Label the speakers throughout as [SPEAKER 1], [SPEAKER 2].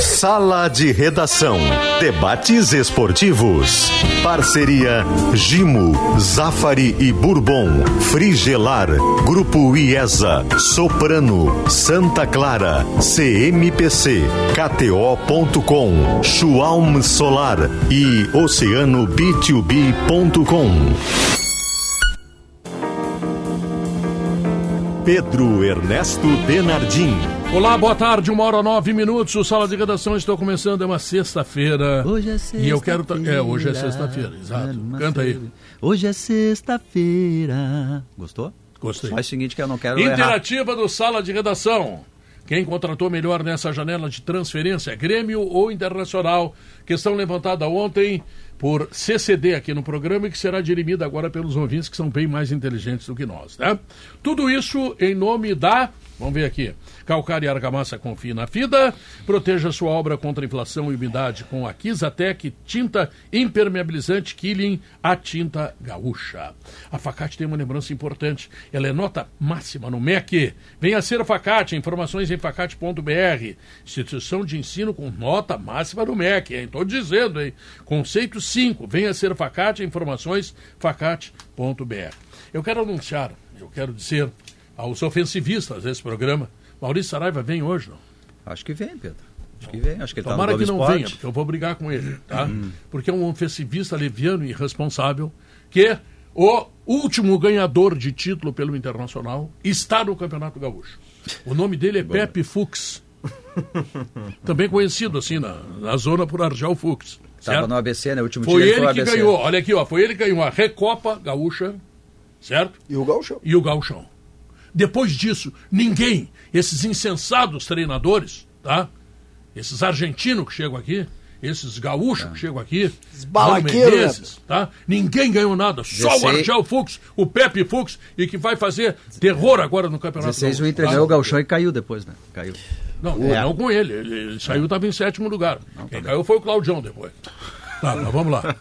[SPEAKER 1] Sala de Redação. Debates esportivos. Parceria Gimo, Zafari e Bourbon. Frigelar. Grupo IESA. Soprano. Santa Clara. CMPC. KTO.com. Schwalm Solar. E Oceano B2B.com. Pedro Ernesto Denardim.
[SPEAKER 2] Olá, boa tarde, uma hora nove minutos. O Sala de Redação estou começando, é uma sexta-feira.
[SPEAKER 3] Hoje é sexta-feira.
[SPEAKER 2] E eu quero. ta- É, hoje é sexta-feira, exato.
[SPEAKER 3] Uma
[SPEAKER 2] Canta aí.
[SPEAKER 3] feira. Hoje é sexta-feira. Gostou?
[SPEAKER 2] Gostei.
[SPEAKER 3] Faz o seguinte que eu não quero errar.
[SPEAKER 2] Interativa do Sala de Redação. Quem contratou melhor nessa janela de transferência, Grêmio ou Internacional? Questão levantada ontem por CCD aqui no programa e que será dirimida agora pelos ouvintes que são bem mais inteligentes do que nós, né? Tudo isso em nome da. Vamos ver aqui. Calcário e Argamassa confie na FIDA. Proteja sua obra contra inflação e umidade com a Kizatec tinta impermeabilizante Killing, a tinta gaúcha. A Facate tem uma lembrança importante. Ela é nota máxima no MEC. Venha ser a Facate. Informações em facate.br. Instituição de ensino com nota máxima no MEC, hein? Tô dizendo, hein? Conceito 5. Venha ser a Facate. Informações facate.br. Eu quero anunciar, eu quero dizer aos ofensivistas desse programa, Maurício Saraiva vem hoje, não?
[SPEAKER 3] Acho que vem, Pedro. Acho que vem. Acho que ele tá
[SPEAKER 2] Tomara
[SPEAKER 3] no
[SPEAKER 2] que
[SPEAKER 3] Globo
[SPEAKER 2] não
[SPEAKER 3] Esporte. Hum.
[SPEAKER 2] venha, porque eu vou brigar com ele, tá? Porque é um ofensivista leviano e irresponsável que é o último ganhador de título pelo Internacional está no Campeonato Gaúcho. O nome dele é Pepe Fux. Também conhecido assim na, na zona por Argel Fux.
[SPEAKER 3] Tava
[SPEAKER 2] certo?
[SPEAKER 3] no ABC, né? O último
[SPEAKER 2] Foi
[SPEAKER 3] dia
[SPEAKER 2] ele
[SPEAKER 3] foi
[SPEAKER 2] que
[SPEAKER 3] ABC.
[SPEAKER 2] ganhou, olha aqui, ó, foi ele que ganhou a Recopa Gaúcha, certo?
[SPEAKER 4] E o Galchão.
[SPEAKER 2] e o gauchão. Depois disso, ninguém, esses insensados treinadores, tá? Esses argentinos que chegam aqui, esses gaúchos que chegam aqui,
[SPEAKER 4] barraqueiros,
[SPEAKER 2] Raul Menezes, tá? Ninguém ganhou nada, só o
[SPEAKER 3] Dezesseis-
[SPEAKER 2] Argel Fux, o Pepe Fux, e que vai fazer terror agora no Campeonato
[SPEAKER 3] 16 o
[SPEAKER 2] Gaúcho,
[SPEAKER 3] Inter
[SPEAKER 2] tá?
[SPEAKER 3] ganhou o Galchão e caiu depois, né? Caiu.
[SPEAKER 2] Não,
[SPEAKER 5] É.
[SPEAKER 2] não com ele. Ele, ele saiu, estava em sétimo lugar. Quem
[SPEAKER 5] tá
[SPEAKER 2] caiu foi o Claudião depois. Tá, mas vamos lá.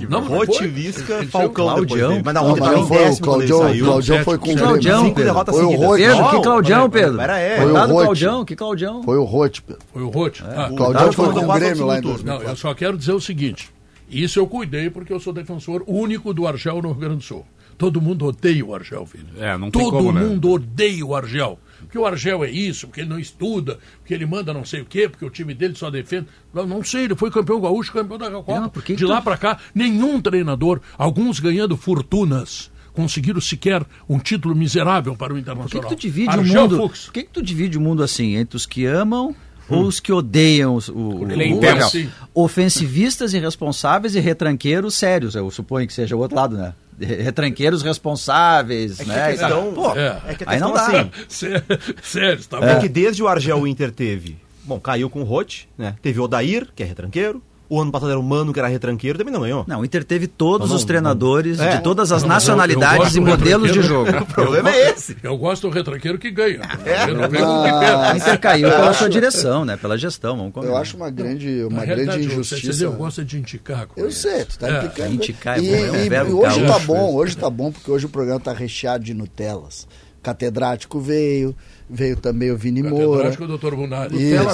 [SPEAKER 2] Não, não foi?
[SPEAKER 5] Rotivisca, Falcão
[SPEAKER 3] Claudião.
[SPEAKER 5] depois dele. Mas não,
[SPEAKER 4] Não,
[SPEAKER 5] ontem
[SPEAKER 4] mas
[SPEAKER 5] tava
[SPEAKER 4] não
[SPEAKER 5] em
[SPEAKER 4] foi o
[SPEAKER 5] décimo quando ele
[SPEAKER 4] Claudião.
[SPEAKER 5] saiu.
[SPEAKER 4] O Claudião foi com o
[SPEAKER 3] Claudião,
[SPEAKER 4] Grêmio.
[SPEAKER 5] Cinco derrotas
[SPEAKER 4] Foi o
[SPEAKER 5] seguidas.
[SPEAKER 4] Rote.
[SPEAKER 3] Pedro, que
[SPEAKER 5] Não,
[SPEAKER 3] Claudião,
[SPEAKER 5] pera-
[SPEAKER 3] Pedro.
[SPEAKER 5] pera é. aí.
[SPEAKER 3] Tá
[SPEAKER 4] Foi o
[SPEAKER 3] no
[SPEAKER 4] Rote.
[SPEAKER 3] Claudião, que Claudião. É.
[SPEAKER 4] Foi o Rote, Pedro.
[SPEAKER 2] é. Foi o Rote. tá.
[SPEAKER 4] O
[SPEAKER 5] É. Claudião
[SPEAKER 4] Claudião foi
[SPEAKER 5] foi
[SPEAKER 4] com o
[SPEAKER 5] quase
[SPEAKER 4] Grêmio
[SPEAKER 5] no
[SPEAKER 4] lá em
[SPEAKER 5] segundo
[SPEAKER 4] 2000.
[SPEAKER 2] Não, eu só quero dizer o seguinte: isso eu cuidei porque eu sou defensor único do Argel no Rio Grande do Sul. Todo mundo odeia o Argel, filho.
[SPEAKER 6] É, não tem
[SPEAKER 2] Todo
[SPEAKER 6] como, né?
[SPEAKER 2] mundo odeia o Argel. Porque o Argel é isso, porque ele não estuda, porque ele manda não sei o quê, porque o time dele só defende. Não, não sei, ele foi campeão gaúcho, campeão da Copa.
[SPEAKER 3] Não, por que que
[SPEAKER 2] De lá
[SPEAKER 3] tu-
[SPEAKER 2] pra cá, nenhum treinador, alguns ganhando fortunas, conseguiram sequer um título miserável para o Internacional.
[SPEAKER 3] Por que, que tu divide
[SPEAKER 2] Argel
[SPEAKER 3] o mundo?
[SPEAKER 2] Fux.
[SPEAKER 3] Por que, que tu divide o mundo assim? Entre os que amam
[SPEAKER 2] Hum.
[SPEAKER 3] ou os que odeiam os- o, o,
[SPEAKER 6] ele é
[SPEAKER 3] o
[SPEAKER 6] intenso.
[SPEAKER 3] Argel?
[SPEAKER 2] Sim.
[SPEAKER 3] Ofensivistas irresponsáveis e retranqueiros sérios. Eu suponho que seja o outro lado, né? Retranqueiros responsáveis,
[SPEAKER 5] É que a
[SPEAKER 3] né?
[SPEAKER 5] questão,
[SPEAKER 3] Pô,
[SPEAKER 5] é que a
[SPEAKER 3] aí não
[SPEAKER 5] questão
[SPEAKER 3] dá.
[SPEAKER 5] assim,
[SPEAKER 2] Sé- Sério, tá bom.
[SPEAKER 5] é que desde o Argel o Inter teve, bom, caiu com o Rote, né? Teve o Odair, que é retranqueiro. O ano passado era o Mano, que era retranqueiro, também não ganhou. Então
[SPEAKER 3] Não, o Inter teve todos
[SPEAKER 5] Não,
[SPEAKER 3] os
[SPEAKER 5] não,
[SPEAKER 3] treinadores
[SPEAKER 5] é.
[SPEAKER 3] de todas as
[SPEAKER 2] Não, mas eu- eu
[SPEAKER 3] nacionalidades
[SPEAKER 2] gosto
[SPEAKER 3] e
[SPEAKER 2] do
[SPEAKER 3] modelos de jogo. É.
[SPEAKER 2] retranqueiro.
[SPEAKER 5] O problema é esse.
[SPEAKER 2] Eu gosto do retranqueiro que ganha. Eu não pego o que perde.
[SPEAKER 3] O Inter caiu ah, pela sua direção, né? Pela gestão, vamos combinar.
[SPEAKER 4] Eu acho uma grande,
[SPEAKER 2] Na
[SPEAKER 4] É uma grande
[SPEAKER 2] realidade, o CCD
[SPEAKER 4] injustiça.
[SPEAKER 2] Eu gosto é de indicar.
[SPEAKER 4] Eu sei, tu tá
[SPEAKER 2] É,
[SPEAKER 4] implicando.
[SPEAKER 3] indicar é
[SPEAKER 4] e,
[SPEAKER 3] bom, é um
[SPEAKER 4] e-
[SPEAKER 3] verbo
[SPEAKER 4] e hoje tá
[SPEAKER 3] gaúcho,
[SPEAKER 4] bom,
[SPEAKER 3] isso.
[SPEAKER 4] hoje tá bom, porque hoje o programa tá recheado de Nutelas. Catedrático veio, veio também o Vini Moura.
[SPEAKER 2] Catedrático doutor Munari.
[SPEAKER 4] Isso.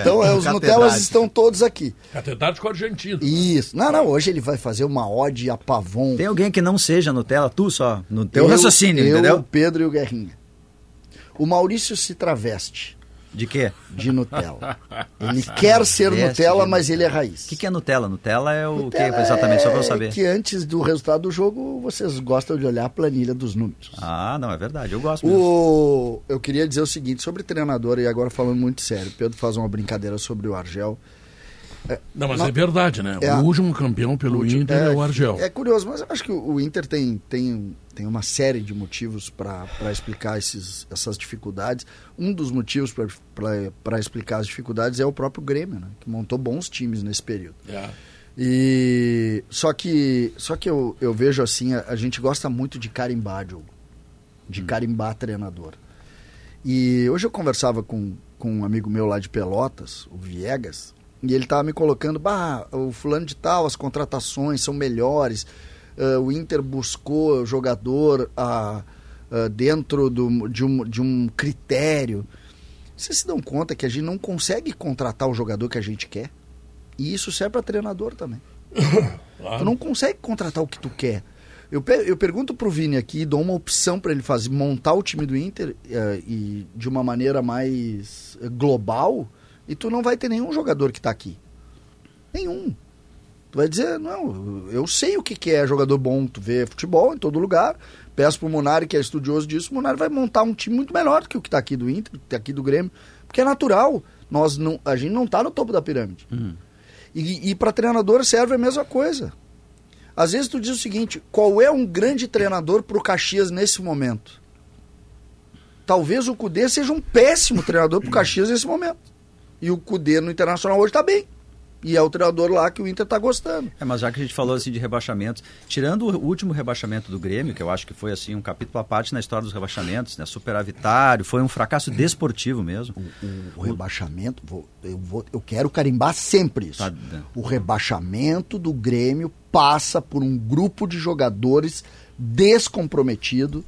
[SPEAKER 4] Então é, os Nutelas
[SPEAKER 5] Catedrático.
[SPEAKER 4] estão todos aqui.
[SPEAKER 2] Catedrático argentino.
[SPEAKER 4] Isso. Não, não, hoje ele vai fazer uma ode a pavon.
[SPEAKER 3] Tem alguém que não seja Nutella, tu só, no teu raciocínio,
[SPEAKER 4] eu, o
[SPEAKER 3] entendeu?
[SPEAKER 4] Pedro e o Guerrinha. O Maurício se traveste
[SPEAKER 3] De quê?
[SPEAKER 4] de Nutella. Ele quer ser
[SPEAKER 3] Traveste
[SPEAKER 4] Nutella,
[SPEAKER 3] de
[SPEAKER 4] mas ele é raiz.
[SPEAKER 3] O que, que é Nutella? Nutella é o que
[SPEAKER 4] Nutella
[SPEAKER 3] exatamente, só pra eu
[SPEAKER 4] é
[SPEAKER 3] saber.
[SPEAKER 4] Que antes do resultado do jogo, vocês gostam de olhar a planilha dos números.
[SPEAKER 3] Ah, não, é verdade, eu gosto mesmo.
[SPEAKER 4] O, eu queria dizer o seguinte sobre treinador, e agora falando muito sério, Pedro faz uma brincadeira sobre o Argel.
[SPEAKER 2] Não, mas
[SPEAKER 4] Não.
[SPEAKER 2] é verdade, né?
[SPEAKER 4] É.
[SPEAKER 2] O último campeão pelo Inter é, o Argel.
[SPEAKER 4] É curioso, mas eu acho que o Inter tem, tem, tem uma série de motivos para explicar esses, essas dificuldades. Um dos motivos para explicar as dificuldades é o próprio Grêmio, né, que montou bons times nesse período.
[SPEAKER 2] É.
[SPEAKER 4] E só que só que eu, eu vejo assim, a, a gente gosta muito de carimbar, Diogo. De carimbar treinador. E hoje eu conversava com, com um amigo meu lá de Pelotas, o Viegas, e ele tava me colocando, bah, o fulano de tal, as contratações são melhores. ah, o Inter buscou o jogador ah, ah, dentro do, de, um, de um critério. Vocês se dão conta que a gente não consegue contratar o jogador que a gente quer? E isso serve para treinador também. Tu não consegue contratar o que tu quer. Eu, pe- eu pergunto pro Vini aqui, dou uma opção para ele fazer, montar o time do Inter eh, e de uma maneira mais eh, global, e tu não vai ter nenhum jogador que tá aqui. Nenhum. Tu vai dizer, não, eu sei o que, que é jogador bom, tu vê futebol em todo lugar. Peço pro Munari, que é estudioso disso, o Munari vai montar um time muito melhor do que o que tá aqui do Inter, do que tá aqui do Grêmio. Porque é natural. Nós não, a gente não tá no topo da pirâmide. E, e para treinador serve a mesma coisa. Às vezes tu diz o seguinte: qual é um grande treinador pro Caxias nesse momento? Talvez o Cudê seja um péssimo treinador pro Caxias nesse momento. E o Cudê no Internacional hoje tá bem. E é o treinador lá que o Inter tá gostando.
[SPEAKER 3] É, mas já que a gente falou assim de rebaixamentos, tirando o último rebaixamento do Grêmio, que eu acho que foi assim um capítulo à parte na história dos rebaixamentos, né? Superavitário, foi um fracasso desportivo mesmo.
[SPEAKER 4] O rebaixamento, vou- eu, vou- eu quero carimbar sempre isso.
[SPEAKER 3] Tá, tá.
[SPEAKER 4] O rebaixamento do Grêmio passa por um grupo de jogadores descomprometido,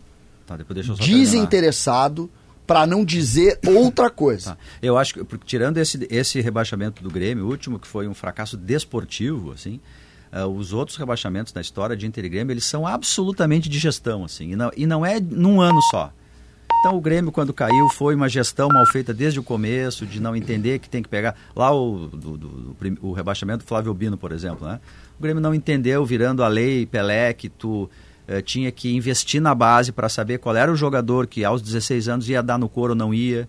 [SPEAKER 3] Tá, depois deixa eu só terminar.
[SPEAKER 4] desinteressado, para não dizer outra coisa.
[SPEAKER 3] Tá. Eu acho que, porque tirando esse, esse rebaixamento do Grêmio, o último, que foi um fracasso desportivo, assim, ah, os outros rebaixamentos na história de Inter e Grêmio, eles são absolutamente de gestão, assim, e não, e não é num ano só. Então o Grêmio, quando caiu, foi uma gestão mal feita desde o começo, de não entender que tem que pegar. Lá o, do- do- do prim- o rebaixamento do Flávio Bino, por exemplo, né? O Grêmio não entendeu, virando a lei Pelé, que tu eh, tinha que investir na base para saber qual era o jogador que aos 16 anos ia dar no couro ou não ia.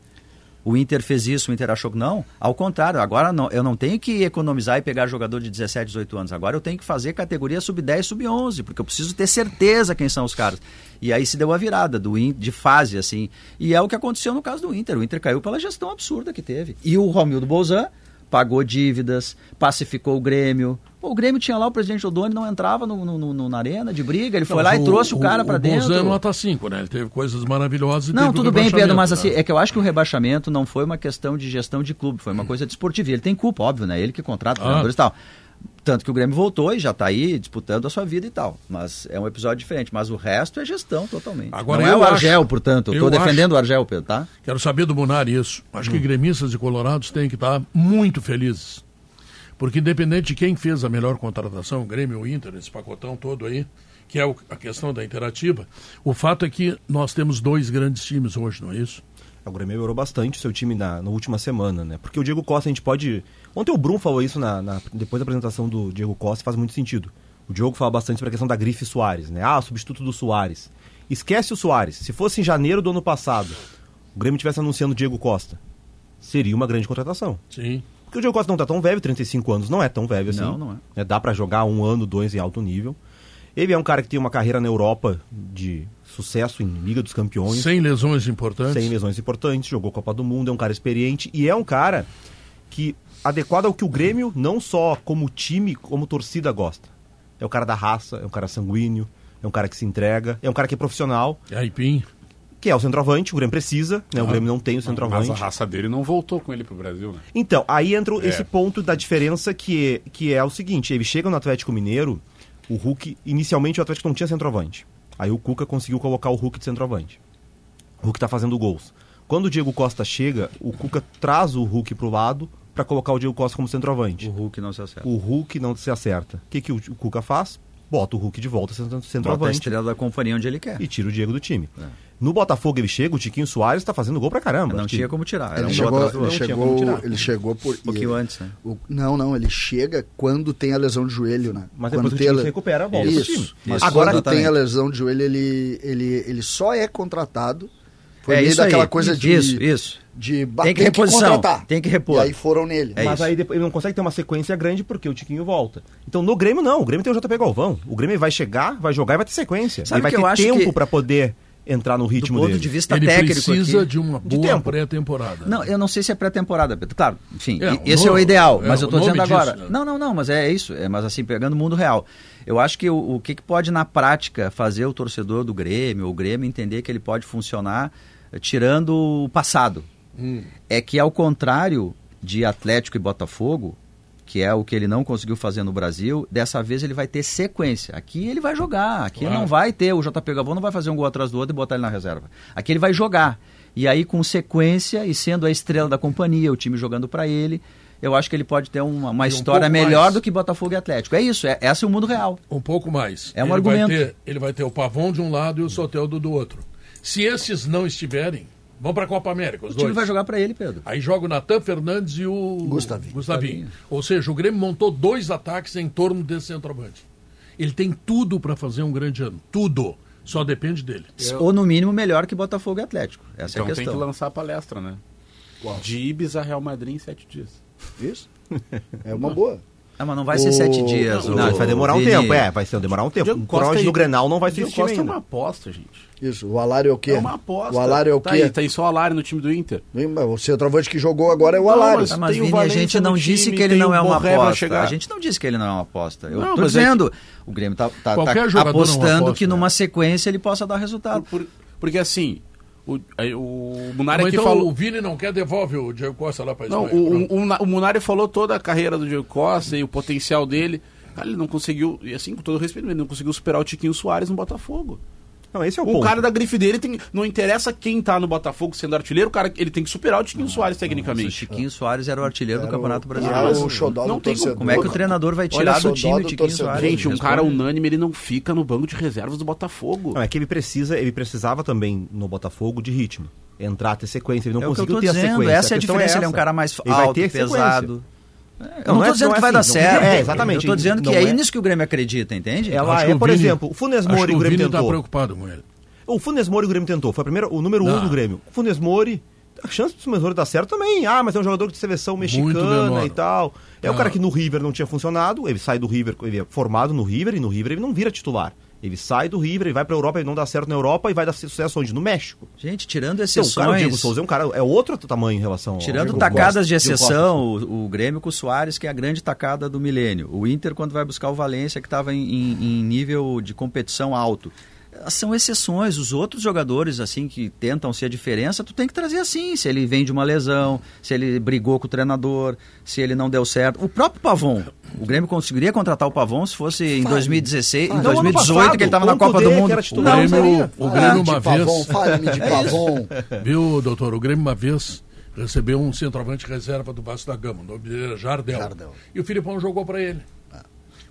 [SPEAKER 3] O Inter fez isso, o Inter achou que não. Ao contrário, agora não- eu não tenho que economizar e pegar jogador de 17, 18 anos. Agora eu tenho que fazer categoria sub-10, sub-11, porque eu preciso ter certeza quem são os caras. E aí se deu a virada do In- de fase, assim. E é o que aconteceu no caso do Inter. O Inter caiu pela gestão absurda que teve. E o Romildo Bolzan pagou dívidas, pacificou o Grêmio. Pô, o Grêmio tinha lá o presidente Odoni, não entrava no, no- no- no- na arena de briga, ele foi lá e trouxe o, é cara pra dentro.
[SPEAKER 2] Bolzano nota 5, né? Ele teve coisas maravilhosas. e
[SPEAKER 3] Não,
[SPEAKER 2] teve o
[SPEAKER 3] tudo bem, Pedro,
[SPEAKER 2] rebaixamento,
[SPEAKER 3] mas assim,
[SPEAKER 2] né?
[SPEAKER 3] é que eu acho que o rebaixamento não foi uma questão de gestão de clube, foi uma coisa desportiva. Ele tem culpa, óbvio, né? Ele que contrata
[SPEAKER 2] Ah.
[SPEAKER 3] treinadores e tal. Tanto que o Grêmio voltou e já tá aí disputando a sua vida e tal. Mas é um episódio diferente. Mas o resto é gestão totalmente.
[SPEAKER 2] Agora,
[SPEAKER 3] não é
[SPEAKER 2] eu
[SPEAKER 3] o Argel,
[SPEAKER 2] acho-
[SPEAKER 3] portanto. Eu
[SPEAKER 2] eu
[SPEAKER 3] tô
[SPEAKER 2] acho-
[SPEAKER 3] defendendo o Argel, Pedro, tá?
[SPEAKER 2] Quero saber do Munari isso. Acho que
[SPEAKER 3] Hum.
[SPEAKER 2] gremistas e colorados têm que estar muito felizes. Porque independente de quem fez a melhor contratação, o Grêmio ou o Inter, esse pacotão todo aí, que é o- a questão da interativa, o fato é que nós temos dois grandes times hoje, não é isso?
[SPEAKER 5] O Grêmio melhorou bastante o seu time na, na última semana, né? Porque o Diego Costa, a gente pode. Ontem o Brum falou isso na, na- depois da apresentação do Diego Costa, faz muito sentido. O Diogo fala bastante sobre a questão da grife Soares, né? Ah, substituto do Soares. Esquece o Soares. Se fosse em janeiro do ano passado, o Grêmio tivesse anunciando o Diego Costa, seria uma grande contratação.
[SPEAKER 2] Sim.
[SPEAKER 5] Porque o Diego Costa não tá tão velho, 35 anos, não é tão velho assim.
[SPEAKER 3] Não, não é.
[SPEAKER 5] Né, Dá pra jogar um ano, dois em alto nível. Ele é um cara que tem uma carreira na Europa de sucesso em Liga dos Campeões
[SPEAKER 2] Sem lesões importantes.
[SPEAKER 5] sem lesões importantes, jogou Copa do Mundo, é um cara experiente e é um cara que adequado ao que o Grêmio, não só como time, como torcida gosta. É o cara da raça, é um cara sanguíneo, é um cara que se entrega, é um cara que é profissional,
[SPEAKER 2] E aí, Pim?
[SPEAKER 5] que é o centroavante, o Grêmio precisa, né? O Grêmio não tem o
[SPEAKER 6] Mas
[SPEAKER 5] centroavante.
[SPEAKER 6] a raça dele não voltou com ele pro Brasil, né?
[SPEAKER 5] Então, aí entra
[SPEAKER 6] É.
[SPEAKER 5] esse ponto da diferença que, que é o seguinte: eles chegam no Atlético Mineiro, o Hulk. Inicialmente o Atlético não tinha centroavante. Aí o Cuca conseguiu colocar o Hulk de centroavante. O Hulk tá fazendo gols. Quando o Diego Costa chega, o Cuca traz o Hulk pro lado pra colocar o Diego Costa como
[SPEAKER 3] O
[SPEAKER 5] centroavante.
[SPEAKER 3] Hulk não se acerta.
[SPEAKER 5] O Hulk não se acerta. O que, que o Cuca faz? Bota o Hulk de volta centro-
[SPEAKER 3] Bota a
[SPEAKER 5] centroavante
[SPEAKER 3] estrela da companhia onde ele quer.
[SPEAKER 5] e tira o Diego do time. No Botafogo ele chega, o Tiquinho Soares tá fazendo gol pra caramba.
[SPEAKER 3] Não
[SPEAKER 5] Acho que-
[SPEAKER 3] tinha como tirar. Era
[SPEAKER 4] Ele
[SPEAKER 3] um
[SPEAKER 4] chegou,
[SPEAKER 3] atrás do
[SPEAKER 4] ele,
[SPEAKER 3] outro.
[SPEAKER 5] tinha como
[SPEAKER 4] chegou,
[SPEAKER 5] tirar.
[SPEAKER 4] ele chegou por.
[SPEAKER 3] Um pouquinho antes, né?
[SPEAKER 4] O- não, não, ele chega quando tem a lesão de joelho, né?
[SPEAKER 5] Mas depois
[SPEAKER 4] quando
[SPEAKER 5] que o
[SPEAKER 4] tem
[SPEAKER 5] time
[SPEAKER 4] le-
[SPEAKER 5] se recupera, volta pro
[SPEAKER 4] Isso.
[SPEAKER 5] time.
[SPEAKER 4] Mas
[SPEAKER 5] Agora-
[SPEAKER 4] Agora quando tem
[SPEAKER 3] Exatamente.
[SPEAKER 4] a lesão de joelho, ele, ele, ele só é contratado. Foi
[SPEAKER 3] É
[SPEAKER 4] meio
[SPEAKER 3] isso aí.
[SPEAKER 4] daquela coisa de.
[SPEAKER 3] Isso, isso.
[SPEAKER 4] De ba-
[SPEAKER 3] Tem que reposição, tem que repor.
[SPEAKER 4] E aí foram nele.
[SPEAKER 3] É
[SPEAKER 5] mas
[SPEAKER 3] isso.
[SPEAKER 5] aí depois ele não consegue ter uma sequência grande porque o Tiquinho volta. Então no Grêmio não, o Grêmio tem o JP Galvão. O Grêmio vai chegar, vai jogar e vai ter sequência.
[SPEAKER 3] Sabe
[SPEAKER 5] ele vai
[SPEAKER 3] que
[SPEAKER 5] ter
[SPEAKER 3] eu acho
[SPEAKER 5] tempo
[SPEAKER 3] que-
[SPEAKER 5] pra poder entrar no
[SPEAKER 3] Do
[SPEAKER 5] ritmo
[SPEAKER 3] ponto
[SPEAKER 5] dele.
[SPEAKER 3] de vista
[SPEAKER 2] ele
[SPEAKER 3] técnico
[SPEAKER 2] precisa
[SPEAKER 3] aqui-
[SPEAKER 2] é de uma
[SPEAKER 5] De
[SPEAKER 2] boa
[SPEAKER 5] tempo.
[SPEAKER 2] pré-temporada.
[SPEAKER 3] Não, eu não sei se é pré-temporada, Pedro. Claro, enfim,
[SPEAKER 2] né? É,
[SPEAKER 3] e-
[SPEAKER 2] o
[SPEAKER 3] esse é o
[SPEAKER 2] nome-
[SPEAKER 3] ideal,
[SPEAKER 2] é,
[SPEAKER 3] mas eu
[SPEAKER 2] o
[SPEAKER 3] tô
[SPEAKER 2] nome
[SPEAKER 3] dizendo agora.
[SPEAKER 2] disso, né?
[SPEAKER 3] Não, não, não, mas é isso. É, mas assim, pegando o mundo real. Eu acho que o, o que, que pode, na prática, fazer o torcedor do Grêmio, ou o Grêmio, entender que ele pode funcionar eh, tirando o passado.
[SPEAKER 4] Hum.
[SPEAKER 3] É que, ao contrário de Atlético e Botafogo, que é o que ele não conseguiu fazer no Brasil, dessa vez ele vai ter sequência. Aqui ele vai jogar, aqui
[SPEAKER 2] Claro.
[SPEAKER 3] não vai vai ter, o JP Galvão não vai fazer um gol atrás do outro e botar ele na reserva. Aqui ele vai jogar. E aí, com sequência, e sendo a estrela da companhia, o time jogando para ele, eu acho que ele pode ter uma, uma
[SPEAKER 2] um
[SPEAKER 3] história
[SPEAKER 2] pouco
[SPEAKER 3] melhor
[SPEAKER 2] mais.
[SPEAKER 3] do que Botafogo e Atlético. É isso, é, esse é o mundo real.
[SPEAKER 2] Um pouco mais.
[SPEAKER 3] É um
[SPEAKER 2] ele
[SPEAKER 3] argumento.
[SPEAKER 2] Vai ter, ele vai ter o Pavon de um lado e o Soteldo do outro. Se esses não estiverem, vão para a Copa América, os
[SPEAKER 3] O time
[SPEAKER 2] dois.
[SPEAKER 3] vai jogar para ele, Pedro.
[SPEAKER 2] Aí joga o Natan Fernandes e o
[SPEAKER 4] Gustavinho.
[SPEAKER 2] Gustavinho. Ou seja, o Grêmio montou dois ataques em torno desse centroavante. Ele tem tudo para fazer um grande ano. Tudo. Só depende dele.
[SPEAKER 3] Ou, no mínimo, melhor que Botafogo e Atlético. Essa
[SPEAKER 6] Então
[SPEAKER 3] é a
[SPEAKER 6] tem que
[SPEAKER 3] questão.
[SPEAKER 6] lançar a palestra, né? De Ibis a Real Madrid em sete dias.
[SPEAKER 4] Isso? É uma boa.
[SPEAKER 3] Ah, mas não vai ser sete dias.
[SPEAKER 5] Não,
[SPEAKER 3] ô,
[SPEAKER 5] isso vai demorar um
[SPEAKER 3] Vini.
[SPEAKER 5] tempo, é, vai ser- demorar um tempo.
[SPEAKER 6] Diego
[SPEAKER 5] Um
[SPEAKER 6] Costa
[SPEAKER 5] Cross
[SPEAKER 6] e-
[SPEAKER 5] no Grenal não vai ser
[SPEAKER 6] Diego
[SPEAKER 5] time
[SPEAKER 6] Costa é
[SPEAKER 5] ainda.
[SPEAKER 6] uma aposta, gente.
[SPEAKER 4] Isso. O Alário é o quê?
[SPEAKER 6] É uma aposta.
[SPEAKER 4] O Alário é o
[SPEAKER 6] tá
[SPEAKER 4] quê?
[SPEAKER 6] Aí, tem só o Alário no time do Inter.
[SPEAKER 4] Vem, mas O centroavante que jogou agora é o Alário.
[SPEAKER 3] Ah,
[SPEAKER 6] Não,
[SPEAKER 3] mas
[SPEAKER 6] Tem o
[SPEAKER 3] Vini, a
[SPEAKER 6] Valência
[SPEAKER 3] gente não
[SPEAKER 6] no
[SPEAKER 3] disse
[SPEAKER 6] time,
[SPEAKER 3] que ele
[SPEAKER 6] tem
[SPEAKER 3] não
[SPEAKER 6] o
[SPEAKER 3] é uma
[SPEAKER 6] Borré pra
[SPEAKER 3] aposta.
[SPEAKER 6] chegar.
[SPEAKER 3] A gente não disse que ele não é uma aposta. Eu
[SPEAKER 6] Não,
[SPEAKER 3] tô
[SPEAKER 6] mas é que-
[SPEAKER 3] dizendo, o Grêmio tá, tá-
[SPEAKER 2] Qualquer
[SPEAKER 3] tá
[SPEAKER 2] jogador não é uma
[SPEAKER 3] apostando
[SPEAKER 2] aposta,
[SPEAKER 3] que
[SPEAKER 2] né?
[SPEAKER 3] numa sequência ele possa dar resultado.
[SPEAKER 6] Por- porque assim, o, aí o Munari
[SPEAKER 2] Mas
[SPEAKER 6] aqui
[SPEAKER 2] então
[SPEAKER 6] é falou.
[SPEAKER 2] o Vini não quer, devolve o Diego Costa lá para
[SPEAKER 6] Não,
[SPEAKER 2] Espanha.
[SPEAKER 6] o,
[SPEAKER 2] Pronto.
[SPEAKER 6] o, o, Munari falou toda a carreira do Diego Costa e o potencial dele. Cara, ele não conseguiu, e assim, com todo respeito, ele não conseguiu superar o Tiquinho Soares no Botafogo.
[SPEAKER 5] Não, esse é o,
[SPEAKER 6] O
[SPEAKER 5] ponto.
[SPEAKER 6] cara da grife dele tem, não interessa quem tá no Botafogo sendo artilheiro, o cara ele tem que superar o Tiquinho Soares
[SPEAKER 3] O
[SPEAKER 6] tecnicamente.
[SPEAKER 3] Chiquinho Soares era o artilheiro do
[SPEAKER 6] É
[SPEAKER 3] Campeonato
[SPEAKER 4] Ah,
[SPEAKER 3] Brasileiro.
[SPEAKER 4] mas o xodó
[SPEAKER 6] Não
[SPEAKER 4] do
[SPEAKER 6] tem como-
[SPEAKER 4] torcedor.
[SPEAKER 3] Como é que o treinador vai tirar
[SPEAKER 4] só,
[SPEAKER 3] do time
[SPEAKER 4] dó
[SPEAKER 3] o
[SPEAKER 4] do
[SPEAKER 3] Tiquinho
[SPEAKER 4] torcedor.
[SPEAKER 3] Soares?
[SPEAKER 6] Gente, um
[SPEAKER 3] Responde.
[SPEAKER 6] cara unânime ele não fica no banco de reservas do Botafogo.
[SPEAKER 5] Não, é que ele precisa, ele precisava também no Botafogo de ritmo. Entrar, ter sequência. Ele não
[SPEAKER 3] É o que eu
[SPEAKER 5] conseguiu
[SPEAKER 3] tô
[SPEAKER 5] ter a
[SPEAKER 3] dizendo,
[SPEAKER 5] sequência.
[SPEAKER 3] essa é a
[SPEAKER 5] questão
[SPEAKER 3] diferença. Ele é um
[SPEAKER 5] essa.
[SPEAKER 3] cara mais
[SPEAKER 5] Ele vai
[SPEAKER 3] alto,
[SPEAKER 5] ter sequência.
[SPEAKER 3] pesado. Eu
[SPEAKER 5] Não
[SPEAKER 3] não
[SPEAKER 5] é-
[SPEAKER 3] tô
[SPEAKER 5] não
[SPEAKER 3] dizendo
[SPEAKER 5] é
[SPEAKER 3] que vai
[SPEAKER 5] assim,
[SPEAKER 3] dar
[SPEAKER 5] não-
[SPEAKER 3] certo.
[SPEAKER 5] é, exatamente.
[SPEAKER 3] Eu tô dizendo que
[SPEAKER 5] Não
[SPEAKER 3] é,
[SPEAKER 5] é-
[SPEAKER 3] nisso que o Grêmio acredita, entende?
[SPEAKER 5] Ela
[SPEAKER 2] Acho que
[SPEAKER 5] é,
[SPEAKER 2] o
[SPEAKER 5] por
[SPEAKER 2] Vini-
[SPEAKER 5] exemplo, o Funes
[SPEAKER 2] Acho
[SPEAKER 5] Mori
[SPEAKER 2] que
[SPEAKER 5] o
[SPEAKER 2] o
[SPEAKER 5] Grêmio
[SPEAKER 2] Vini está
[SPEAKER 5] tentou.
[SPEAKER 2] preocupado Ah. com ele.
[SPEAKER 5] O Funes Mori o Grêmio tentou. Foi a primeira, o número um
[SPEAKER 2] Não.
[SPEAKER 5] do Grêmio. O Funes Mori, a chance do Funes Mori dar certo também. Ah, mas é um jogador de seleção mexicana
[SPEAKER 2] menor.
[SPEAKER 5] e tal. É o
[SPEAKER 2] Ah.
[SPEAKER 5] cara que no River não tinha funcionado. Ele sai do River, ele é formado no River e no River ele não vira titular. Ele sai do River, ele vai pra Europa, ele não dá certo na Europa e vai dar sucesso onde? No México.
[SPEAKER 3] Gente, tirando
[SPEAKER 5] Então, o cara, o
[SPEAKER 3] exceções...
[SPEAKER 5] Diego Souza é um cara, é outro tamanho em relação ao
[SPEAKER 3] Tirando
[SPEAKER 5] Diego Costa.
[SPEAKER 3] tacadas de
[SPEAKER 5] Diego
[SPEAKER 3] exceção, o, o Grêmio com o Soares, que é a grande tacada do milênio. O Inter, quando vai buscar o Valência, que estava em, em- em nível de competição alto. Eh, São exceções. Os outros jogadores, assim, que tentam ser a diferença, tu tem que trazer assim. Se ele vem de uma lesão, se ele brigou com o treinador, se ele não deu certo. O próprio Pavon. O Grêmio conseguiria contratar o Pavon se fosse em 2016, em
[SPEAKER 5] Não, Então, ano
[SPEAKER 3] 2018,
[SPEAKER 5] passado,
[SPEAKER 3] que ele estava na
[SPEAKER 5] com o
[SPEAKER 3] Copa do
[SPEAKER 5] Kudê, que
[SPEAKER 3] Mundo.
[SPEAKER 5] era
[SPEAKER 2] O
[SPEAKER 5] titular.
[SPEAKER 3] Não,
[SPEAKER 5] Não,
[SPEAKER 2] Grêmio, o Grêmio
[SPEAKER 4] Ah, de
[SPEAKER 2] uma
[SPEAKER 4] Pavon,
[SPEAKER 2] vez. É
[SPEAKER 4] fale-me de Pavon.
[SPEAKER 2] Viu, doutor? O Grêmio uma vez recebeu um centroavante reserva do Vasco da Gama, o nome dele era Jardel.
[SPEAKER 4] Jardel. Ah.
[SPEAKER 2] E o Filipão jogou para ele.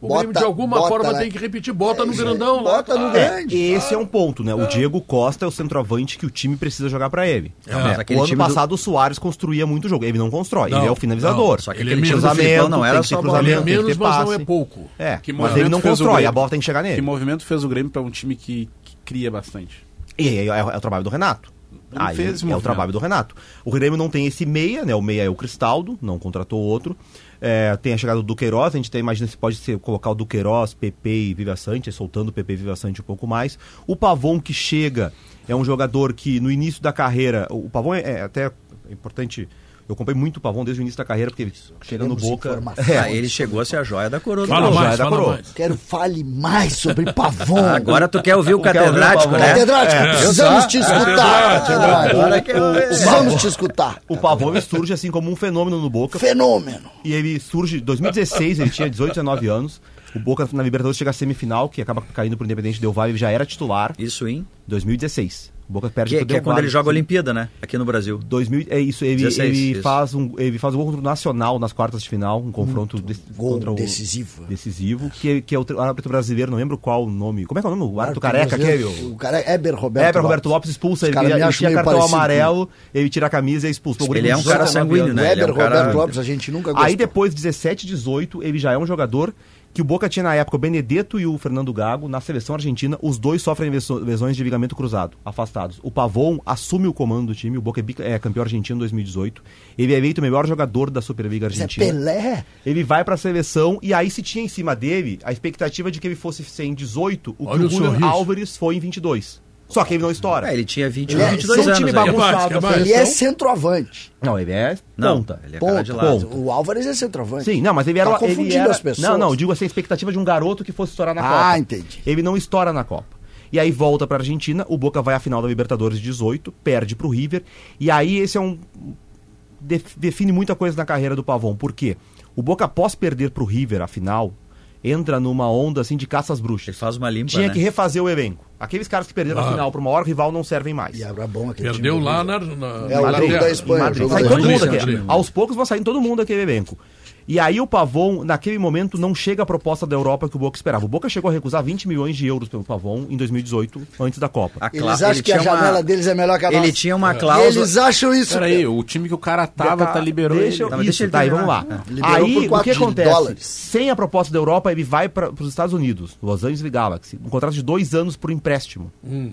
[SPEAKER 2] O
[SPEAKER 4] Bota-
[SPEAKER 2] Grêmio, de alguma
[SPEAKER 4] bota,
[SPEAKER 2] forma,
[SPEAKER 4] né?
[SPEAKER 2] tem que repetir. Bota
[SPEAKER 4] É
[SPEAKER 2] no
[SPEAKER 4] isso aí,
[SPEAKER 2] grandão lá.
[SPEAKER 4] bota no
[SPEAKER 2] Ah,
[SPEAKER 4] grande.
[SPEAKER 5] É, esse é um ponto, né? O Diego Costa é o centroavante que o time precisa jogar pra ele.
[SPEAKER 3] mas
[SPEAKER 5] É,
[SPEAKER 3] aquele
[SPEAKER 5] o ano
[SPEAKER 3] time do-
[SPEAKER 5] passado o Soares construía muito jogo, ele não constrói,
[SPEAKER 2] Não,
[SPEAKER 5] ele é o finalizador.
[SPEAKER 2] não,
[SPEAKER 3] Só que
[SPEAKER 2] Ele
[SPEAKER 3] aquele
[SPEAKER 2] é
[SPEAKER 3] time do
[SPEAKER 2] menos,
[SPEAKER 3] Filipão não
[SPEAKER 5] tem
[SPEAKER 3] era
[SPEAKER 5] que
[SPEAKER 3] só
[SPEAKER 5] ter
[SPEAKER 3] bola.
[SPEAKER 2] Ele é
[SPEAKER 5] Tem que ter
[SPEAKER 2] menos, mas não é
[SPEAKER 5] passe.
[SPEAKER 2] pouco.
[SPEAKER 5] É,
[SPEAKER 6] um Que
[SPEAKER 5] mas
[SPEAKER 6] movimento
[SPEAKER 5] ele não
[SPEAKER 6] fez o
[SPEAKER 5] constrói,
[SPEAKER 6] Grêmio?
[SPEAKER 5] a bola tem que chegar
[SPEAKER 6] Que
[SPEAKER 5] nele.
[SPEAKER 6] movimento fez o Grêmio pra um time que, que cria bastante?
[SPEAKER 5] E aí é, é o trabalho do Renato.
[SPEAKER 6] Não
[SPEAKER 5] Aí
[SPEAKER 6] fez esse
[SPEAKER 5] é o
[SPEAKER 6] movimento.
[SPEAKER 5] trabalho do Renato. O Grêmio não tem esse meia, né? O meia é o Cristaldo, não contratou outro. É, tem a chegada do Duqueiroz, a gente até imagina se pode ser, colocar o Duqueiroz, Pepe e Viva Sante, soltando o Pepe e Viva Sante um pouco mais. O Pavon que chega é um jogador que no início da carreira. O Pavon é, é até importante. Eu comprei muito o Pavon desde o início da carreira, porque ele chega no
[SPEAKER 4] Queremos
[SPEAKER 5] boca. É.
[SPEAKER 4] informação.
[SPEAKER 3] Aí Ah, ele chegou a ser a joia da coroa do
[SPEAKER 2] Fala
[SPEAKER 3] Galo.
[SPEAKER 5] já
[SPEAKER 2] mais,
[SPEAKER 5] é da
[SPEAKER 2] fala
[SPEAKER 5] coroa.
[SPEAKER 2] mais.
[SPEAKER 4] Quero fale mais sobre Pavon.
[SPEAKER 3] Ah, Agora tu quer ouvir o
[SPEAKER 5] quero ouvir o
[SPEAKER 3] catedrático,
[SPEAKER 5] Pavon.
[SPEAKER 3] né?
[SPEAKER 4] Catedrático, precisamos te escutar. caralho.
[SPEAKER 3] Agora que eu-
[SPEAKER 4] Precisamos te escutar.
[SPEAKER 5] O Pavon ele surge assim como um fenômeno no boca.
[SPEAKER 4] Fenômeno.
[SPEAKER 5] E ele surge em 2016, ele tinha 18, 19 anos. O Boca na Libertadores chega à semifinal, que acaba caindo pro Independente Del Valle, ele já era titular.
[SPEAKER 3] Isso, hein?
[SPEAKER 5] 2016. O Boca perde um
[SPEAKER 3] Que,
[SPEAKER 5] pro
[SPEAKER 3] que é
[SPEAKER 5] Del
[SPEAKER 3] quando
[SPEAKER 5] Valle.
[SPEAKER 3] ele joga a Olimpíada, né? Aqui no Brasil.
[SPEAKER 5] 2000, é isso, ele,
[SPEAKER 3] 16,
[SPEAKER 5] ele
[SPEAKER 3] isso.
[SPEAKER 5] faz um ele faz um gol contra o Nacional nas quartas de final, um confronto de-
[SPEAKER 4] gol
[SPEAKER 5] contra o
[SPEAKER 4] decisivo.
[SPEAKER 5] decisivo, que, é- que é o tre- árbitro brasileiro, não lembro qual o nome. Como é que é o nome? O árbitro careca, aquele.
[SPEAKER 4] brasileiro,
[SPEAKER 5] o-
[SPEAKER 4] O cara é Eber Roberto
[SPEAKER 5] É, para Roberto Lopes expulsa
[SPEAKER 4] Os
[SPEAKER 5] ele,
[SPEAKER 4] caras me
[SPEAKER 5] ele,
[SPEAKER 4] acham
[SPEAKER 5] tinha
[SPEAKER 4] meio
[SPEAKER 5] cartão
[SPEAKER 4] parecido.
[SPEAKER 5] amarelo, ele tira a camisa e é expulso. O Grêmio
[SPEAKER 3] Ele é um
[SPEAKER 5] com 18,
[SPEAKER 3] cara
[SPEAKER 5] 19 anos.
[SPEAKER 3] sanguíneo,
[SPEAKER 4] O
[SPEAKER 3] né? Ele é
[SPEAKER 4] Eber
[SPEAKER 3] um cara-
[SPEAKER 4] Roberto Lopes a gente nunca gostou.
[SPEAKER 5] tá Aí depois, 17, 18, ele já é um jogador que o Boca tinha na época o Benedetto e o Fernando Gago na seleção argentina. Os dois sofrem leso- lesões de ligamento cruzado, afastados. O Pavon assume o comando do time. O Boca é, bica- é campeão argentino em 2018. Ele é eleito o melhor jogador da Superliga
[SPEAKER 4] Zé
[SPEAKER 5] Argentina.
[SPEAKER 4] Pelé.
[SPEAKER 5] Ele vai pra seleção e aí se tinha em cima dele a expectativa de que ele fosse ser em 18, o
[SPEAKER 2] Olha
[SPEAKER 5] que
[SPEAKER 2] o
[SPEAKER 5] o Julian
[SPEAKER 2] sorriso.
[SPEAKER 5] Álvares foi em 22. Só que ele não estoura.
[SPEAKER 3] É, ele tinha 20,
[SPEAKER 4] Ele é-
[SPEAKER 3] 22
[SPEAKER 4] são
[SPEAKER 3] anos.
[SPEAKER 5] time
[SPEAKER 3] aí.
[SPEAKER 2] bagun-
[SPEAKER 5] bagunçado.
[SPEAKER 2] Que
[SPEAKER 5] da
[SPEAKER 2] mais, que
[SPEAKER 4] Ele é tá,
[SPEAKER 5] seleção.
[SPEAKER 4] centroavante.
[SPEAKER 5] Não, ele é
[SPEAKER 3] Não,
[SPEAKER 5] ponta.
[SPEAKER 3] ele é cara de
[SPEAKER 4] Ponto.
[SPEAKER 3] lado.
[SPEAKER 5] Ponto.
[SPEAKER 4] O Álvares é centroavante.
[SPEAKER 5] Sim, não, mas ele era.
[SPEAKER 4] Tá
[SPEAKER 5] ele
[SPEAKER 4] confundindo
[SPEAKER 5] era-
[SPEAKER 4] as pessoas.
[SPEAKER 5] Não, não, eu digo assim, a expectativa de um garoto que fosse estourar na
[SPEAKER 4] Ah,
[SPEAKER 5] Copa.
[SPEAKER 4] entendi.
[SPEAKER 5] Ele não estoura na Copa. E aí volta pra Argentina, o Boca vai à final da Libertadores 18, perde pro River. E aí esse é um. def- define muita coisa na carreira do Pavon. Por quê? O Boca, após perder pro River a final, entra numa onda assim de caça às bruxas.
[SPEAKER 3] Ele faz uma limpa,
[SPEAKER 5] Tinha
[SPEAKER 3] né?
[SPEAKER 5] que refazer o elenco. Aqueles caras que perderam a
[SPEAKER 2] Claro.
[SPEAKER 5] final para o maior rival não servem mais.
[SPEAKER 4] Ah. E era bom aquele
[SPEAKER 2] Perdeu
[SPEAKER 4] time
[SPEAKER 2] lá
[SPEAKER 4] do-
[SPEAKER 2] na. na-
[SPEAKER 4] É, o
[SPEAKER 2] na
[SPEAKER 4] jogo
[SPEAKER 2] Inglaterra.
[SPEAKER 4] da Espanha.
[SPEAKER 2] Em
[SPEAKER 4] o jogo
[SPEAKER 5] Sai
[SPEAKER 4] da
[SPEAKER 5] todo
[SPEAKER 4] Espanha.
[SPEAKER 5] mundo
[SPEAKER 2] Madrid.
[SPEAKER 5] daquele. Aos poucos vai saindo todo mundo daquele elenco. E aí o Pavon, naquele momento, não chega a proposta da Europa que o Boca esperava. O Boca chegou a recusar 20 milhões de euros pelo Pavon em 2018, antes da Copa.
[SPEAKER 3] A
[SPEAKER 4] Eles
[SPEAKER 3] cla-
[SPEAKER 4] acham
[SPEAKER 3] ele
[SPEAKER 4] que a
[SPEAKER 3] tinha uma-
[SPEAKER 4] janela deles é melhor que a
[SPEAKER 3] Ele
[SPEAKER 4] nossa.
[SPEAKER 3] tinha uma
[SPEAKER 4] E
[SPEAKER 3] cláusula.
[SPEAKER 4] Eles acham isso.
[SPEAKER 6] Peraí, o time que o cara tava, tá liberou
[SPEAKER 5] deixa, eu-
[SPEAKER 6] ele.
[SPEAKER 3] Tá, mas
[SPEAKER 5] isso,
[SPEAKER 3] deixa ele
[SPEAKER 5] tá, aí vamos
[SPEAKER 3] terminar.
[SPEAKER 5] lá.
[SPEAKER 4] Liberou por
[SPEAKER 5] Aí, o que
[SPEAKER 4] 4 de
[SPEAKER 5] acontece?
[SPEAKER 4] dólares.
[SPEAKER 5] Sem a proposta da Europa, ele vai para os Estados Unidos, Los Angeles Galaxy, um contrato de dois anos por empréstimo.
[SPEAKER 6] Hum.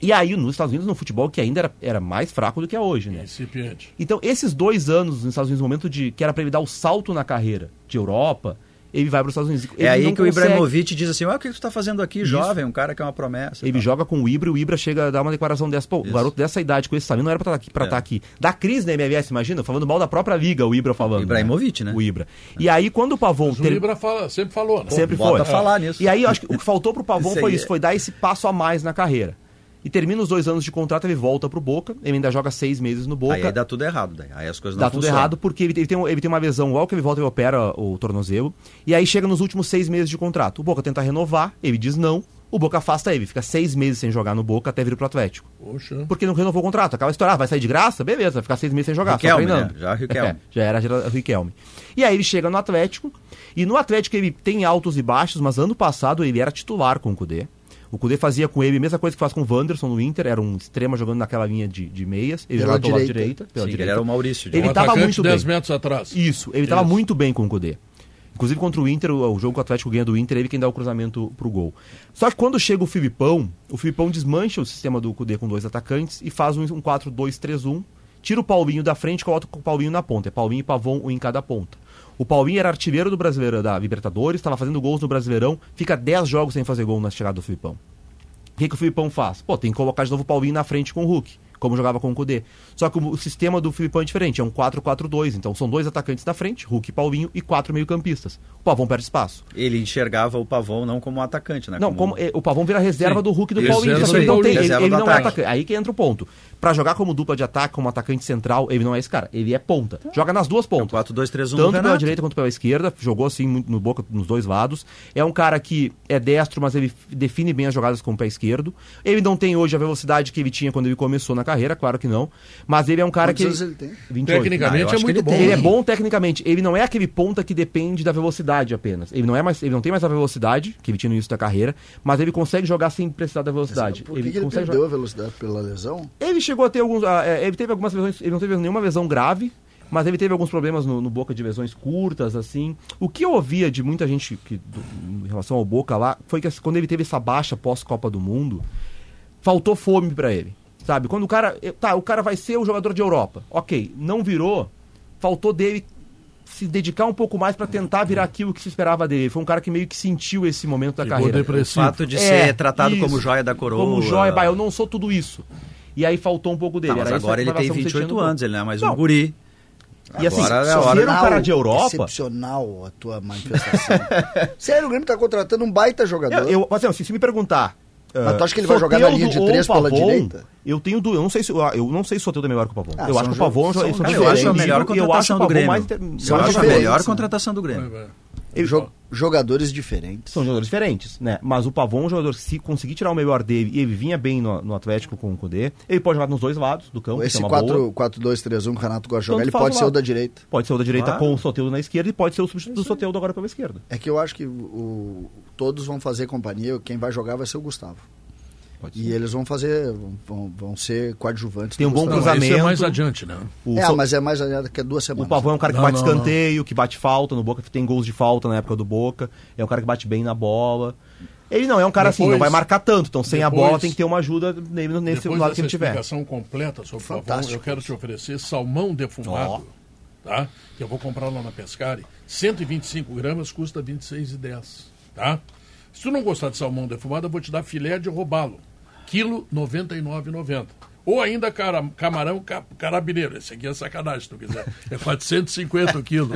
[SPEAKER 5] E aí, nos Estados Unidos, no futebol, que ainda era, era mais fraco do que é hoje, né?
[SPEAKER 2] Incipiente.
[SPEAKER 5] Então, esses dois anos nos Estados Unidos, no momento de que era para ele dar o salto na carreira de Europa, ele vai para os Estados Unidos.
[SPEAKER 3] É
[SPEAKER 5] Ele
[SPEAKER 3] aí
[SPEAKER 5] não
[SPEAKER 3] que o
[SPEAKER 5] consegue.
[SPEAKER 3] Ibrahimovic diz assim: "Ué, o que tu tá fazendo aqui, jovem? Um cara que é uma promessa.
[SPEAKER 5] Ele joga com o Ibra e o Ibra chega a dar uma declaração dessa. Pô, o
[SPEAKER 3] Isso.
[SPEAKER 5] garoto dessa idade, com esse tamanho, não era pra estar aqui, pra
[SPEAKER 3] É.
[SPEAKER 5] tá aqui. Da crise na MLS, imagina, falando mal da própria liga, o Ibra falando.
[SPEAKER 3] Ibrahimovic, né?
[SPEAKER 5] O Ibra. E aí, quando o Pavon...
[SPEAKER 2] Mas O
[SPEAKER 5] ter-
[SPEAKER 2] Libra fala- sempre falou, né?
[SPEAKER 5] Sempre
[SPEAKER 3] Volta
[SPEAKER 5] foi.
[SPEAKER 3] a falar nisso.
[SPEAKER 5] E aí, eu acho que o que faltou pro Pavon
[SPEAKER 3] Isso
[SPEAKER 5] foi
[SPEAKER 3] aí
[SPEAKER 5] isso,
[SPEAKER 3] é-
[SPEAKER 5] foi dar esse passo a mais na carreira. E termina os dois anos de contrato, ele volta pro Boca, ele ainda joga seis meses no Boca.
[SPEAKER 3] Aí, é aí dá tudo errado, daí. Aí as coisas
[SPEAKER 5] Dá
[SPEAKER 3] não
[SPEAKER 5] tudo
[SPEAKER 3] funcionam.
[SPEAKER 5] errado porque ele, ele tem, um- ele tem uma lesão, logo que ele volta ele opera o tornozelo, e aí chega nos últimos seis meses de contrato. O Boca tenta renovar, ele diz não, o Boca afasta ele, fica seis meses sem jogar no Boca até vir pro Atlético.
[SPEAKER 4] É
[SPEAKER 2] Poxa.
[SPEAKER 5] Porque não renovou o contrato, acaba estourar, vai sair de graça, beleza, vai ficar seis meses sem jogar,
[SPEAKER 3] Riquelme,
[SPEAKER 5] só treinando.
[SPEAKER 3] né? Já Riquelme.
[SPEAKER 5] É, já era gera- Riquelme. E aí ele chega no Atlético, e no Atlético ele tem altos e baixos, mas ano passado ele era titular com o Cudê. O Cudê fazia com ele a mesma coisa que faz com o Wanderson no Inter, era um extrema jogando naquela linha de, de meias, ele
[SPEAKER 4] Pela
[SPEAKER 5] jogava pelo lado
[SPEAKER 4] direita.
[SPEAKER 5] direito, pela
[SPEAKER 3] Sim,
[SPEAKER 5] direita.
[SPEAKER 3] ele era o Maurício.
[SPEAKER 5] Ele
[SPEAKER 2] Um
[SPEAKER 5] tava
[SPEAKER 2] atacante
[SPEAKER 5] muito
[SPEAKER 2] 10
[SPEAKER 5] bem.
[SPEAKER 2] metros atrás.
[SPEAKER 5] Isso, ele estava
[SPEAKER 2] Isso.
[SPEAKER 5] muito bem com o Cudê. Inclusive contra o Inter, o o jogo que o Atlético ganha do Inter, ele quem dá o cruzamento pro gol. Só que quando chega o Filipão, o Filipão desmancha o sistema do Cudê com dois atacantes e faz um, um 4-2-3-1, tira o Paulinho da frente e coloca o Paulinho na ponta. É Paulinho e Pavon, um em cada ponta. O Paulinho era artilheiro do Brasileiro da Libertadores, estava fazendo gols no Brasileirão, fica 10 jogos sem fazer gol na chegada do Filipão. O que, que o Filipão faz? Pô, tem que colocar de novo o Paulinho na frente com o Hulk, como jogava com o Cudê. Só que o sistema do Filipão é diferente, é um 4-4-2. Então são dois atacantes na frente, Hulk e Paulinho, e quatro meio-campistas. O Pavão perde espaço.
[SPEAKER 3] Ele enxergava o Pavão não como um atacante, né?
[SPEAKER 5] Não, como, eh, o Pavão vira reserva
[SPEAKER 3] Sim.
[SPEAKER 5] do Hulk e do
[SPEAKER 3] Reserva
[SPEAKER 5] Paulinho.
[SPEAKER 2] do
[SPEAKER 5] só que ele não, tem,
[SPEAKER 2] Paulinho.
[SPEAKER 5] ele,
[SPEAKER 3] Reserva
[SPEAKER 5] ele
[SPEAKER 3] do
[SPEAKER 5] não é
[SPEAKER 3] ataque.
[SPEAKER 5] atacante. Aí que entra o ponto. Pra jogar como dupla de ataque, como atacante central, ele não é esse cara. Ele é ponta.
[SPEAKER 4] Tá.
[SPEAKER 5] Joga nas duas
[SPEAKER 3] É
[SPEAKER 5] pontas.
[SPEAKER 3] 4-2-3-1
[SPEAKER 5] Tanto
[SPEAKER 3] do
[SPEAKER 5] pela
[SPEAKER 3] Renato.
[SPEAKER 5] direita quanto pela esquerda. Jogou assim muito no boca nos dois lados. É um cara que é destro, mas ele f- define bem as jogadas com o pé esquerdo. Ele não tem hoje a velocidade que ele tinha quando ele começou na carreira, claro que não. Mas ele é um cara
[SPEAKER 4] Quantos anos
[SPEAKER 5] que.
[SPEAKER 4] ele tem?
[SPEAKER 5] 28.
[SPEAKER 3] Ah, eu
[SPEAKER 2] Tecnicamente
[SPEAKER 3] acho
[SPEAKER 2] é
[SPEAKER 3] que
[SPEAKER 2] muito
[SPEAKER 3] ele
[SPEAKER 2] bom.
[SPEAKER 3] tem.
[SPEAKER 5] Ele é bom tecnicamente. Ele não é aquele ponta que depende da velocidade apenas. Ele não é mais, ele não tem mais a velocidade que ele tinha no início da carreira, mas ele consegue jogar sem precisar da velocidade.
[SPEAKER 4] Por que que ele,
[SPEAKER 5] consegue
[SPEAKER 4] perdeu a velocidade pela lesão?
[SPEAKER 5] jogar- Ele chegou a ter alguns, ah, é, ele teve algumas lesões, ele não teve nenhuma lesão grave. Mas ele teve alguns problemas no, no Boca de lesões curtas, assim. O que eu ouvia de muita gente que, do- em relação ao Boca lá, foi que assim, quando ele teve essa baixa pós-Copa do Mundo, faltou fome pra ele. Sabe? Quando o cara. Tá, o cara vai ser o jogador de Europa. Ok, não virou, faltou dele se dedicar um pouco mais pra tentar virar aquilo que se esperava dele. Foi um cara que meio que sentiu esse momento da
[SPEAKER 2] Ficou
[SPEAKER 5] carreira.
[SPEAKER 3] O
[SPEAKER 2] depressivo.
[SPEAKER 3] fato de
[SPEAKER 5] É,
[SPEAKER 3] ser tratado
[SPEAKER 5] isso.
[SPEAKER 3] como joia da coroa.
[SPEAKER 5] Como joia, bah, eu não sou tudo isso. E aí faltou um pouco
[SPEAKER 3] Tá,
[SPEAKER 5] dele.
[SPEAKER 3] mas
[SPEAKER 5] Era essa
[SPEAKER 3] agora ele tem
[SPEAKER 5] comparação que você tinha
[SPEAKER 3] 28
[SPEAKER 5] no
[SPEAKER 3] anos, ele não é mais um
[SPEAKER 5] Não.
[SPEAKER 3] guri.
[SPEAKER 5] E assim,
[SPEAKER 3] Agora é a
[SPEAKER 5] só
[SPEAKER 3] hora.
[SPEAKER 5] ser um cara de Europa.
[SPEAKER 4] Excepcional a tua manifestação. Sério, o Grêmio tá contratando um baita jogador.
[SPEAKER 5] Eu, mas, assim, se me perguntar.
[SPEAKER 3] É.
[SPEAKER 4] Mas Ah, tu acha que ele
[SPEAKER 5] eh,
[SPEAKER 4] vai jogar na linha
[SPEAKER 5] Soteldo
[SPEAKER 4] de
[SPEAKER 5] ou
[SPEAKER 4] três pela
[SPEAKER 5] Pavon,
[SPEAKER 4] direita?
[SPEAKER 5] Eu tenho du- eu não sei se eu, eu não sei se o Soteldo é melhor que o Pavon.
[SPEAKER 4] Ah,
[SPEAKER 5] eu
[SPEAKER 4] são
[SPEAKER 5] acho que o
[SPEAKER 4] jo-
[SPEAKER 5] Pavon
[SPEAKER 4] são
[SPEAKER 5] eles são
[SPEAKER 4] Cara,
[SPEAKER 3] um eu
[SPEAKER 5] diferentes.
[SPEAKER 3] acho a melhor
[SPEAKER 5] E eu acho
[SPEAKER 3] contratação
[SPEAKER 5] o
[SPEAKER 3] do
[SPEAKER 5] Pavon
[SPEAKER 3] Grêmio.
[SPEAKER 5] mais inter-
[SPEAKER 3] Eu
[SPEAKER 5] mais
[SPEAKER 3] acho a
[SPEAKER 4] diferentes,
[SPEAKER 3] melhor
[SPEAKER 4] né?
[SPEAKER 3] contratação do Grêmio.
[SPEAKER 5] ele-
[SPEAKER 4] Jo- Jogadores diferentes.
[SPEAKER 5] São jogadores diferentes, né? Mas o Pavon é um jogador que se conseguir tirar o melhor dele e ele vinha bem no, no Atlético com o Kudê, ele pode jogar nos dois lados do campo,
[SPEAKER 4] Esse
[SPEAKER 5] que é uma boa.
[SPEAKER 4] 4-2-3-1 que o Renato gosta de jogar,
[SPEAKER 5] Tanto
[SPEAKER 4] ele
[SPEAKER 5] faz
[SPEAKER 4] pode
[SPEAKER 5] um
[SPEAKER 4] ser o
[SPEAKER 5] lado.
[SPEAKER 4] da direita.
[SPEAKER 5] Pode ser o da direita
[SPEAKER 3] Claro. é.
[SPEAKER 5] com o Soteldo na esquerda e pode ser o substituto do Soteldo agora pela esquerda.
[SPEAKER 4] É que eu acho que o- todos vão fazer companhia, quem vai jogar vai ser o Gustavo.
[SPEAKER 5] Pode
[SPEAKER 4] E eles vão fazer, vão, vão ser coadjuvantes.
[SPEAKER 5] Tem
[SPEAKER 4] do
[SPEAKER 5] um bom
[SPEAKER 2] Não,
[SPEAKER 4] Gustavo.
[SPEAKER 2] mas isso é
[SPEAKER 5] cruzamento.
[SPEAKER 2] mais adiante, né?
[SPEAKER 5] O
[SPEAKER 4] É,
[SPEAKER 5] Sol-
[SPEAKER 4] mas é mais aliado que é duas
[SPEAKER 5] O
[SPEAKER 4] semanas.
[SPEAKER 5] Pavão é um cara que
[SPEAKER 2] Não,
[SPEAKER 5] bate
[SPEAKER 2] não,
[SPEAKER 5] escanteio, que bate falta no Boca, tem gols de falta na época do Boca, é um cara que bate bem na bola. Ele não é um cara assim, não
[SPEAKER 2] Depois-
[SPEAKER 5] vai marcar tanto, então sem a
[SPEAKER 2] depois-
[SPEAKER 5] bola tem que ter uma ajuda nele nesse
[SPEAKER 2] Depois
[SPEAKER 5] lado que
[SPEAKER 2] dessa
[SPEAKER 5] ele tiver.
[SPEAKER 2] explicação completa sobre o Pavão,
[SPEAKER 4] Fantástico
[SPEAKER 2] eu quero te oferecer salmão defumado, tá? Que eu vou comprar lá na Pescari. 125 gramas custa 26,10, tá? Se tu não gostar de salmão defumado, eu vou te dar filé de robalo. Quilo 99,90. Ou ainda cara, camarão ca- carabineiro. Esse aqui é sacanagem, se tu quiser. É 450 o quilo.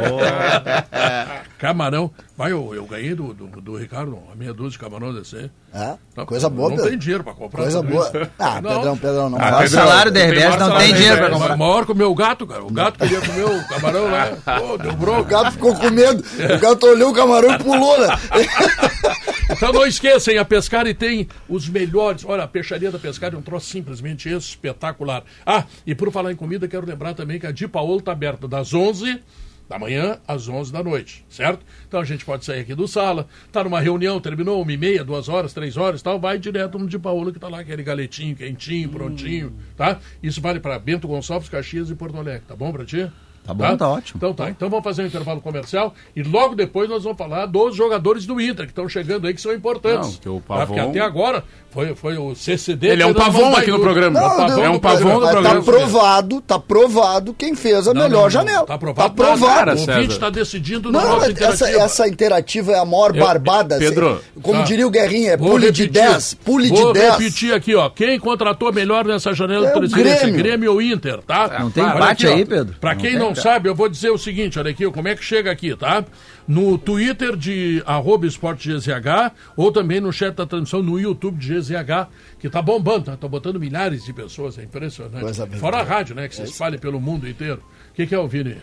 [SPEAKER 2] camarão. Vai, eu, eu ganhei do, do, do Ricardo uma meia dúzia de camarão desse aí.
[SPEAKER 4] É?
[SPEAKER 2] Tá,
[SPEAKER 4] Coisa boa,
[SPEAKER 2] Não
[SPEAKER 4] Pedro.
[SPEAKER 2] tem dinheiro pra comprar.
[SPEAKER 4] Coisa
[SPEAKER 2] tudo
[SPEAKER 4] boa.
[SPEAKER 2] isso. né?
[SPEAKER 4] Ah,
[SPEAKER 2] Não.
[SPEAKER 4] Pedrão, Pedrão, não.
[SPEAKER 7] Ah,
[SPEAKER 4] fala.
[SPEAKER 3] O
[SPEAKER 7] Pedrão,
[SPEAKER 3] salário do
[SPEAKER 7] tem
[SPEAKER 3] Herbert
[SPEAKER 7] maior
[SPEAKER 3] não
[SPEAKER 7] salário
[SPEAKER 3] tem
[SPEAKER 7] do
[SPEAKER 3] dinheiro pra
[SPEAKER 7] Herbert.
[SPEAKER 3] comprar.
[SPEAKER 2] Ma- Maior que o meu gato, cara. O gato queria comer o camarão lá. Pô, deu
[SPEAKER 4] O
[SPEAKER 2] bronca.
[SPEAKER 4] gato ficou com medo. O gato olhou o camarão e pulou, né?
[SPEAKER 2] Então não esqueçam, a Pescari tem os melhores. Olha, a peixaria da Pescari é um troço simplesmente espetacular. Ah, e por falar em comida, quero lembrar também que a Di Paolo está aberta das 11 da manhã às 11 da noite, certo? Então a gente pode sair aqui do sala, tá numa reunião, terminou uma e meia, duas horas, três horas e tal, vai direto no Di Paolo que tá lá, aquele galetinho quentinho,
[SPEAKER 6] Hum.
[SPEAKER 2] prontinho, tá? Isso vale para Bento Gonçalves, Caxias e Porto Alegre, tá bom pra ti?
[SPEAKER 3] Tá bom, tá ótimo.
[SPEAKER 2] Então tá, então vamos fazer um intervalo comercial e logo depois nós vamos falar dos jogadores do Inter que estão chegando aí que são importantes.
[SPEAKER 6] Não, que o
[SPEAKER 2] Tá? Porque
[SPEAKER 6] Pavon-
[SPEAKER 2] até agora foi, foi o CCD.
[SPEAKER 6] Ele é um
[SPEAKER 2] que fez a
[SPEAKER 6] pavão
[SPEAKER 2] mão
[SPEAKER 6] aqui no
[SPEAKER 2] mais dura.
[SPEAKER 6] programa.
[SPEAKER 2] Não,
[SPEAKER 6] É um
[SPEAKER 2] Pedro,
[SPEAKER 6] pavão do
[SPEAKER 2] mas
[SPEAKER 4] Mas tá
[SPEAKER 6] programa.
[SPEAKER 4] provado, tá provado quem fez a
[SPEAKER 2] Não,
[SPEAKER 4] melhor
[SPEAKER 2] não, não,
[SPEAKER 4] janela.
[SPEAKER 2] Tá provado.
[SPEAKER 4] Tá provado.
[SPEAKER 2] Cara,
[SPEAKER 6] Cara,
[SPEAKER 2] o ouvinte
[SPEAKER 6] César.
[SPEAKER 2] está decidindo no
[SPEAKER 4] Não,
[SPEAKER 2] nosso
[SPEAKER 4] mas essa,
[SPEAKER 2] interativo.
[SPEAKER 4] essa interativa é a maior barbada.
[SPEAKER 6] Pedro,
[SPEAKER 4] Cê- como
[SPEAKER 2] tá.
[SPEAKER 4] diria o Guerrinha, é
[SPEAKER 2] Vou
[SPEAKER 4] pule de
[SPEAKER 2] repetir.
[SPEAKER 4] 10, pule
[SPEAKER 2] Vou
[SPEAKER 4] de 10.
[SPEAKER 2] repetir aqui, ó. Quem contratou melhor nessa janela
[SPEAKER 4] É
[SPEAKER 2] de
[SPEAKER 4] o
[SPEAKER 2] transferência?
[SPEAKER 4] Grêmio.
[SPEAKER 2] Grêmio ou Inter, tá?
[SPEAKER 3] É, Não tem
[SPEAKER 2] Olha aqui,
[SPEAKER 3] empate
[SPEAKER 2] ó.
[SPEAKER 3] aí, Pedro?
[SPEAKER 2] Pra
[SPEAKER 3] Não
[SPEAKER 2] quem
[SPEAKER 3] tem
[SPEAKER 2] não
[SPEAKER 3] empate.
[SPEAKER 2] sabe, eu vou dizer o seguinte, olha aqui, ó, como é que chega aqui, tá? No Twitter de arroba esporte GZH ou também no chat da transmissão no YouTube de GZH, que tá bombando, tá, tá botando milhares de pessoas, é impressionante.
[SPEAKER 4] Coisa bem
[SPEAKER 2] Fora a
[SPEAKER 4] boa. É
[SPEAKER 2] rádio, né, que se espalha pelo mundo inteiro. O que, que é o Vini?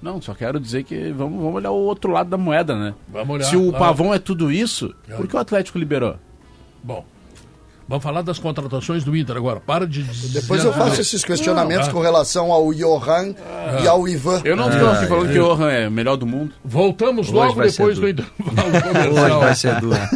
[SPEAKER 6] Não, só quero dizer que vamos, vamos olhar o outro lado da moeda, né?
[SPEAKER 2] Vamos olhar,
[SPEAKER 6] Se o
[SPEAKER 2] claro.
[SPEAKER 6] Pavão é tudo isso, por que o Atlético liberou?
[SPEAKER 2] Bom, vamos falar das contratações do Inter agora. Para de dizer... Ah,
[SPEAKER 4] Depois eu faço esses questionamentos
[SPEAKER 2] Não,
[SPEAKER 4] com relação ao Johan e ao Ivan.
[SPEAKER 6] Eu não estou aqui falando que o Orhan é o melhor do mundo.
[SPEAKER 2] É, Voltamos
[SPEAKER 3] Hoje
[SPEAKER 2] logo
[SPEAKER 3] vai ser
[SPEAKER 2] depois do
[SPEAKER 3] duro.
[SPEAKER 2] intervalo
[SPEAKER 3] Hoje
[SPEAKER 2] comercial.
[SPEAKER 3] vai ser duro. né,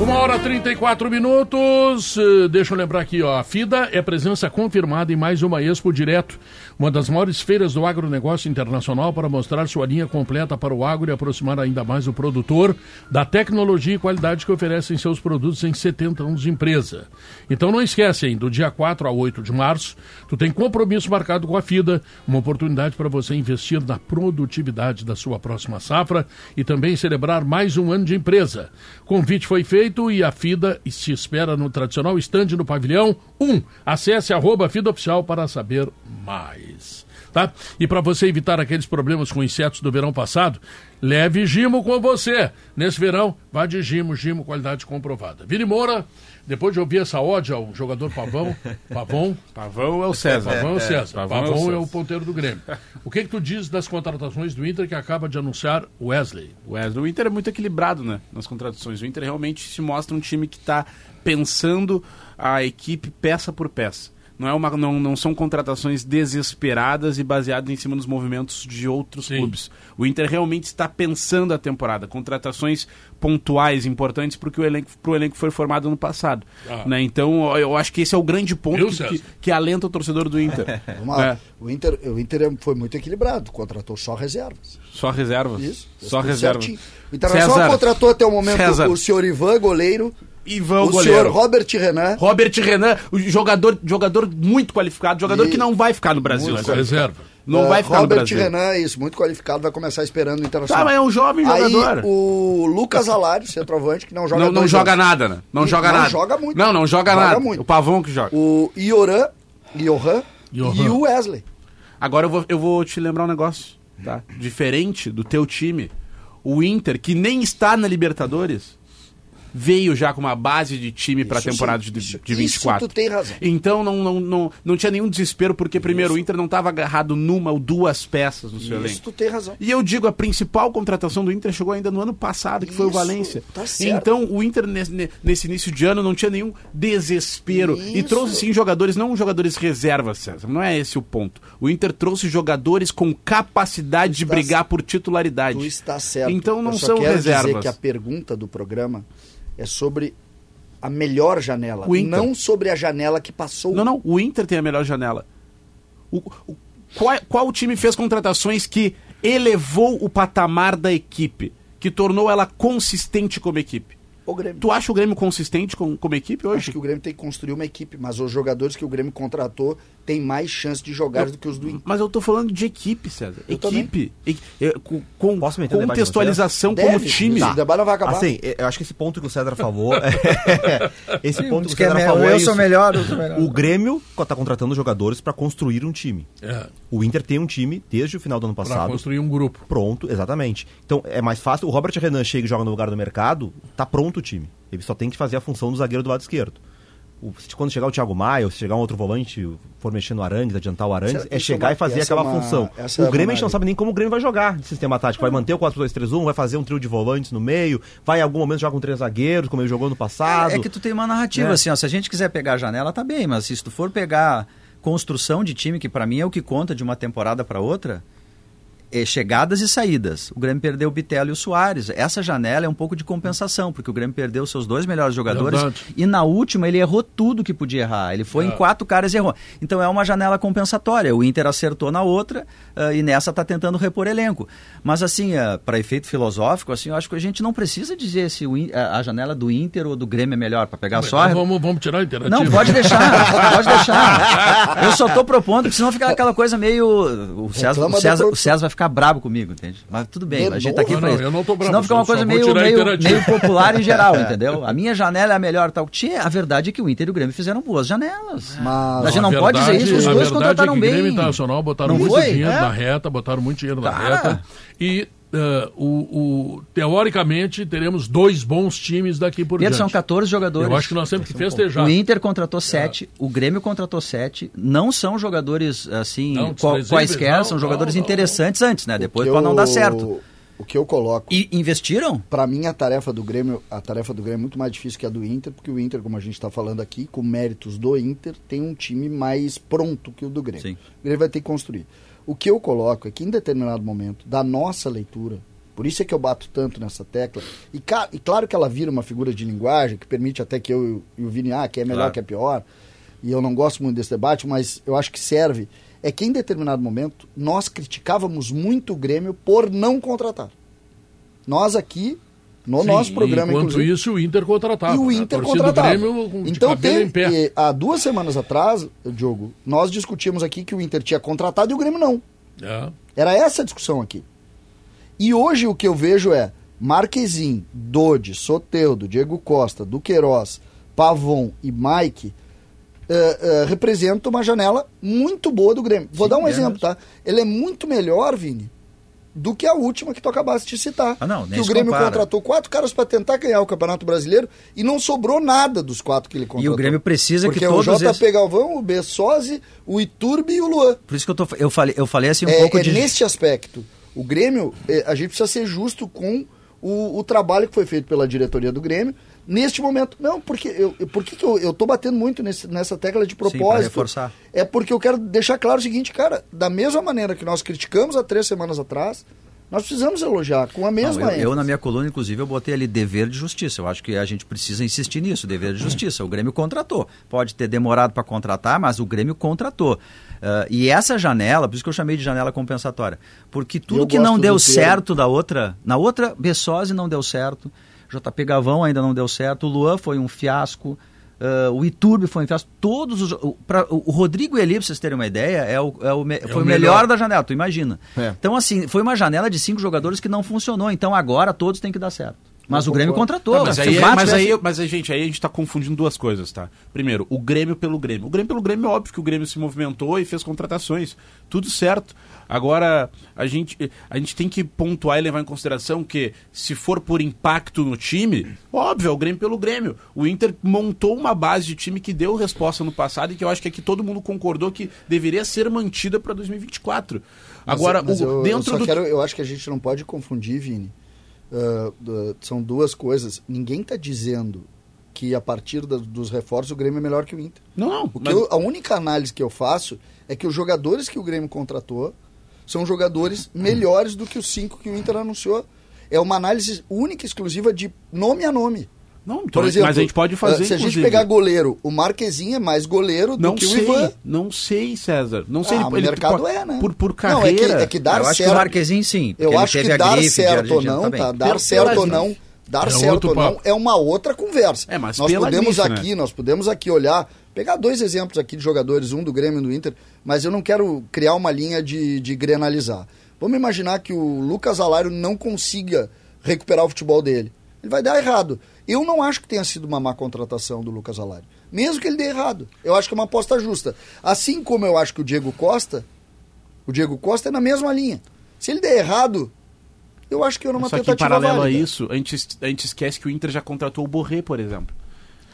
[SPEAKER 2] Uma hora e 34 minutos. Eh, Deixa eu lembrar aqui, ó. A FIDA é presença confirmada em mais uma Expo Direto, uma das maiores feiras do agronegócio internacional para mostrar sua linha completa para o agro e aproximar ainda mais o produtor da tecnologia e qualidade que oferecem seus produtos em 70 anos de empresa. Então não esquecem, do dia 4 a 8 de março, tu tem compromisso marcado com a FIDA, uma oportunidade para você investir na produtividade da sua próxima safra e também celebrar mais um ano de empresa. Convite foi feito e a FIDA se espera no tradicional estande no pavilhão 1. Acesse arroba FIDA Oficial para saber mais. Tá? E para você evitar aqueles problemas com insetos do verão passado, leve Gimo com você. Nesse verão, vá de Gimo, Gimo, qualidade comprovada. Vini Moura, depois de ouvir essa ódio ao jogador Pavão, Pavão,
[SPEAKER 6] Pavão é o César.
[SPEAKER 2] Pavão é o César.
[SPEAKER 6] Pavão é o
[SPEAKER 2] Pavão é
[SPEAKER 6] César.
[SPEAKER 2] o ponteiro do Grêmio. O que, que tu diz das contratações do Inter que acaba de anunciar Wesley?
[SPEAKER 6] O Wesley, o Inter é muito equilibrado né, nas contradições. O Inter realmente se mostra um time que está pensando a equipe peça por peça. Não, é uma, não, não são contratações desesperadas e baseadas em cima dos movimentos de outros
[SPEAKER 2] Sim.
[SPEAKER 6] clubes. O Inter realmente está pensando a temporada. Contratações pontuais, importantes para o elenco, pro elenco que foi formado no passado.
[SPEAKER 2] Ah.
[SPEAKER 6] Né? Então, eu- eu acho que esse é o grande ponto
[SPEAKER 2] Viu,
[SPEAKER 6] que, que,
[SPEAKER 2] César?
[SPEAKER 6] que alenta o torcedor do Inter.
[SPEAKER 4] Vamos lá.
[SPEAKER 6] É,
[SPEAKER 4] O, Inter, o Inter é, foi muito equilibrado, contratou só reservas.
[SPEAKER 6] só reservas.
[SPEAKER 4] Isso.
[SPEAKER 6] Só
[SPEAKER 4] Tudo
[SPEAKER 6] reservas.
[SPEAKER 4] certinho. O Internacional
[SPEAKER 6] César.
[SPEAKER 4] contratou até o momento
[SPEAKER 6] César.
[SPEAKER 4] o senhor Ivan, goleiro,
[SPEAKER 6] Ivan, é
[SPEAKER 4] o
[SPEAKER 6] goleiro.
[SPEAKER 4] senhor Robert Renan.
[SPEAKER 6] Robert Renan, o jogador, jogador muito qualificado, jogador
[SPEAKER 4] E-
[SPEAKER 6] que não vai ficar no Brasil.
[SPEAKER 2] Com reserva.
[SPEAKER 6] Não vai
[SPEAKER 4] eh,
[SPEAKER 6] ficar no
[SPEAKER 4] Robert
[SPEAKER 6] Brasil.
[SPEAKER 4] Renan, isso, muito qualificado, vai começar esperando o
[SPEAKER 6] Tá,
[SPEAKER 4] Internacional.
[SPEAKER 6] mas é um jovem
[SPEAKER 4] Aí
[SPEAKER 6] jogador.
[SPEAKER 4] o Lucas Alário, centroavante, que não joga
[SPEAKER 6] Não, não
[SPEAKER 4] dois
[SPEAKER 6] joga
[SPEAKER 4] anos.
[SPEAKER 6] nada, né? Não
[SPEAKER 4] E
[SPEAKER 6] joga
[SPEAKER 4] não
[SPEAKER 6] nada.
[SPEAKER 4] joga muito.
[SPEAKER 6] Não, não joga,
[SPEAKER 4] Joga
[SPEAKER 6] nada.
[SPEAKER 4] muito.
[SPEAKER 6] O Pavão que joga.
[SPEAKER 4] O Ioran, Ioran,
[SPEAKER 2] Ioran.
[SPEAKER 4] e o Wesley.
[SPEAKER 6] Agora eu vou, eu vou te lembrar um negócio, tá? Diferente do teu time, o Inter, que nem está na Libertadores, veio já com uma base de time para a
[SPEAKER 4] Isso
[SPEAKER 6] temporada
[SPEAKER 4] sim,
[SPEAKER 6] de,
[SPEAKER 4] isso-
[SPEAKER 6] de 24.
[SPEAKER 4] isso tu tem razão.
[SPEAKER 6] Então não, não, não, não tinha nenhum desespero, porque primeiro o Inter não estava agarrado numa ou duas peças no seu elenco.
[SPEAKER 4] Isso tu tem razão.
[SPEAKER 6] E eu digo, a principal contratação do Inter chegou ainda no ano passado, que foi o
[SPEAKER 4] Isso,
[SPEAKER 6] Valência.
[SPEAKER 4] tá certo.
[SPEAKER 6] então, o Inter nesse, ne- nesse início de ano não tinha nenhum desespero. E
[SPEAKER 4] Isso.
[SPEAKER 6] trouxe sim jogadores, não jogadores reservas, César. Não é esse o ponto. O Inter trouxe jogadores com capacidade de
[SPEAKER 4] estás-
[SPEAKER 6] brigar por titularidade.
[SPEAKER 4] Tá Tu está certo.
[SPEAKER 6] Então não
[SPEAKER 4] Eu só
[SPEAKER 6] são
[SPEAKER 4] quero
[SPEAKER 6] reservas.
[SPEAKER 4] dizer que a pergunta do programa é sobre a melhor janela,
[SPEAKER 6] O Inter.
[SPEAKER 4] não sobre a janela que passou.
[SPEAKER 6] Não, não. O Inter tem a melhor janela. O, o- qual, qual time fez contratações que elevou o patamar da equipe? Que tornou ela consistente como equipe?
[SPEAKER 4] O Grêmio.
[SPEAKER 6] Tu acha o Grêmio consistente com, como equipe
[SPEAKER 4] Eu
[SPEAKER 6] hoje?
[SPEAKER 4] Acho que o Grêmio tem que construir uma equipe, mas os jogadores que o Grêmio contratou têm mais chance de jogar do que os do Inter.
[SPEAKER 6] Mas eu tô falando de equipe, César.
[SPEAKER 4] Eu
[SPEAKER 6] equipe. E- é, com, com
[SPEAKER 5] Posso meter um debate com
[SPEAKER 6] contextualização como
[SPEAKER 4] Deve,
[SPEAKER 6] time.
[SPEAKER 4] Esse debate não vai acabar.
[SPEAKER 5] Assim, eu acho que esse ponto que o César falou. esse ponto que o
[SPEAKER 3] que é
[SPEAKER 5] César
[SPEAKER 3] me-
[SPEAKER 5] falou. é
[SPEAKER 3] eu sou
[SPEAKER 5] isso.
[SPEAKER 3] melhor, eu sou melhor.
[SPEAKER 5] O Grêmio tá contratando jogadores para construir um time.
[SPEAKER 2] É,
[SPEAKER 5] O Inter tem um time desde o final do ano
[SPEAKER 2] pra
[SPEAKER 5] passado.
[SPEAKER 2] construir um grupo.
[SPEAKER 5] Pronto, exatamente. Então é mais fácil. O Robert Renan chega e joga no lugar do mercado, tá pronto o time. Ele só tem que fazer a função do zagueiro do lado esquerdo. O- se- quando chegar o Thiago Maia, ou se chegar um outro volante, for mexendo no Arangues, adiantar o Arangues,
[SPEAKER 4] Será que
[SPEAKER 5] é
[SPEAKER 4] isso
[SPEAKER 5] chegar
[SPEAKER 4] é uma-
[SPEAKER 5] e fazer
[SPEAKER 4] essa
[SPEAKER 5] aquela
[SPEAKER 4] é uma-
[SPEAKER 5] função.
[SPEAKER 4] essa é
[SPEAKER 5] O
[SPEAKER 4] uma
[SPEAKER 5] Grêmio a gente não
[SPEAKER 4] área.
[SPEAKER 5] sabe nem como o Grêmio vai jogar de sistema tático. Vai manter o 4-2-3-1, vai fazer um trio de volantes no meio, vai em algum momento jogar com três zagueiros, como ele jogou no passado.
[SPEAKER 3] É que tu tem uma narrativa,
[SPEAKER 5] né?
[SPEAKER 3] assim, ó, se a gente quiser pegar a janela, tá bem, mas se tu for pegar construção de time, que pra mim é o que conta de uma temporada pra outra, é chegadas e saídas. O Grêmio perdeu o Bitello e o Soares. Essa janela é um pouco de compensação, porque o Grêmio perdeu seus dois melhores jogadores
[SPEAKER 2] Verdade.
[SPEAKER 3] e na última ele errou tudo que podia errar. Ele foi
[SPEAKER 2] É.
[SPEAKER 3] em quatro caras e errou. Então é uma janela compensatória. O Inter acertou na outra ah, e nessa tá tentando repor elenco. Mas assim, para efeito filosófico, assim, eu acho que a gente não precisa dizer se o In- eh, a a janela do Inter ou do Grêmio é melhor para pegar só. a-
[SPEAKER 2] Então vamos, vamos tirar a alternativa.
[SPEAKER 3] Não, pode deixar, pode deixar. Eu só tô propondo, porque senão fica aquela coisa meio. O César,
[SPEAKER 4] Reclama
[SPEAKER 3] o César,
[SPEAKER 4] do-
[SPEAKER 3] o César vai ficar brabo comigo, entende? Mas tudo bem,
[SPEAKER 4] De
[SPEAKER 3] a gente tá aqui
[SPEAKER 2] novo?
[SPEAKER 3] pra
[SPEAKER 2] Não,
[SPEAKER 3] isso.
[SPEAKER 2] eu não tô brabo,
[SPEAKER 3] senão fica uma
[SPEAKER 2] só- só
[SPEAKER 3] coisa
[SPEAKER 2] vou
[SPEAKER 3] meio,
[SPEAKER 2] tirar a
[SPEAKER 3] meio,
[SPEAKER 2] interativa.
[SPEAKER 3] meio popular em geral, entendeu? A minha janela é a melhor tal. Tchê, a verdade é que o Inter e o Grêmio fizeram boas janelas.
[SPEAKER 4] Mas-
[SPEAKER 3] a gente não
[SPEAKER 2] A
[SPEAKER 3] pode dizer
[SPEAKER 2] verdade-
[SPEAKER 3] isso, os
[SPEAKER 2] a
[SPEAKER 3] dois
[SPEAKER 2] verdade é
[SPEAKER 3] contrataram
[SPEAKER 2] que O Grêmio
[SPEAKER 3] bem.
[SPEAKER 2] Internacional botaram
[SPEAKER 3] Não
[SPEAKER 2] muito
[SPEAKER 3] foi?
[SPEAKER 2] dinheiro
[SPEAKER 3] É.
[SPEAKER 2] na reta, botaram muito dinheiro na
[SPEAKER 3] Cara.
[SPEAKER 2] reta. E eh, o, o- teoricamente teremos dois bons times daqui por
[SPEAKER 3] Pedro,
[SPEAKER 2] diante.
[SPEAKER 3] são 14 jogadores.
[SPEAKER 2] Eu acho que nós temos
[SPEAKER 4] é um
[SPEAKER 2] que festejar.
[SPEAKER 3] O Inter contratou sete, o Grêmio contratou sete. Não são jogadores, assim,
[SPEAKER 2] Não,
[SPEAKER 3] qual-
[SPEAKER 2] desprezíveis,
[SPEAKER 3] quaisquer,
[SPEAKER 2] não,
[SPEAKER 3] são
[SPEAKER 2] não,
[SPEAKER 3] jogadores
[SPEAKER 2] não.
[SPEAKER 3] interessantes antes, né? Depois
[SPEAKER 4] O que
[SPEAKER 3] pode não
[SPEAKER 4] eu-
[SPEAKER 3] dar certo.
[SPEAKER 4] O que eu coloco.
[SPEAKER 3] E investiram?
[SPEAKER 4] Pra mim, a tarefa do Grêmio, a tarefa do Grêmio é muito mais difícil que a do Inter, porque o Inter, como a gente está falando aqui, com méritos do Inter, tem um time mais pronto que o do Grêmio.
[SPEAKER 3] Sim.
[SPEAKER 4] O Grêmio vai ter que construir. O que eu coloco é que em determinado momento da nossa leitura, por isso é que eu bato tanto nessa tecla, e, ca- e claro que ela vira uma figura de linguagem que permite até que eu e o Vini, ah, que é melhor,
[SPEAKER 3] Claro.
[SPEAKER 4] que é pior, e eu não gosto muito desse debate, mas eu acho que serve, é que em determinado momento nós criticávamos muito o Grêmio por não contratar. Nós aqui, no
[SPEAKER 2] Sim,
[SPEAKER 4] nosso programa,
[SPEAKER 2] Enquanto
[SPEAKER 4] inclusive,
[SPEAKER 2] isso, o Inter contratava.
[SPEAKER 4] e o
[SPEAKER 2] né?
[SPEAKER 4] Inter
[SPEAKER 2] a torcida
[SPEAKER 4] contratava.
[SPEAKER 2] do Grêmio com de
[SPEAKER 4] então
[SPEAKER 2] cabelo
[SPEAKER 4] tem,
[SPEAKER 2] em pé.
[SPEAKER 4] eh, há duas semanas atrás, Diogo, nós discutimos aqui que o Inter tinha contratado e o Grêmio não.
[SPEAKER 2] É.
[SPEAKER 4] Era essa a discussão aqui. E hoje o que eu vejo é Marquezin, Dodi, Soteudo, Diego Costa, Duqueiroz, Pavon e Mike eh, eh, representam uma janela muito boa do Grêmio. Vou dar um
[SPEAKER 3] é
[SPEAKER 4] exemplo, tá? Ele é muito melhor, Vini, do que a última que tu acabaste de citar.
[SPEAKER 3] Ah, não, nem
[SPEAKER 4] que o
[SPEAKER 3] se
[SPEAKER 4] Grêmio
[SPEAKER 3] compara.
[SPEAKER 4] contratou quatro caras para tentar ganhar o Campeonato Brasileiro e não sobrou nada dos quatro que ele contratou.
[SPEAKER 3] Grêmio precisa que
[SPEAKER 4] Porque
[SPEAKER 3] todos
[SPEAKER 4] Porque o JP
[SPEAKER 3] esses-
[SPEAKER 4] Galvão, o Bessose, o Iturbe e o Luan
[SPEAKER 3] Por isso que eu, tô, eu, falei, eu falei assim um
[SPEAKER 4] é,
[SPEAKER 3] pouco
[SPEAKER 4] é
[SPEAKER 3] de.
[SPEAKER 4] neste aspecto. O Grêmio, é, a gente precisa ser justo com o, o trabalho que foi feito pela diretoria do Grêmio neste momento. Não, porque eu, eu- por que que eu, eu tô batendo muito nesse- nessa tecla de propósito?
[SPEAKER 3] pra reforçar.
[SPEAKER 4] É porque eu quero deixar claro o seguinte, cara, da mesma maneira que nós criticamos há três semanas atrás, nós precisamos elogiar com a
[SPEAKER 3] Não,
[SPEAKER 4] mesma
[SPEAKER 3] eu, eu,
[SPEAKER 4] ênfase.
[SPEAKER 3] na minha coluna, inclusive, eu botei ali dever de justiça. Eu acho que a gente precisa insistir nisso, dever de justiça. O Grêmio contratou. Pode ter demorado para contratar, mas o Grêmio contratou. Ah, e essa janela, por isso que eu chamei de janela compensatória, porque tudo
[SPEAKER 4] Eu
[SPEAKER 3] que
[SPEAKER 4] gosto
[SPEAKER 3] não
[SPEAKER 4] do
[SPEAKER 3] deu
[SPEAKER 4] termo.
[SPEAKER 3] certo da outra, na outra, Bessose não deu certo, JP Gavão ainda não deu certo, o Luan foi um fiasco, ah, o Iturbe foi um fiasco, todos os... O, pra- o Rodrigo Eli, pra vocês terem uma ideia, é o, é o me- foi o
[SPEAKER 2] melhor.
[SPEAKER 3] melhor fora da janela, tu imagina. Então, assim, foi uma janela de cinco jogadores que não funcionou. Então, agora todos têm que dar certo. Mas o Grêmio contratou.
[SPEAKER 6] Tá, mas,
[SPEAKER 3] Se
[SPEAKER 6] aí,
[SPEAKER 3] o Vasco
[SPEAKER 6] mas,
[SPEAKER 3] tivesse-
[SPEAKER 6] aí, mas aí, gente, aí a gente tá confundindo duas coisas, tá? Primeiro, o Grêmio pelo Grêmio. O Grêmio pelo Grêmio é óbvio que o Grêmio se movimentou e fez contratações. Tudo certo. Agora, a gente, a gente tem que pontuar e levar em consideração que, se for por impacto no time, óbvio, é o Grêmio pelo Grêmio. O Inter montou uma base de time que deu resposta no passado e que eu acho que aqui todo mundo concordou que deveria ser mantida para 2024. Agora,
[SPEAKER 4] Mas- mas
[SPEAKER 6] o-
[SPEAKER 4] eu, eu
[SPEAKER 6] dentro
[SPEAKER 4] só
[SPEAKER 6] do.
[SPEAKER 4] quero- eu acho que a gente não pode confundir, Vini. Ah, da- são duas coisas. Ninguém está dizendo que a partir da- dos reforços o Grêmio é melhor que o Inter.
[SPEAKER 6] Não, não.
[SPEAKER 4] O que
[SPEAKER 6] mas-
[SPEAKER 4] eu- a única análise que eu faço é que os jogadores que o Grêmio contratou são jogadores melhores do que os cinco que o Inter anunciou. É uma análise única e exclusiva de nome a nome.
[SPEAKER 6] Não, então, mas a gente pode fazer.
[SPEAKER 4] eh, Se a gente
[SPEAKER 6] inclusive.
[SPEAKER 4] pegar goleiro, o Marquezinho é mais goleiro do
[SPEAKER 6] Não
[SPEAKER 4] que
[SPEAKER 6] sei,
[SPEAKER 4] o Ivan.
[SPEAKER 6] não sei, César. Não sei,
[SPEAKER 4] Ah, o mercado
[SPEAKER 6] por,
[SPEAKER 4] é, né?
[SPEAKER 6] Por, por
[SPEAKER 4] Não, é que-
[SPEAKER 6] carreira.
[SPEAKER 4] é que dá
[SPEAKER 3] eu acho que
[SPEAKER 4] certo-
[SPEAKER 3] o Marquezinho sim. porque
[SPEAKER 4] Eu
[SPEAKER 3] ele
[SPEAKER 4] acho que
[SPEAKER 3] teve a
[SPEAKER 4] dar
[SPEAKER 3] grife de
[SPEAKER 4] certo ou
[SPEAKER 3] argentino,
[SPEAKER 4] não,
[SPEAKER 3] tá bem.
[SPEAKER 4] tá? Dar
[SPEAKER 6] Pelo-
[SPEAKER 4] certo
[SPEAKER 6] pela-
[SPEAKER 4] ou não, dar
[SPEAKER 2] É
[SPEAKER 4] certo
[SPEAKER 2] outro
[SPEAKER 4] ou não
[SPEAKER 2] papo.
[SPEAKER 4] é uma outra conversa.
[SPEAKER 6] É, mas
[SPEAKER 4] nós
[SPEAKER 6] pela
[SPEAKER 4] podemos
[SPEAKER 6] grife, né?
[SPEAKER 4] aqui, nós podemos aqui olhar, pegar dois exemplos aqui de jogadores, um do Grêmio e do Inter, mas eu não quero criar uma linha de, de grenalizar. Vamos imaginar que o Lucas Alário não consiga recuperar o futebol dele. Ele vai dar errado. Eu não acho que tenha sido uma má contratação do Lucas Alário. Mesmo que ele dê errado. Eu acho que é uma aposta justa. Assim como eu acho que o Diego Costa, o Diego Costa é na mesma linha. Se ele der errado, eu acho que era uma
[SPEAKER 6] Só que
[SPEAKER 4] tentativa
[SPEAKER 6] em paralelo
[SPEAKER 4] válida.
[SPEAKER 6] a isso, a gente, es- a gente esquece que o Inter já contratou o Borré, por exemplo.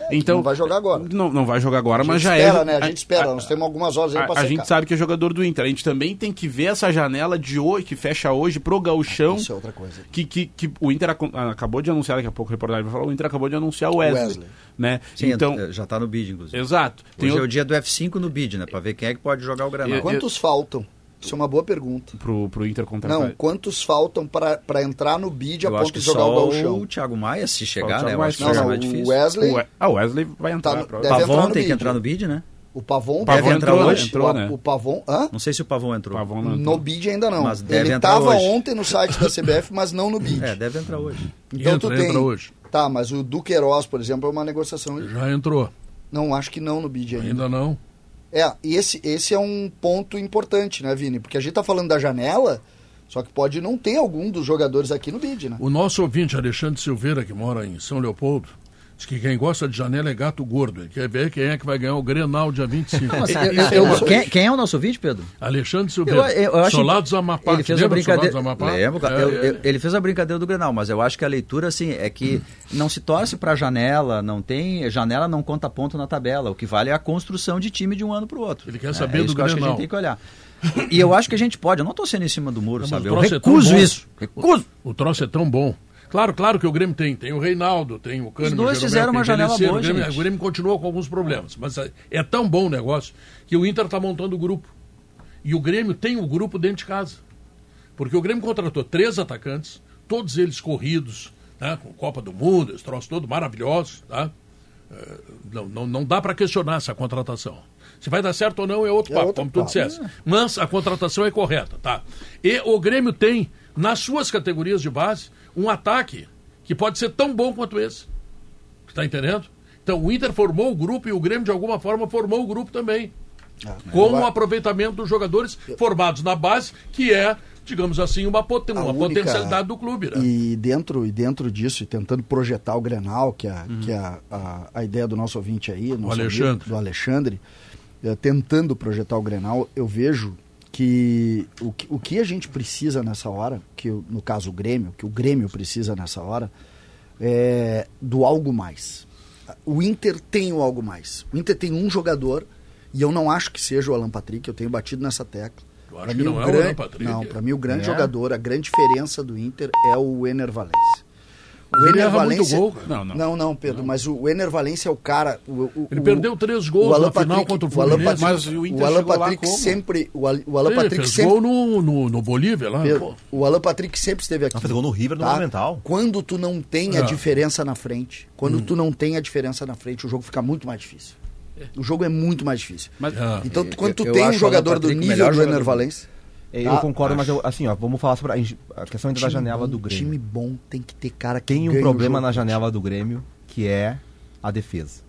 [SPEAKER 4] Então,
[SPEAKER 6] então
[SPEAKER 4] não vai jogar agora.
[SPEAKER 6] Não, não vai jogar agora, mas já
[SPEAKER 4] espera,
[SPEAKER 6] é.
[SPEAKER 4] né? A gente espera, nós temos algumas horas aí
[SPEAKER 6] A,
[SPEAKER 4] pra
[SPEAKER 6] a
[SPEAKER 4] secar.
[SPEAKER 6] gente sabe que é jogador do Inter. A gente também tem que ver essa janela de hoje, que fecha hoje pro Gauchão.
[SPEAKER 4] Isso é outra coisa.
[SPEAKER 6] Que, que, que o Inter acon- ah, acabou de anunciar, daqui a pouco o reportagem vai falar, o Inter acabou de anunciar o Wesley.
[SPEAKER 4] Wesley.
[SPEAKER 6] Né?
[SPEAKER 3] Sim,
[SPEAKER 6] então,
[SPEAKER 3] eh, já está no bid, inclusive.
[SPEAKER 6] exato. Tem
[SPEAKER 3] Hoje é
[SPEAKER 6] outro-
[SPEAKER 3] o dia do F5 no bid, né? Pra ver quem é que pode jogar o Granal.
[SPEAKER 6] Eu-
[SPEAKER 4] Quantos faltam? Isso é uma boa pergunta.
[SPEAKER 6] pro, pro Inter contratar.
[SPEAKER 4] Não, quantos faltam pra pra entrar no bid a
[SPEAKER 3] Eu acho
[SPEAKER 4] ponto de
[SPEAKER 3] que
[SPEAKER 4] jogar
[SPEAKER 3] só
[SPEAKER 4] o
[SPEAKER 3] o
[SPEAKER 4] Gauchão?
[SPEAKER 3] Thiago Maia, se
[SPEAKER 6] Só o
[SPEAKER 3] chegar,
[SPEAKER 6] Thiago
[SPEAKER 3] né? Eu
[SPEAKER 6] Maia
[SPEAKER 3] acho que
[SPEAKER 6] se
[SPEAKER 4] Não,
[SPEAKER 3] já é
[SPEAKER 4] não,
[SPEAKER 3] mais
[SPEAKER 4] o
[SPEAKER 3] difícil.
[SPEAKER 4] Wesley,
[SPEAKER 6] O We- ah, o Wesley vai entrar.
[SPEAKER 4] Tá no-
[SPEAKER 6] provavelmente.
[SPEAKER 4] deve entrar
[SPEAKER 3] Pavon
[SPEAKER 4] no
[SPEAKER 3] tem que
[SPEAKER 4] bid.
[SPEAKER 3] entrar no bid, né?
[SPEAKER 4] o Pavon
[SPEAKER 6] Pavon
[SPEAKER 4] deve
[SPEAKER 6] entrou,
[SPEAKER 4] entrar
[SPEAKER 6] né?
[SPEAKER 4] hoje.
[SPEAKER 6] Entrou,
[SPEAKER 4] O-
[SPEAKER 6] né?
[SPEAKER 4] O Pavon, hã?
[SPEAKER 3] Não sei se o Pavon entrou.
[SPEAKER 6] Pavão não entrou.
[SPEAKER 4] No bid ainda não.
[SPEAKER 3] Mas deve
[SPEAKER 4] Ele
[SPEAKER 3] entrar
[SPEAKER 4] tava
[SPEAKER 3] hoje.
[SPEAKER 4] ontem no site da CBF, mas não no bid.
[SPEAKER 3] É, deve entrar hoje.
[SPEAKER 4] Então
[SPEAKER 2] Entra,
[SPEAKER 4] tu tem.
[SPEAKER 2] entra hoje.
[SPEAKER 4] Tá, mas o Duqueiroz, por exemplo, é uma negociação.
[SPEAKER 2] Já entrou.
[SPEAKER 4] Não, acho que não no bid ainda.
[SPEAKER 2] Ainda não.
[SPEAKER 4] É, e esse, esse é um ponto importante, né, Vini? Porque a gente tá falando da janela, só que pode não ter algum dos jogadores aqui no bid, né?
[SPEAKER 2] O nosso ouvinte, Alexandre Silveira, que mora em São Leopoldo, diz que quem gosta de janela é gato gordo. Ele quer ver quem é que vai ganhar o Grenal dia 25.
[SPEAKER 3] assim? Eu- eu- quem, quem é o nosso vídeo, Pedro?
[SPEAKER 2] Alexandre
[SPEAKER 3] Eu-
[SPEAKER 2] Silveira,
[SPEAKER 3] eu acho-
[SPEAKER 2] Solados Amapá.
[SPEAKER 3] Ele fez a
[SPEAKER 2] Lembra do
[SPEAKER 3] brincadeira.
[SPEAKER 2] Solados Amapá?
[SPEAKER 3] Lembro, cara.
[SPEAKER 2] É,
[SPEAKER 3] Eu-
[SPEAKER 2] é.
[SPEAKER 3] eu- ele fez a brincadeira do Grenal, mas eu acho que a leitura assim é que não se torce para janela, não tem janela, não conta ponto na tabela. O que vale é a construção de time de um ano para o outro.
[SPEAKER 2] Ele quer
[SPEAKER 3] É,
[SPEAKER 2] saber
[SPEAKER 3] é
[SPEAKER 2] do
[SPEAKER 3] isso que eu acho que a
[SPEAKER 2] Grenal.
[SPEAKER 3] gente tem que olhar. E eu acho que a gente pode. Eu não estou sendo em cima do muro,
[SPEAKER 2] Mas
[SPEAKER 3] sabe?
[SPEAKER 2] o
[SPEAKER 3] Eu
[SPEAKER 2] troço é tão
[SPEAKER 3] recuso
[SPEAKER 2] bom.
[SPEAKER 3] isso. Recuso.
[SPEAKER 2] O troço é tão bom. Claro, claro que o Grêmio tem. Tem o Reinaldo, tem o Cânimo.
[SPEAKER 3] Os dois fizeram uma janela boa,
[SPEAKER 2] O Grêmio,
[SPEAKER 3] gente.
[SPEAKER 2] o Grêmio continua com alguns problemas. Mas é- é tão bom o negócio que o Inter está montando o grupo. E o Grêmio tem o grupo dentro de casa. Porque o Grêmio contratou três atacantes, todos eles corridos, né, com Copa do Mundo, esse troço todo maravilhoso. Tá? Eh, Não, não, não dá para questionar essa contratação. Se vai dar certo ou não é outro
[SPEAKER 4] É
[SPEAKER 2] papo,
[SPEAKER 4] outro
[SPEAKER 2] como tu
[SPEAKER 4] papo.
[SPEAKER 2] dissesse. Mas a contratação é correta, tá? E o Grêmio tem, nas suas categorias de base, um ataque que pode ser tão bom quanto esse. Tá entendendo? Então o Inter formou o grupo e o Grêmio, de alguma forma, formou o grupo também
[SPEAKER 4] Né?
[SPEAKER 2] com o aproveitamento dos jogadores formados na base, que é, digamos assim, uma, poten-
[SPEAKER 4] A
[SPEAKER 2] uma
[SPEAKER 4] única-
[SPEAKER 2] potencialidade do clube. Né?
[SPEAKER 4] E dentro, e dentro disso, e tentando projetar o Grenal, que é, a- que é a, a, a ideia do nosso ouvinte aí, nosso amigo,
[SPEAKER 2] Alexandre.
[SPEAKER 4] do Alexandre, eh, tentando projetar o Grenal, eu vejo que o, que o que a gente precisa nessa hora, que o- no caso o Grêmio, que o Grêmio precisa nessa hora, é do algo mais. O Inter tem o algo mais. O Inter tem um jogador, e eu não acho que seja o Alan Patrick, eu tenho batido nessa tecla.
[SPEAKER 2] Eu acho
[SPEAKER 4] Pra
[SPEAKER 2] que
[SPEAKER 4] mim,
[SPEAKER 2] não é o
[SPEAKER 4] gran-
[SPEAKER 2] Alan Patrick.
[SPEAKER 4] Não, pra mim o grande
[SPEAKER 3] É.
[SPEAKER 4] jogador, a grande diferença do Inter é o Ener Valencia. O
[SPEAKER 2] Ele
[SPEAKER 4] Ener
[SPEAKER 2] erra muito
[SPEAKER 4] Valencia-
[SPEAKER 2] gol, cara.
[SPEAKER 6] Não, não.
[SPEAKER 4] Não, não, Pedro, mas o Ener Valencia é o cara. o- o-
[SPEAKER 2] Ele
[SPEAKER 4] o-
[SPEAKER 2] perdeu três gols
[SPEAKER 4] o Alan
[SPEAKER 2] na final contra o Fluminense.
[SPEAKER 4] Alan Patrick,
[SPEAKER 6] Mas o Inter
[SPEAKER 4] Alan
[SPEAKER 6] chegou lá
[SPEAKER 4] Patrick
[SPEAKER 6] como?
[SPEAKER 4] sempre. O, Al- o Alan
[SPEAKER 2] Sim,
[SPEAKER 4] Patrick
[SPEAKER 2] fez
[SPEAKER 4] sempre.
[SPEAKER 2] gol no, no, no Bolívia lá.
[SPEAKER 4] Pedro,
[SPEAKER 2] pô.
[SPEAKER 4] o Alan Patrick sempre esteve aqui.
[SPEAKER 5] Ah, fez gol no River, no Monumental.
[SPEAKER 4] tá Quando tu não tem
[SPEAKER 2] É.
[SPEAKER 4] a diferença na frente, quando tu não tem a diferença na frente, o jogo fica muito mais difícil. O jogo é muito mais difícil.
[SPEAKER 6] Mas-
[SPEAKER 2] Ah.
[SPEAKER 4] Então, tu- quando tu
[SPEAKER 3] Eu- eu
[SPEAKER 4] tem um
[SPEAKER 3] acho o Alan
[SPEAKER 4] jogador do
[SPEAKER 3] Patrick o
[SPEAKER 4] nível
[SPEAKER 3] melhor
[SPEAKER 4] do Ener
[SPEAKER 3] jogador.
[SPEAKER 4] Valencia,
[SPEAKER 5] É, Eu
[SPEAKER 4] Ah,
[SPEAKER 5] concordo, mas eu, assim, ó, vamos falar sobre a, gente- a questão ainda da
[SPEAKER 4] time
[SPEAKER 5] janela
[SPEAKER 4] bom,
[SPEAKER 5] do Grêmio.
[SPEAKER 4] Time bom tem que ter cara que
[SPEAKER 5] Tem um
[SPEAKER 4] ganha o
[SPEAKER 5] problema
[SPEAKER 4] jogo.
[SPEAKER 5] na janela do Grêmio, que é a defesa.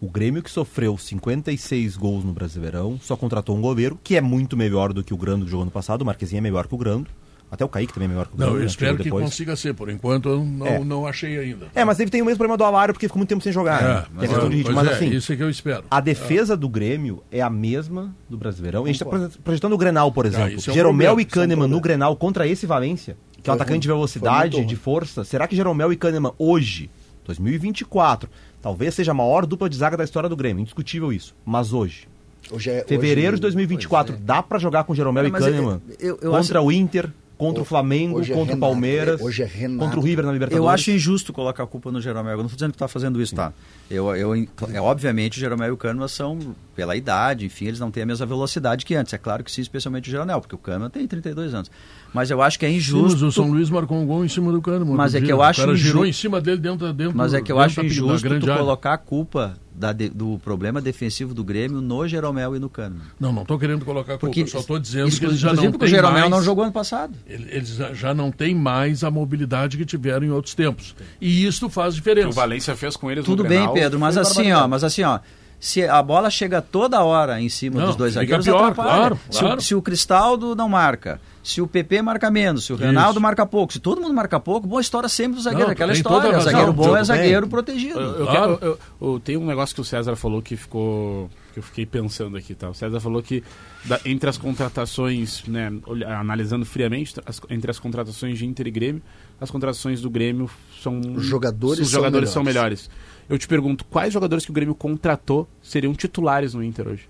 [SPEAKER 5] O Grêmio que sofreu 56 gols no Brasileirão, só contratou um goleiro, que é muito melhor do que o Grando que jogou no passado, o Marquezinho é melhor que o Grando, até o Kaique também é melhor que o Grando.
[SPEAKER 2] Não, eu
[SPEAKER 5] né,
[SPEAKER 2] espero
[SPEAKER 5] chegou
[SPEAKER 2] que consiga ser. Por enquanto, eu não,
[SPEAKER 5] É.
[SPEAKER 2] não achei ainda.
[SPEAKER 5] É, mas ele tem o mesmo problema do Alário, porque ficou muito tempo sem jogar. né? Tem a
[SPEAKER 2] mas-
[SPEAKER 5] questão de ritmo,
[SPEAKER 2] pois
[SPEAKER 5] mas
[SPEAKER 2] é,
[SPEAKER 5] assim,
[SPEAKER 2] Isso é que eu espero.
[SPEAKER 5] a defesa do Grêmio é a mesma do Brasileirão. A gente está projetando o Grenal, por exemplo.
[SPEAKER 2] isso é um
[SPEAKER 5] Jeromel
[SPEAKER 2] problema,
[SPEAKER 5] e Kahneman no Grenal contra esse Valência, que é um
[SPEAKER 4] Foi ruim,
[SPEAKER 5] atacante de
[SPEAKER 4] foi muito
[SPEAKER 5] velocidade,
[SPEAKER 4] ruim.
[SPEAKER 5] de força. Será que Jeromel e Kahneman hoje, 2024, talvez seja a maior dupla de zaga da história do Grêmio? Indiscutível isso. Mas hoje,
[SPEAKER 4] Hoje é-
[SPEAKER 5] fevereiro
[SPEAKER 4] hoje-
[SPEAKER 5] de 2024, dá pra jogar com Jeromel
[SPEAKER 3] Não,
[SPEAKER 5] e
[SPEAKER 3] mas eu-
[SPEAKER 5] Kahneman
[SPEAKER 3] eu- eu
[SPEAKER 5] contra o Inter, contra o Flamengo,
[SPEAKER 4] hoje é
[SPEAKER 5] contra o
[SPEAKER 4] Renato,
[SPEAKER 5] Palmeiras,
[SPEAKER 4] é- hoje é Renato.
[SPEAKER 5] contra o River na Libertadores.
[SPEAKER 3] Eu acho injusto colocar a tá? culpa no Jeromel. Eu não estou dizendo que está fazendo isso, tá? Eu, eu, é, obviamente, o Jeromel e o Kahneman são pela idade, enfim, eles não têm a mesma velocidade que antes. É claro que sim, especialmente o Geronel, porque o Cano tem 32 anos. Mas eu acho que é
[SPEAKER 2] Sim, mas o
[SPEAKER 3] injusto.
[SPEAKER 2] São Luís marcou um gol em cima do Cano. mano.
[SPEAKER 3] Mas é que eu
[SPEAKER 2] O
[SPEAKER 3] acho
[SPEAKER 2] cara girou
[SPEAKER 3] injusto-
[SPEAKER 2] em cima dele dentro da dentro
[SPEAKER 3] Mas é que eu
[SPEAKER 2] dentro
[SPEAKER 3] acho
[SPEAKER 2] da pequena- da
[SPEAKER 3] injusto
[SPEAKER 2] um grande
[SPEAKER 3] tu
[SPEAKER 2] área.
[SPEAKER 3] colocar a culpa da de- do problema defensivo do Grêmio no Jeromel e no Cano.
[SPEAKER 2] Não, não tô querendo colocar culpa,
[SPEAKER 3] Porque
[SPEAKER 2] eu só tô dizendo que
[SPEAKER 3] exclu-
[SPEAKER 2] eles já
[SPEAKER 3] inclusive
[SPEAKER 2] não
[SPEAKER 3] porque o
[SPEAKER 2] têm
[SPEAKER 3] Jeromel
[SPEAKER 2] mais...
[SPEAKER 3] não jogou ano passado.
[SPEAKER 2] ele- Eles já- já não têm mais a mobilidade que tiveram em outros tempos. E isso faz
[SPEAKER 6] que o
[SPEAKER 2] diferença.
[SPEAKER 6] Valência fez com eles no
[SPEAKER 3] Tudo bem,
[SPEAKER 6] Grenal,
[SPEAKER 3] Pedro, mas
[SPEAKER 5] um
[SPEAKER 6] foi
[SPEAKER 3] assim, ó,
[SPEAKER 6] barbaridade.
[SPEAKER 3] mas assim, ó. Se a bola chega toda hora em cima
[SPEAKER 2] Não,
[SPEAKER 3] dos dois
[SPEAKER 2] fica
[SPEAKER 3] zagueiros,
[SPEAKER 2] pior,
[SPEAKER 3] atrapalha.
[SPEAKER 2] claro,
[SPEAKER 3] se,
[SPEAKER 2] claro.
[SPEAKER 3] O, se o Cristaldo não marca, se o PP marca menos, se o Reinaldo marca pouco, se todo mundo marca pouco, boa história sempre do zagueiro.
[SPEAKER 2] Não,
[SPEAKER 3] aquela
[SPEAKER 2] tem toda a
[SPEAKER 3] história,
[SPEAKER 2] razão.
[SPEAKER 3] zagueiro bom
[SPEAKER 5] Tudo
[SPEAKER 3] é
[SPEAKER 5] bem.
[SPEAKER 3] zagueiro
[SPEAKER 6] Eu,
[SPEAKER 3] protegido.
[SPEAKER 6] eu
[SPEAKER 2] Claro.
[SPEAKER 6] quero- eu- eu- tem um negócio que o César falou que ficou. que eu fiquei pensando aqui, tá? O César falou que da- entre as contratações, né, olha- analisando friamente, as- entre as contratações de Inter e Grêmio, as contratações do Grêmio são.
[SPEAKER 4] Os jogadores
[SPEAKER 6] os
[SPEAKER 4] são
[SPEAKER 6] jogadores são melhores. Eu te pergunto, quais jogadores que o Grêmio contratou seriam titulares no Inter hoje?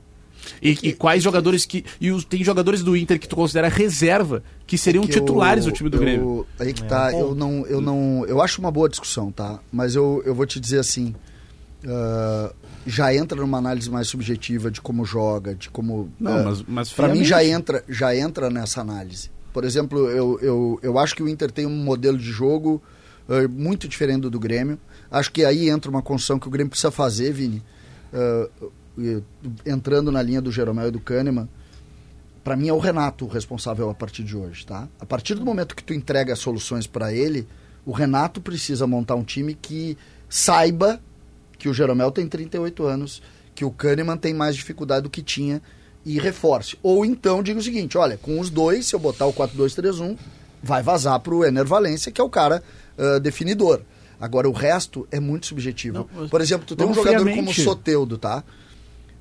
[SPEAKER 6] E, e quais jogadores que. E os- tem jogadores do Inter que tu considera reserva que seriam
[SPEAKER 4] É que eu-
[SPEAKER 6] titulares do time do
[SPEAKER 4] eu-
[SPEAKER 6] Grêmio.
[SPEAKER 4] Aí que tá,
[SPEAKER 6] É.
[SPEAKER 4] eu não, eu não. Eu acho uma boa discussão, tá? Mas eu, eu vou te dizer assim. ah, já entra numa análise mais subjetiva de como joga, de como.
[SPEAKER 6] Não,
[SPEAKER 4] ah,
[SPEAKER 6] mas, mas
[SPEAKER 4] Para mim
[SPEAKER 6] friamente.
[SPEAKER 4] já entra, já entra nessa análise. Por exemplo, eu, eu, eu acho que o Inter tem um modelo de jogo eh, muito diferente do do Grêmio. Acho que aí entra uma construção que o Grêmio precisa fazer, Vini. Eh, eh, entrando na linha do Jeromel e do Kahneman, para mim é o Renato o responsável a partir de hoje, tá? A partir do momento que tu entrega as soluções para ele, o Renato precisa montar um time que saiba que o Jeromel tem 38 anos, que o Kahneman tem mais dificuldade do que tinha e reforce. Ou então diga o seguinte, olha, com os dois, se eu botar o 4-2-3-1, vai vazar pro Ener Valência, que é o cara ah, definidor. Agora, o resto é muito subjetivo.
[SPEAKER 6] Não, mas-
[SPEAKER 4] Por exemplo, tu tem um
[SPEAKER 6] Não,
[SPEAKER 4] jogador como o
[SPEAKER 6] friamente.
[SPEAKER 4] Soteudo, tá?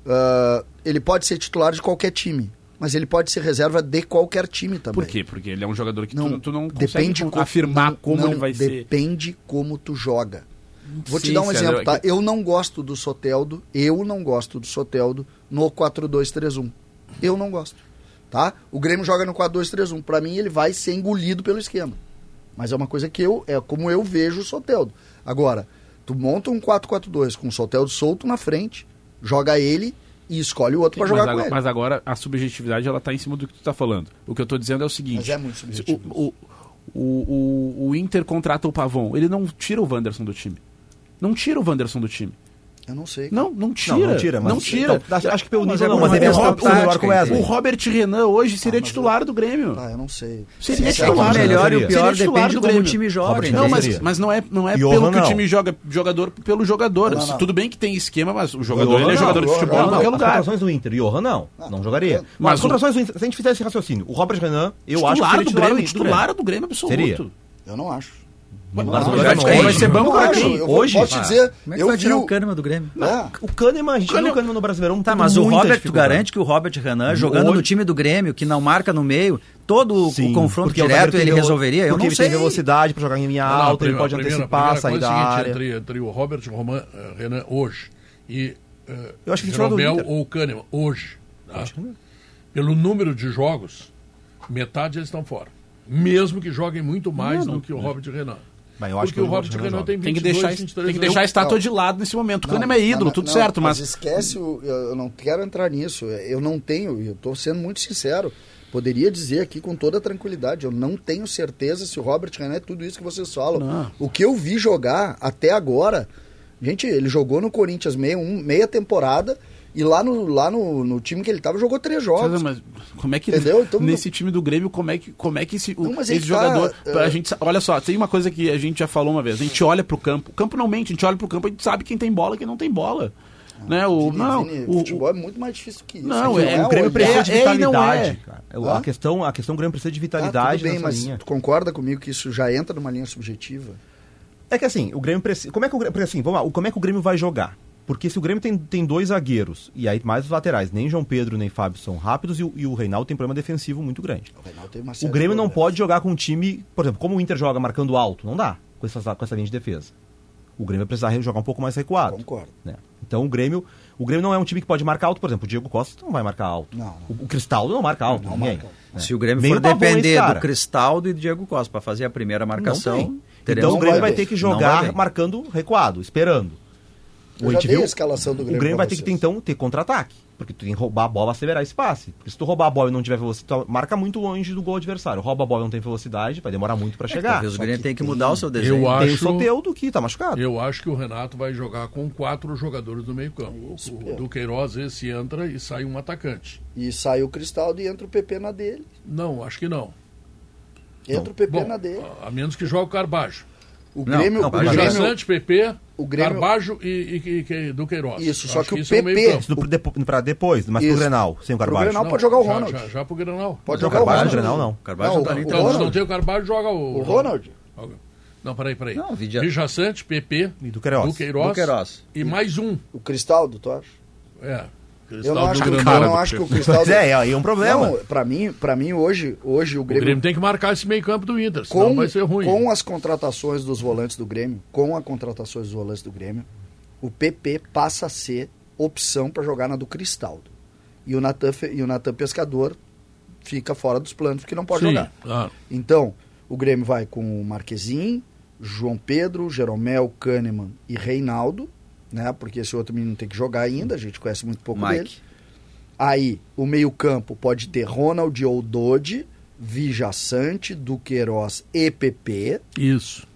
[SPEAKER 4] Ah, ele pode ser titular de qualquer time, mas ele pode ser reserva de qualquer time também.
[SPEAKER 6] Por quê? Porque ele é um jogador que
[SPEAKER 4] Não,
[SPEAKER 6] tu, tu não consegue
[SPEAKER 4] depende
[SPEAKER 6] con-
[SPEAKER 4] co-
[SPEAKER 6] afirmar
[SPEAKER 4] não-
[SPEAKER 6] como
[SPEAKER 4] não,
[SPEAKER 6] ele vai ser.
[SPEAKER 4] Depende como tu joga. Vou te
[SPEAKER 6] Sim,
[SPEAKER 4] dar um
[SPEAKER 6] César,
[SPEAKER 4] exemplo,
[SPEAKER 6] é
[SPEAKER 4] tá?
[SPEAKER 6] que-
[SPEAKER 4] Eu não gosto do Soteldo, eu não gosto do Soteldo no 4-2-3-1. Eu não gosto, tá? O Grêmio joga no 4-2-3-1. Pra mim, ele vai ser engolido pelo esquema. Mas é uma coisa que eu, é como eu vejo o Soteldo. Agora, tu monta um 4-4-2 com o Soteldo solto na frente, joga ele e escolhe o outro pra
[SPEAKER 6] é, Mas
[SPEAKER 4] jogar com
[SPEAKER 6] agora,
[SPEAKER 4] ele.
[SPEAKER 6] mas agora a subjetividade ela tá em cima do que tu tá falando. O que eu tô dizendo é o seguinte.
[SPEAKER 4] Mas é muito subjetivo
[SPEAKER 6] O, o, o, o- o Inter contrata o Pavon. Ele não tira o Wanderson do time. Não tira o Wanderson do time.
[SPEAKER 4] Eu não sei.
[SPEAKER 6] Não, não tira.
[SPEAKER 5] Não, não tira, mas-
[SPEAKER 6] Não tira.
[SPEAKER 5] então, acho- acho que pelo nível
[SPEAKER 6] é
[SPEAKER 5] não,
[SPEAKER 6] como
[SPEAKER 5] mas
[SPEAKER 6] o
[SPEAKER 5] ele é
[SPEAKER 6] Rob-
[SPEAKER 5] um melhor com o
[SPEAKER 6] o
[SPEAKER 5] Wesley.
[SPEAKER 6] Robert Renan hoje seria titular do Grêmio.
[SPEAKER 4] Ah, eu não sei.
[SPEAKER 6] Seria
[SPEAKER 4] Sinceramente,
[SPEAKER 6] titular.
[SPEAKER 3] o melhor e o
[SPEAKER 5] Seria
[SPEAKER 6] titular
[SPEAKER 3] pior depende
[SPEAKER 6] do
[SPEAKER 3] de como o
[SPEAKER 6] Grêmio.
[SPEAKER 3] time joga.
[SPEAKER 5] Robert
[SPEAKER 6] Não,
[SPEAKER 5] Renan
[SPEAKER 3] entendeu?
[SPEAKER 6] mas,
[SPEAKER 5] seria.
[SPEAKER 6] mas não é, não é
[SPEAKER 5] E
[SPEAKER 6] pelo
[SPEAKER 5] Johan
[SPEAKER 6] que o
[SPEAKER 5] não.
[SPEAKER 6] time joga, jogador pelo jogador.
[SPEAKER 4] Não, não.
[SPEAKER 6] Tudo bem que tem esquema, mas o jogador
[SPEAKER 5] Johan
[SPEAKER 6] ele é
[SPEAKER 5] não,
[SPEAKER 6] jogador de
[SPEAKER 5] Johan
[SPEAKER 6] futebol em
[SPEAKER 5] não.
[SPEAKER 6] qualquer
[SPEAKER 5] As
[SPEAKER 6] lugar.
[SPEAKER 5] contratações do Inter. E o Johan, não. Não
[SPEAKER 4] É.
[SPEAKER 5] jogaria.
[SPEAKER 6] Mas
[SPEAKER 5] Mas
[SPEAKER 6] o-
[SPEAKER 5] as contratações do Inter, se a gente fizer esse raciocínio, o Robert Renan, eu acho que
[SPEAKER 6] titular
[SPEAKER 5] seria né?
[SPEAKER 6] do Grêmio, titular do Grêmio absoluto.
[SPEAKER 5] Seria.
[SPEAKER 4] Eu não acho.
[SPEAKER 5] Não,
[SPEAKER 6] Mas
[SPEAKER 5] não,
[SPEAKER 6] ele vai
[SPEAKER 5] não,
[SPEAKER 6] ficar- ele vai
[SPEAKER 5] hoje.
[SPEAKER 6] ser banco
[SPEAKER 4] Não
[SPEAKER 6] pra
[SPEAKER 4] acho,
[SPEAKER 6] quem?
[SPEAKER 4] eu vou-
[SPEAKER 5] Hoje?
[SPEAKER 4] Posso te
[SPEAKER 5] Ah,
[SPEAKER 4] dizer,
[SPEAKER 3] Como é que
[SPEAKER 4] eu
[SPEAKER 3] vai
[SPEAKER 4] vi
[SPEAKER 3] tirar o
[SPEAKER 4] o...
[SPEAKER 3] Kahneman do Grêmio?
[SPEAKER 4] É.
[SPEAKER 5] O Kahneman, a gente viu
[SPEAKER 6] Kahneman-
[SPEAKER 5] o Kahneman no Brasileirão.
[SPEAKER 3] Tá,
[SPEAKER 5] com
[SPEAKER 3] mas o
[SPEAKER 5] muita
[SPEAKER 3] Robert, tu
[SPEAKER 5] dificuldade.
[SPEAKER 3] garante que o Robert Renan, jogando
[SPEAKER 5] Hoje-
[SPEAKER 3] no time do Grêmio, que não marca no meio, todo o-
[SPEAKER 5] Sim,
[SPEAKER 3] o confronto
[SPEAKER 5] porque é o
[SPEAKER 3] direto
[SPEAKER 5] Zagueiro tem
[SPEAKER 3] ele
[SPEAKER 5] velo-
[SPEAKER 3] resolveria? Eu
[SPEAKER 5] Porque
[SPEAKER 3] não
[SPEAKER 5] ele
[SPEAKER 3] sei.
[SPEAKER 5] tem velocidade pra jogar em linha
[SPEAKER 2] Não, não, a
[SPEAKER 5] alta, ele
[SPEAKER 2] primeira-
[SPEAKER 5] pode
[SPEAKER 2] a primeira-
[SPEAKER 5] antecipar,
[SPEAKER 2] a
[SPEAKER 5] sair
[SPEAKER 2] primeira
[SPEAKER 5] da
[SPEAKER 2] coisa é a seguinte,
[SPEAKER 5] área.
[SPEAKER 2] Entre, entre o Robert Roman, eh, Renan hoje e eh,
[SPEAKER 5] Eu acho que ele tirou do
[SPEAKER 2] Jeromel
[SPEAKER 5] Inter.
[SPEAKER 2] ou Kahneman hoje, tá? pelo número de jogos, metade eles estão fora. Mesmo que joguem muito mais do que o Robert Renan.
[SPEAKER 5] Mas eu acho
[SPEAKER 2] Porque
[SPEAKER 5] que
[SPEAKER 2] o
[SPEAKER 5] o
[SPEAKER 2] Robert
[SPEAKER 5] Renan
[SPEAKER 2] Renan
[SPEAKER 5] joga.
[SPEAKER 2] tem 22,
[SPEAKER 6] Tem que deixar, tem
[SPEAKER 2] 23
[SPEAKER 6] que deixar a
[SPEAKER 2] anos.
[SPEAKER 6] estátua de lado nesse momento. O Kahneman é ídolo,
[SPEAKER 4] Não,
[SPEAKER 6] tudo
[SPEAKER 4] não,
[SPEAKER 6] certo, mas,
[SPEAKER 4] esquece, o- eu eu não quero entrar nisso. Eu não tenho, eu estou sendo muito sincero. Poderia dizer aqui com toda tranquilidade, eu não tenho certeza se o Robert Renan é tudo isso que vocês falam.
[SPEAKER 6] Não.
[SPEAKER 4] O que eu vi jogar até agora, gente, ele jogou no Corinthians meia, um- meia temporada e lá no, lá no, no time que ele estava jogou três jogos.
[SPEAKER 6] César, mas como é que
[SPEAKER 4] Entendeu? Então,
[SPEAKER 6] nesse time do Grêmio, como é que, como é que esse, o-
[SPEAKER 4] Não, mas
[SPEAKER 6] esse
[SPEAKER 4] ele tá,
[SPEAKER 6] jogador.
[SPEAKER 4] eh,
[SPEAKER 6] A gente, sa- olha só, tem uma coisa que a gente já falou uma vez. A gente olha pro campo. O campo não mente, a gente olha pro campo, a gente sabe quem tem bola e quem não tem bola. né? o,
[SPEAKER 4] Vini,
[SPEAKER 6] não,
[SPEAKER 4] Vini,
[SPEAKER 6] o,
[SPEAKER 4] futebol é muito mais difícil que isso.
[SPEAKER 6] Não,
[SPEAKER 4] Isso
[SPEAKER 6] é- o
[SPEAKER 5] O Grêmio
[SPEAKER 4] olhar.
[SPEAKER 5] precisa de
[SPEAKER 6] é e não
[SPEAKER 5] vitalidade,
[SPEAKER 6] é.
[SPEAKER 5] cara. Tá. Eu- A
[SPEAKER 4] Hã?
[SPEAKER 5] questão, a questão do Grêmio precisa de
[SPEAKER 4] Tá, tudo
[SPEAKER 5] vitalidade
[SPEAKER 4] bem,
[SPEAKER 5] nessa
[SPEAKER 4] mas
[SPEAKER 5] linha.
[SPEAKER 4] tu concorda comigo que isso já entra numa linha subjetiva?
[SPEAKER 5] É que assim, o Grêmio precisa. Como é que o Grêmio. porque, Assim, vamos lá, o- como é que o Grêmio vai jogar? Porque se o Grêmio tem, tem dois zagueiros, e aí mais os laterais, nem João Pedro nem Fábio são rápidos, e o, e o Reinaldo tem problema defensivo muito grande.
[SPEAKER 4] O Reinaldo tem uma
[SPEAKER 5] O
[SPEAKER 4] série
[SPEAKER 5] Grêmio
[SPEAKER 4] de
[SPEAKER 5] não
[SPEAKER 4] problemas.
[SPEAKER 5] pode jogar com um time, por exemplo, como o Inter joga marcando alto, não dá com essa, com essa linha de defesa. O Grêmio vai precisar re- jogar um pouco mais recuado.
[SPEAKER 4] Concordo.
[SPEAKER 5] né?
[SPEAKER 3] É.
[SPEAKER 5] Então o Grêmio, o Grêmio não é um time que pode marcar alto, por exemplo, o Diego Costa não vai marcar alto.
[SPEAKER 4] Não, não.
[SPEAKER 5] O, o Cristaldo não marca alto, ninguém. né?
[SPEAKER 3] Se o Grêmio
[SPEAKER 5] Nem
[SPEAKER 3] for
[SPEAKER 5] o Pavon é esse
[SPEAKER 3] depender
[SPEAKER 5] cara.
[SPEAKER 3] do Cristaldo e do Diego Costa para fazer a primeira
[SPEAKER 5] Não
[SPEAKER 3] marcação,
[SPEAKER 5] tem.
[SPEAKER 3] teremos
[SPEAKER 5] Então o
[SPEAKER 3] um
[SPEAKER 5] Grêmio
[SPEAKER 4] vai
[SPEAKER 5] vai ter
[SPEAKER 4] bem.
[SPEAKER 5] que
[SPEAKER 3] Não vai
[SPEAKER 5] jogar
[SPEAKER 3] bem.
[SPEAKER 5] marcando recuado, esperando.
[SPEAKER 4] Eu
[SPEAKER 5] a
[SPEAKER 4] já
[SPEAKER 5] gente
[SPEAKER 4] dei
[SPEAKER 5] viu,
[SPEAKER 4] a escalação do Grêmio
[SPEAKER 5] O Grêmio
[SPEAKER 4] pra
[SPEAKER 5] vai ter que,
[SPEAKER 4] vocês.
[SPEAKER 5] então, ter contra-ataque. Porque tu tem que roubar a bola, acelerar esse passe. Porque se tu roubar a bola e não tiver velocidade, tu marca muito longe do gol adversário. Rouba a bola e não tem velocidade, vai demorar muito pra
[SPEAKER 4] É
[SPEAKER 5] chegar.
[SPEAKER 3] É, Talvez o Grêmio tenha que mudar o seu desenho.
[SPEAKER 2] Eu
[SPEAKER 5] Tem o
[SPEAKER 2] acho,
[SPEAKER 5] Soteudo que tá machucado.
[SPEAKER 2] eu acho que o Renato vai jogar com quatro jogadores do meio campo. O do Queiroz, esse entra e sai um atacante.
[SPEAKER 4] E sai o Cristaldo e entra o PP na dele.
[SPEAKER 2] Não, acho que não.
[SPEAKER 4] Entra o PP
[SPEAKER 2] Bom,
[SPEAKER 4] na dele.
[SPEAKER 2] a- a menos que jogue o Carbajo.
[SPEAKER 4] O
[SPEAKER 3] não,
[SPEAKER 4] Grêmio,
[SPEAKER 3] não,
[SPEAKER 4] o
[SPEAKER 3] mas
[SPEAKER 4] Grêmio-
[SPEAKER 2] Jassante, PP,
[SPEAKER 4] o Grêmio-
[SPEAKER 2] Carbajo e, e, e- e do Queiroz.
[SPEAKER 4] Isso,
[SPEAKER 2] Acho
[SPEAKER 4] só que o
[SPEAKER 2] isso é meio
[SPEAKER 4] PP
[SPEAKER 2] campo.
[SPEAKER 5] Isso do- depo- pra depois, mas
[SPEAKER 4] Isso.
[SPEAKER 5] pro Grenal, sem o
[SPEAKER 4] Pro
[SPEAKER 5] Carvalho.
[SPEAKER 4] Grenal- Não, pode jogar o
[SPEAKER 2] já-
[SPEAKER 4] Ronald.
[SPEAKER 2] Já, já pro Grenal.
[SPEAKER 4] pode
[SPEAKER 5] Não,
[SPEAKER 4] jogar o
[SPEAKER 5] Carvalho,
[SPEAKER 4] Ronald.
[SPEAKER 5] Grenal não.
[SPEAKER 3] Carvalho
[SPEAKER 4] não,
[SPEAKER 3] não tá nem
[SPEAKER 4] o
[SPEAKER 2] Então, se não
[SPEAKER 4] Ronald,
[SPEAKER 2] tem o Carbajo, joga o...
[SPEAKER 4] o Ronald.
[SPEAKER 2] Alguém. Não, peraí, peraí.
[SPEAKER 3] Não, Vidia-
[SPEAKER 2] Vijaçante, PP,
[SPEAKER 5] E do Queiroz.
[SPEAKER 2] do Queiroz,
[SPEAKER 3] Do Queiroz.
[SPEAKER 2] e mais um.
[SPEAKER 4] O Cristaldo, tu acha?
[SPEAKER 2] É.
[SPEAKER 4] Eu não, acho que,
[SPEAKER 2] Grêmio.
[SPEAKER 4] eu
[SPEAKER 2] Cara,
[SPEAKER 4] não acho que o Cristaldo...
[SPEAKER 5] Mas é, aí é um problema.
[SPEAKER 4] Não, pra mim, pra mim hoje, hoje o
[SPEAKER 2] O
[SPEAKER 4] Grêmio,
[SPEAKER 2] Grêmio tem que marcar esse meio campo do Inter, senão
[SPEAKER 4] com,
[SPEAKER 2] vai ser ruim.
[SPEAKER 4] com as contratações dos volantes do Grêmio, com as contratações dos volantes do Grêmio, o PP passa a ser opção pra jogar na do Cristaldo. E o Natan, Fe- e o Natan Pescador fica fora dos planos, porque não pode
[SPEAKER 2] Sim,
[SPEAKER 4] jogar.
[SPEAKER 2] claro.
[SPEAKER 4] Então, o Grêmio vai com o Marquezin, João Pedro, Jeromel, Kahneman e Reinaldo, né? Porque esse outro menino tem que jogar ainda, a gente conhece muito pouco dele.
[SPEAKER 3] Mike.
[SPEAKER 4] Aí, o meio-campo pode ter Ronald ou Dodi, Vijaçante, Duqueiroz e PP.
[SPEAKER 2] Isso.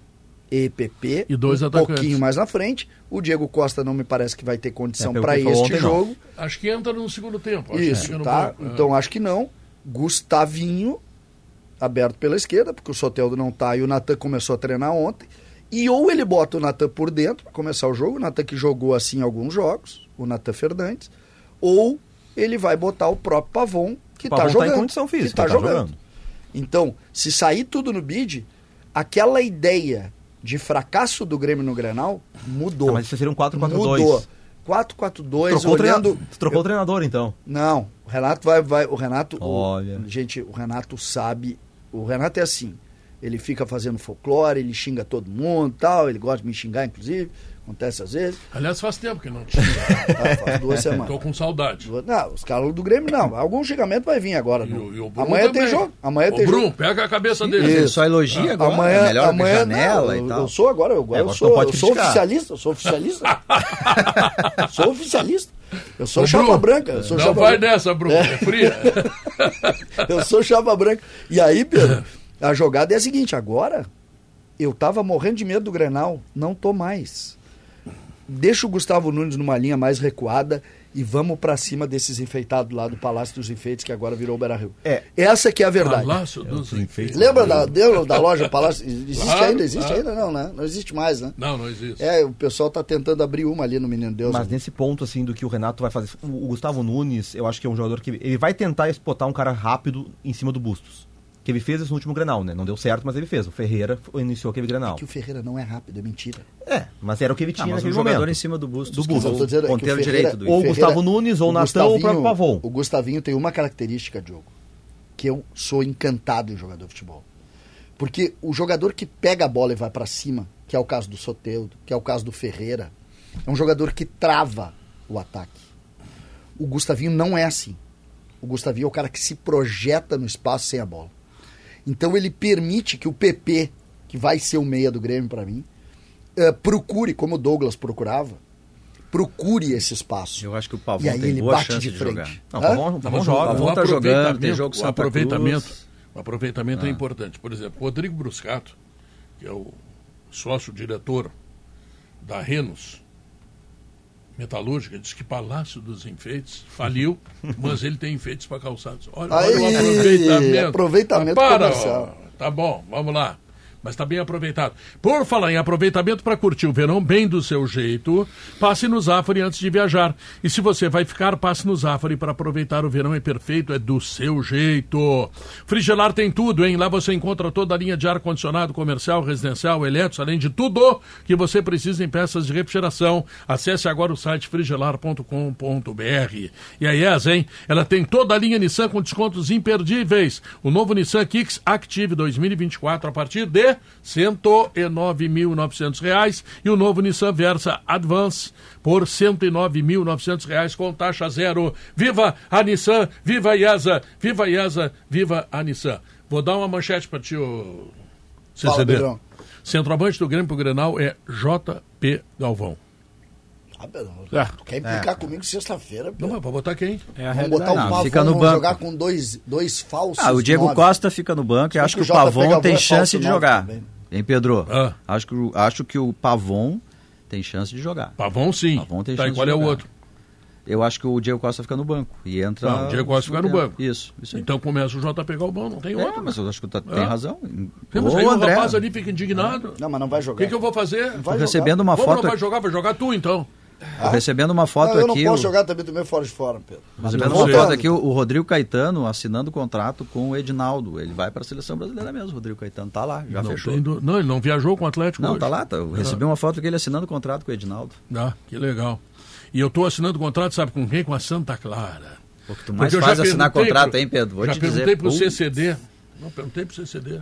[SPEAKER 4] EPP,
[SPEAKER 2] E dois
[SPEAKER 4] um
[SPEAKER 2] atacantes.
[SPEAKER 4] pouquinho mais na frente. O Diego Costa não me parece que vai ter
[SPEAKER 5] É,
[SPEAKER 4] condição
[SPEAKER 5] pelo
[SPEAKER 4] para
[SPEAKER 5] que falou
[SPEAKER 4] este
[SPEAKER 5] ontem, não.
[SPEAKER 4] jogo.
[SPEAKER 2] Acho que entra no segundo tempo. acho que
[SPEAKER 4] Isso,
[SPEAKER 2] fica no
[SPEAKER 4] tá?
[SPEAKER 2] banco, é.
[SPEAKER 4] Então acho que não. Gustavinho, aberto pela esquerda, porque o Soteldo não tá e o Natan começou a treinar ontem. E ou ele bota o Natan por dentro para começar o jogo, o Natan que jogou assim alguns jogos, o Natan Fernandes, ou ele vai botar o próprio Pavon, que
[SPEAKER 5] O Pavon
[SPEAKER 4] tá
[SPEAKER 5] tá
[SPEAKER 4] jogando.
[SPEAKER 5] em condição física,
[SPEAKER 4] que tá,
[SPEAKER 5] tá
[SPEAKER 4] jogando.
[SPEAKER 5] jogando.
[SPEAKER 4] Então, se sair tudo no bid, aquela ideia de fracasso do Grêmio no Grenal mudou.
[SPEAKER 5] Ah, mas isso seria um 4-4-2.
[SPEAKER 4] Mudou. 4-4-2,
[SPEAKER 5] Trocou, o treina-
[SPEAKER 4] olhando...
[SPEAKER 5] tu trocou o treinador, então.
[SPEAKER 4] Não, o Renato vai, vai o Renato, o-
[SPEAKER 5] Olha.
[SPEAKER 4] gente, o Renato sabe, o Renato é assim, ele fica fazendo folclore, ele xinga todo mundo, tal, ele gosta de me xingar inclusive, acontece às vezes,
[SPEAKER 2] Aliás, faz tempo que não te
[SPEAKER 4] tá, faz duas
[SPEAKER 2] Tô
[SPEAKER 4] semanas.
[SPEAKER 2] com saudade.
[SPEAKER 4] Duas- Não, os caras do Grêmio não, algum xingamento vai vir agora.
[SPEAKER 2] E
[SPEAKER 4] não.
[SPEAKER 2] o- e o Bruno
[SPEAKER 4] amanhã tem
[SPEAKER 2] também.
[SPEAKER 4] jogo, amanhã
[SPEAKER 2] Ô,
[SPEAKER 4] tem
[SPEAKER 2] Bruno,
[SPEAKER 4] jogo. Ah,
[SPEAKER 2] pega a cabeça
[SPEAKER 3] Mas
[SPEAKER 2] dele.
[SPEAKER 3] Ele só elogia agora.
[SPEAKER 4] amanhã,
[SPEAKER 3] é melhor
[SPEAKER 4] amanhã
[SPEAKER 3] que janela
[SPEAKER 4] não,
[SPEAKER 3] e
[SPEAKER 4] eu-
[SPEAKER 3] tal.
[SPEAKER 4] Eu sou agora,
[SPEAKER 5] É,
[SPEAKER 4] eu, eu
[SPEAKER 5] agora
[SPEAKER 4] sou,
[SPEAKER 5] não pode
[SPEAKER 4] eu sou
[SPEAKER 5] criticar.
[SPEAKER 4] oficialista, eu sou oficialista. sou oficialista. Eu sou
[SPEAKER 2] Ô,
[SPEAKER 4] chapa
[SPEAKER 2] Bruno,
[SPEAKER 4] branca. Eu sou
[SPEAKER 2] não
[SPEAKER 4] chapa
[SPEAKER 2] vai
[SPEAKER 4] branca.
[SPEAKER 2] nessa, Bruno. É, fria.
[SPEAKER 4] Eu sou chapa branca. E aí, Pedro, a jogada é a seguinte: agora eu tava morrendo de medo do Grenal, não tô mais. Deixa o Gustavo Nunes numa linha mais recuada e vamos pra cima desses enfeitados lá do Palácio dos Enfeites, que agora virou o Beira Rio.
[SPEAKER 5] É.
[SPEAKER 4] Essa que é a verdade.
[SPEAKER 2] Palácio dos Enfeites.
[SPEAKER 4] Lembra da, lembra da loja Palácio? Existe
[SPEAKER 2] Claro,
[SPEAKER 4] ainda? Existe
[SPEAKER 2] claro.
[SPEAKER 4] ainda? Não, né? Não existe mais, né?
[SPEAKER 2] Não, não existe.
[SPEAKER 4] É, o pessoal tá tentando abrir uma ali no Menino Deus. né?
[SPEAKER 5] Mas nesse ponto, assim, do que o Renato vai fazer. O o Gustavo Nunes, eu acho que é um jogador que. Ele vai tentar espotar um cara rápido em cima do Bustos. Que ele fez isso no último Grenal, né? Não deu certo, mas ele fez. O Ferreira f- iniciou aquele Grenal.
[SPEAKER 4] Que o Ferreira não é rápido, é mentira.
[SPEAKER 5] É, mas era o que ele tinha
[SPEAKER 3] Ah, mas um
[SPEAKER 5] naquele
[SPEAKER 3] jogador
[SPEAKER 5] momento.
[SPEAKER 3] em cima do busto.
[SPEAKER 5] Do
[SPEAKER 3] que
[SPEAKER 5] Bustos.
[SPEAKER 3] é
[SPEAKER 4] Mas eu tô dizendo é que o
[SPEAKER 3] ponteiro
[SPEAKER 4] Ferreira-
[SPEAKER 3] direito do
[SPEAKER 5] Ou o Gustavo Nunes, ou o Natan, ou o próprio Pavon.
[SPEAKER 4] O Gustavinho tem uma característica, Diogo, que eu sou encantado em jogador de futebol. Porque o jogador que pega a bola e vai pra cima, que é o caso do Soteudo, que é o caso do Ferreira, é um jogador que trava o ataque. O Gustavinho não é assim. O Gustavinho é o cara que se projeta no espaço sem a bola. Então ele permite que o PP, que vai ser o meia do Grêmio pra mim, eh, procure, como o Douglas procurava, procure esse espaço.
[SPEAKER 3] Eu acho que o
[SPEAKER 4] E
[SPEAKER 3] Pavon
[SPEAKER 4] aí
[SPEAKER 3] tem
[SPEAKER 4] ele
[SPEAKER 3] boa
[SPEAKER 4] bate
[SPEAKER 3] chance
[SPEAKER 4] de
[SPEAKER 3] de,
[SPEAKER 4] frente.
[SPEAKER 3] jogar.
[SPEAKER 5] Não,
[SPEAKER 4] Hã?
[SPEAKER 5] o Pavon, o Pavon
[SPEAKER 2] mas
[SPEAKER 5] joga.
[SPEAKER 3] Pavon tá
[SPEAKER 2] aproveitamento-
[SPEAKER 3] jogando, tem jogo
[SPEAKER 2] o
[SPEAKER 3] Santa
[SPEAKER 2] aproveitamento,
[SPEAKER 3] Cruz. Ah.
[SPEAKER 2] O aproveitamento é importante. Por exemplo, Rodrigo Bruscato, que é o sócio-diretor da Renos Metalúrgica, diz que Palácio dos Enfeites faliu, mas ele tem enfeites para calçados. Olha, olha o
[SPEAKER 4] Aí,
[SPEAKER 2] aproveitamento.
[SPEAKER 4] aproveitamento
[SPEAKER 2] Ah, para,
[SPEAKER 4] comercial.
[SPEAKER 2] ó. Tá bom, vamos lá. Mas tá bem aproveitado. Por falar em aproveitamento para curtir o verão bem do seu jeito, passe no Zafari antes de viajar. E se você vai ficar, passe no Zafari para aproveitar o verão é perfeito, é do seu jeito. Frigelar tem tudo, hein? Lá você encontra toda a linha de ar-condicionado comercial, residencial, elétrico, além de tudo que você precisa em peças de refrigeração. Acesse agora o site frigelar.com.br. E a IES, hein? Ela tem toda a linha Nissan com descontos imperdíveis. O novo Nissan Kicks Active 2024 a partir de R$ 109.900 reais, e o novo Nissan Versa Advance por R$ 109.900 reais, com taxa zero. Viva a Nissan, viva a IESA, viva a IESA, viva a Nissan. Vou dar uma manchete para ti, ô...
[SPEAKER 4] Fala,
[SPEAKER 2] CCD.
[SPEAKER 4] Pedrão.
[SPEAKER 2] Centroavante do Grêmio pro Grenal é JP Galvão.
[SPEAKER 7] Ah, Bernardo,
[SPEAKER 6] É.
[SPEAKER 7] tu quer implicar comigo sexta-feira?
[SPEAKER 2] Não,
[SPEAKER 7] Bernardo?
[SPEAKER 2] mas pra botar quem?
[SPEAKER 6] É a
[SPEAKER 7] Vamos botar
[SPEAKER 6] realidade.
[SPEAKER 7] o
[SPEAKER 3] Não,
[SPEAKER 7] Pavon,
[SPEAKER 3] fica no
[SPEAKER 7] vamos
[SPEAKER 3] banco.
[SPEAKER 7] jogar com dois, dois falsos.
[SPEAKER 3] Ah, o Diego
[SPEAKER 7] nove.
[SPEAKER 3] Costa fica no banco e acho
[SPEAKER 7] que
[SPEAKER 3] que o
[SPEAKER 7] o Jota pega
[SPEAKER 3] Pavon
[SPEAKER 7] a
[SPEAKER 3] tem
[SPEAKER 7] bola,
[SPEAKER 3] chance
[SPEAKER 7] falta o
[SPEAKER 3] de
[SPEAKER 7] nove
[SPEAKER 3] jogar.
[SPEAKER 7] também.
[SPEAKER 3] Hein, Pedro?
[SPEAKER 2] Ah.
[SPEAKER 3] Acho, que, o- acho que o Pavon tem chance de jogar.
[SPEAKER 2] Pavon sim.
[SPEAKER 3] Pavon tem
[SPEAKER 2] tá, e
[SPEAKER 3] chance
[SPEAKER 2] qual
[SPEAKER 3] de
[SPEAKER 2] é o
[SPEAKER 3] jogar.
[SPEAKER 2] outro?
[SPEAKER 3] Eu acho que o Diego Costa fica no banco e entra.
[SPEAKER 2] Não, o Diego Costa fica no
[SPEAKER 3] tempo.
[SPEAKER 2] banco.
[SPEAKER 3] Tá, Isso, isso aí.
[SPEAKER 2] Então começa o Jota a pegar o bom, não tem
[SPEAKER 3] é,
[SPEAKER 2] outro.
[SPEAKER 3] mas eu acho que tá,
[SPEAKER 2] É.
[SPEAKER 3] tem razão.
[SPEAKER 2] Temos
[SPEAKER 3] Ô,
[SPEAKER 2] aí o
[SPEAKER 3] André,
[SPEAKER 2] rapaz ali, fica indignado.
[SPEAKER 7] Não, mas não vai
[SPEAKER 2] O
[SPEAKER 7] jogar.
[SPEAKER 2] que, que eu vou
[SPEAKER 7] Vai
[SPEAKER 2] fazer?
[SPEAKER 3] tô
[SPEAKER 7] jogar.
[SPEAKER 3] recebendo uma
[SPEAKER 2] Como
[SPEAKER 3] foto,
[SPEAKER 2] não vai jogar? Vai jogar tu então.
[SPEAKER 3] tô recebendo uma foto
[SPEAKER 7] Não, eu não
[SPEAKER 3] aqui.
[SPEAKER 7] posso
[SPEAKER 3] o-
[SPEAKER 7] jogar também do meu fora de fora, Pedro.
[SPEAKER 3] Recebendo
[SPEAKER 2] Não
[SPEAKER 3] uma
[SPEAKER 2] sei.
[SPEAKER 3] foto aqui, o, o Rodrigo Caetano assinando o contrato com o Edinaldo. Ele vai para a seleção brasileira mesmo, o Rodrigo Caetano. Tá lá, já
[SPEAKER 2] não,
[SPEAKER 3] fechou.
[SPEAKER 2] tem do- não, ele não viajou com o Atlético
[SPEAKER 3] Não,
[SPEAKER 2] hoje.
[SPEAKER 3] tá lá. Tá, eu recebi uma foto que ele assinando o contrato com o Edinaldo.
[SPEAKER 2] Ah, que legal. E eu estou assinando contrato, sabe com quem? Com a Santa Clara.
[SPEAKER 3] O que tu mais
[SPEAKER 2] Porque eu
[SPEAKER 3] faz
[SPEAKER 2] já
[SPEAKER 3] assinar
[SPEAKER 2] perguntei
[SPEAKER 3] contrato,
[SPEAKER 2] pro-
[SPEAKER 3] hein, Pedro? Vou
[SPEAKER 2] já
[SPEAKER 3] te
[SPEAKER 2] perguntei
[SPEAKER 3] dizer.
[SPEAKER 2] pro
[SPEAKER 3] Putz.
[SPEAKER 2] CCD.
[SPEAKER 8] tá?
[SPEAKER 2] Não, perguntei pro CCD.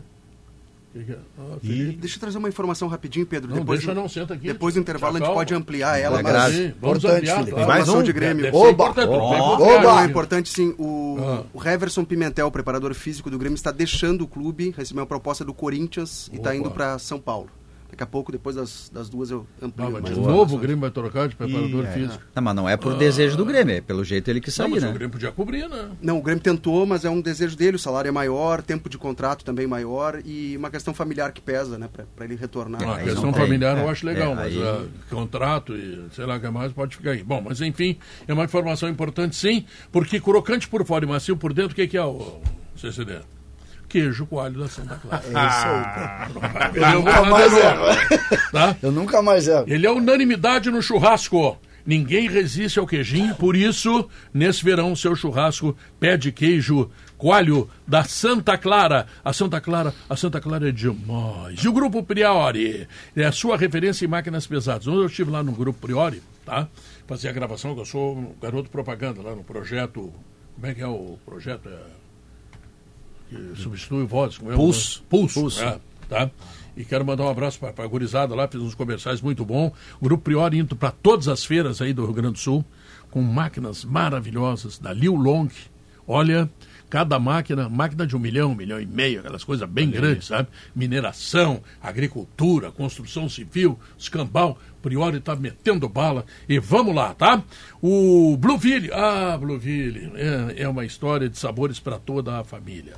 [SPEAKER 2] Que que é? Ah, Felipe.
[SPEAKER 8] Deixa eu trazer uma informação rapidinho, Pedro.
[SPEAKER 2] Não,
[SPEAKER 8] depois
[SPEAKER 2] deixa
[SPEAKER 8] do,
[SPEAKER 2] não, senta aqui.
[SPEAKER 8] Depois do intervalo a gente
[SPEAKER 2] Calma.
[SPEAKER 8] pode ampliar ela,
[SPEAKER 3] É
[SPEAKER 8] mas
[SPEAKER 3] grave.
[SPEAKER 2] Sim, vamos
[SPEAKER 7] Importante,
[SPEAKER 2] ampliar,
[SPEAKER 7] Felipe.
[SPEAKER 2] claro.
[SPEAKER 8] Mais um?
[SPEAKER 2] de Grêmio. Deve ser
[SPEAKER 7] Oba!
[SPEAKER 2] importante,
[SPEAKER 7] Oba!
[SPEAKER 2] vem confiar,
[SPEAKER 8] Não, é
[SPEAKER 2] Felipe.
[SPEAKER 8] importante sim. O,
[SPEAKER 2] Ah.
[SPEAKER 8] o Heverson Pimentel, o preparador físico do Grêmio, está deixando o clube, recebeu uma proposta do Corinthians e está
[SPEAKER 2] Opa.
[SPEAKER 8] indo para São Paulo. Daqui a pouco, depois das, das duas, eu
[SPEAKER 2] Ah,
[SPEAKER 8] amplio
[SPEAKER 2] mas
[SPEAKER 8] mais.
[SPEAKER 2] de novo o Grêmio vai trocar de preparador
[SPEAKER 8] Ih, é.
[SPEAKER 2] físico. Ah.
[SPEAKER 3] Não, mas não é por desejo do Grêmio, é pelo jeito ele que
[SPEAKER 2] Não,
[SPEAKER 3] saiu,
[SPEAKER 2] mas o
[SPEAKER 3] né?
[SPEAKER 2] Grêmio podia cobrir, né?
[SPEAKER 8] Não, o Grêmio tentou, mas é um desejo dele, o salário é maior, tempo de contrato também maior e uma questão familiar que pesa, né, para ele retornar.
[SPEAKER 2] Ah, a
[SPEAKER 3] aí
[SPEAKER 2] questão
[SPEAKER 3] não tem.
[SPEAKER 2] familiar eu
[SPEAKER 3] É,
[SPEAKER 2] acho legal,
[SPEAKER 3] é,
[SPEAKER 2] mas
[SPEAKER 3] aí-
[SPEAKER 2] ah, contrato e sei lá o que mais pode ficar aí. Bom, mas enfim, é uma informação importante sim, porque crocante por fora e macio por dentro, o que, que é o CCD? Queijo coalho da Santa Clara.
[SPEAKER 7] Esse é o-
[SPEAKER 2] Ele é o
[SPEAKER 7] mais
[SPEAKER 2] verdadeiro, tá?
[SPEAKER 7] Eu nunca mais erro.
[SPEAKER 2] Ele é unanimidade no churrasco. Ninguém resiste ao queijinho, por isso, nesse verão, seu churrasco pede queijo coalho da Santa Clara. A Santa Clara, a Santa Clara é demais. E o Grupo Priori, é a sua referência em máquinas pesadas. Ontem eu estive lá no Grupo Priori, tá? Fazia a gravação, que eu sou um garoto propaganda lá no projeto... Como é que é o projeto? É que substitui vozes. Como é o nome?
[SPEAKER 6] Pulso.
[SPEAKER 2] Pulso. é, tá? E quero mandar um abraço para a gurizada lá, fiz uns comerciais muito bom. Grupo Priori indo para todas as feiras aí do Rio Grande do Sul, com máquinas maravilhosas da Liu Long. Olha, cada máquina, máquina de um milhão, um milhão e meio, aquelas coisas bem grandes, sabe? Mineração, agricultura, construção civil, escambau. Priori tá metendo bala e vamos lá, tá? O Blueville, ah, Blueville, é, é uma história de sabores para toda a família.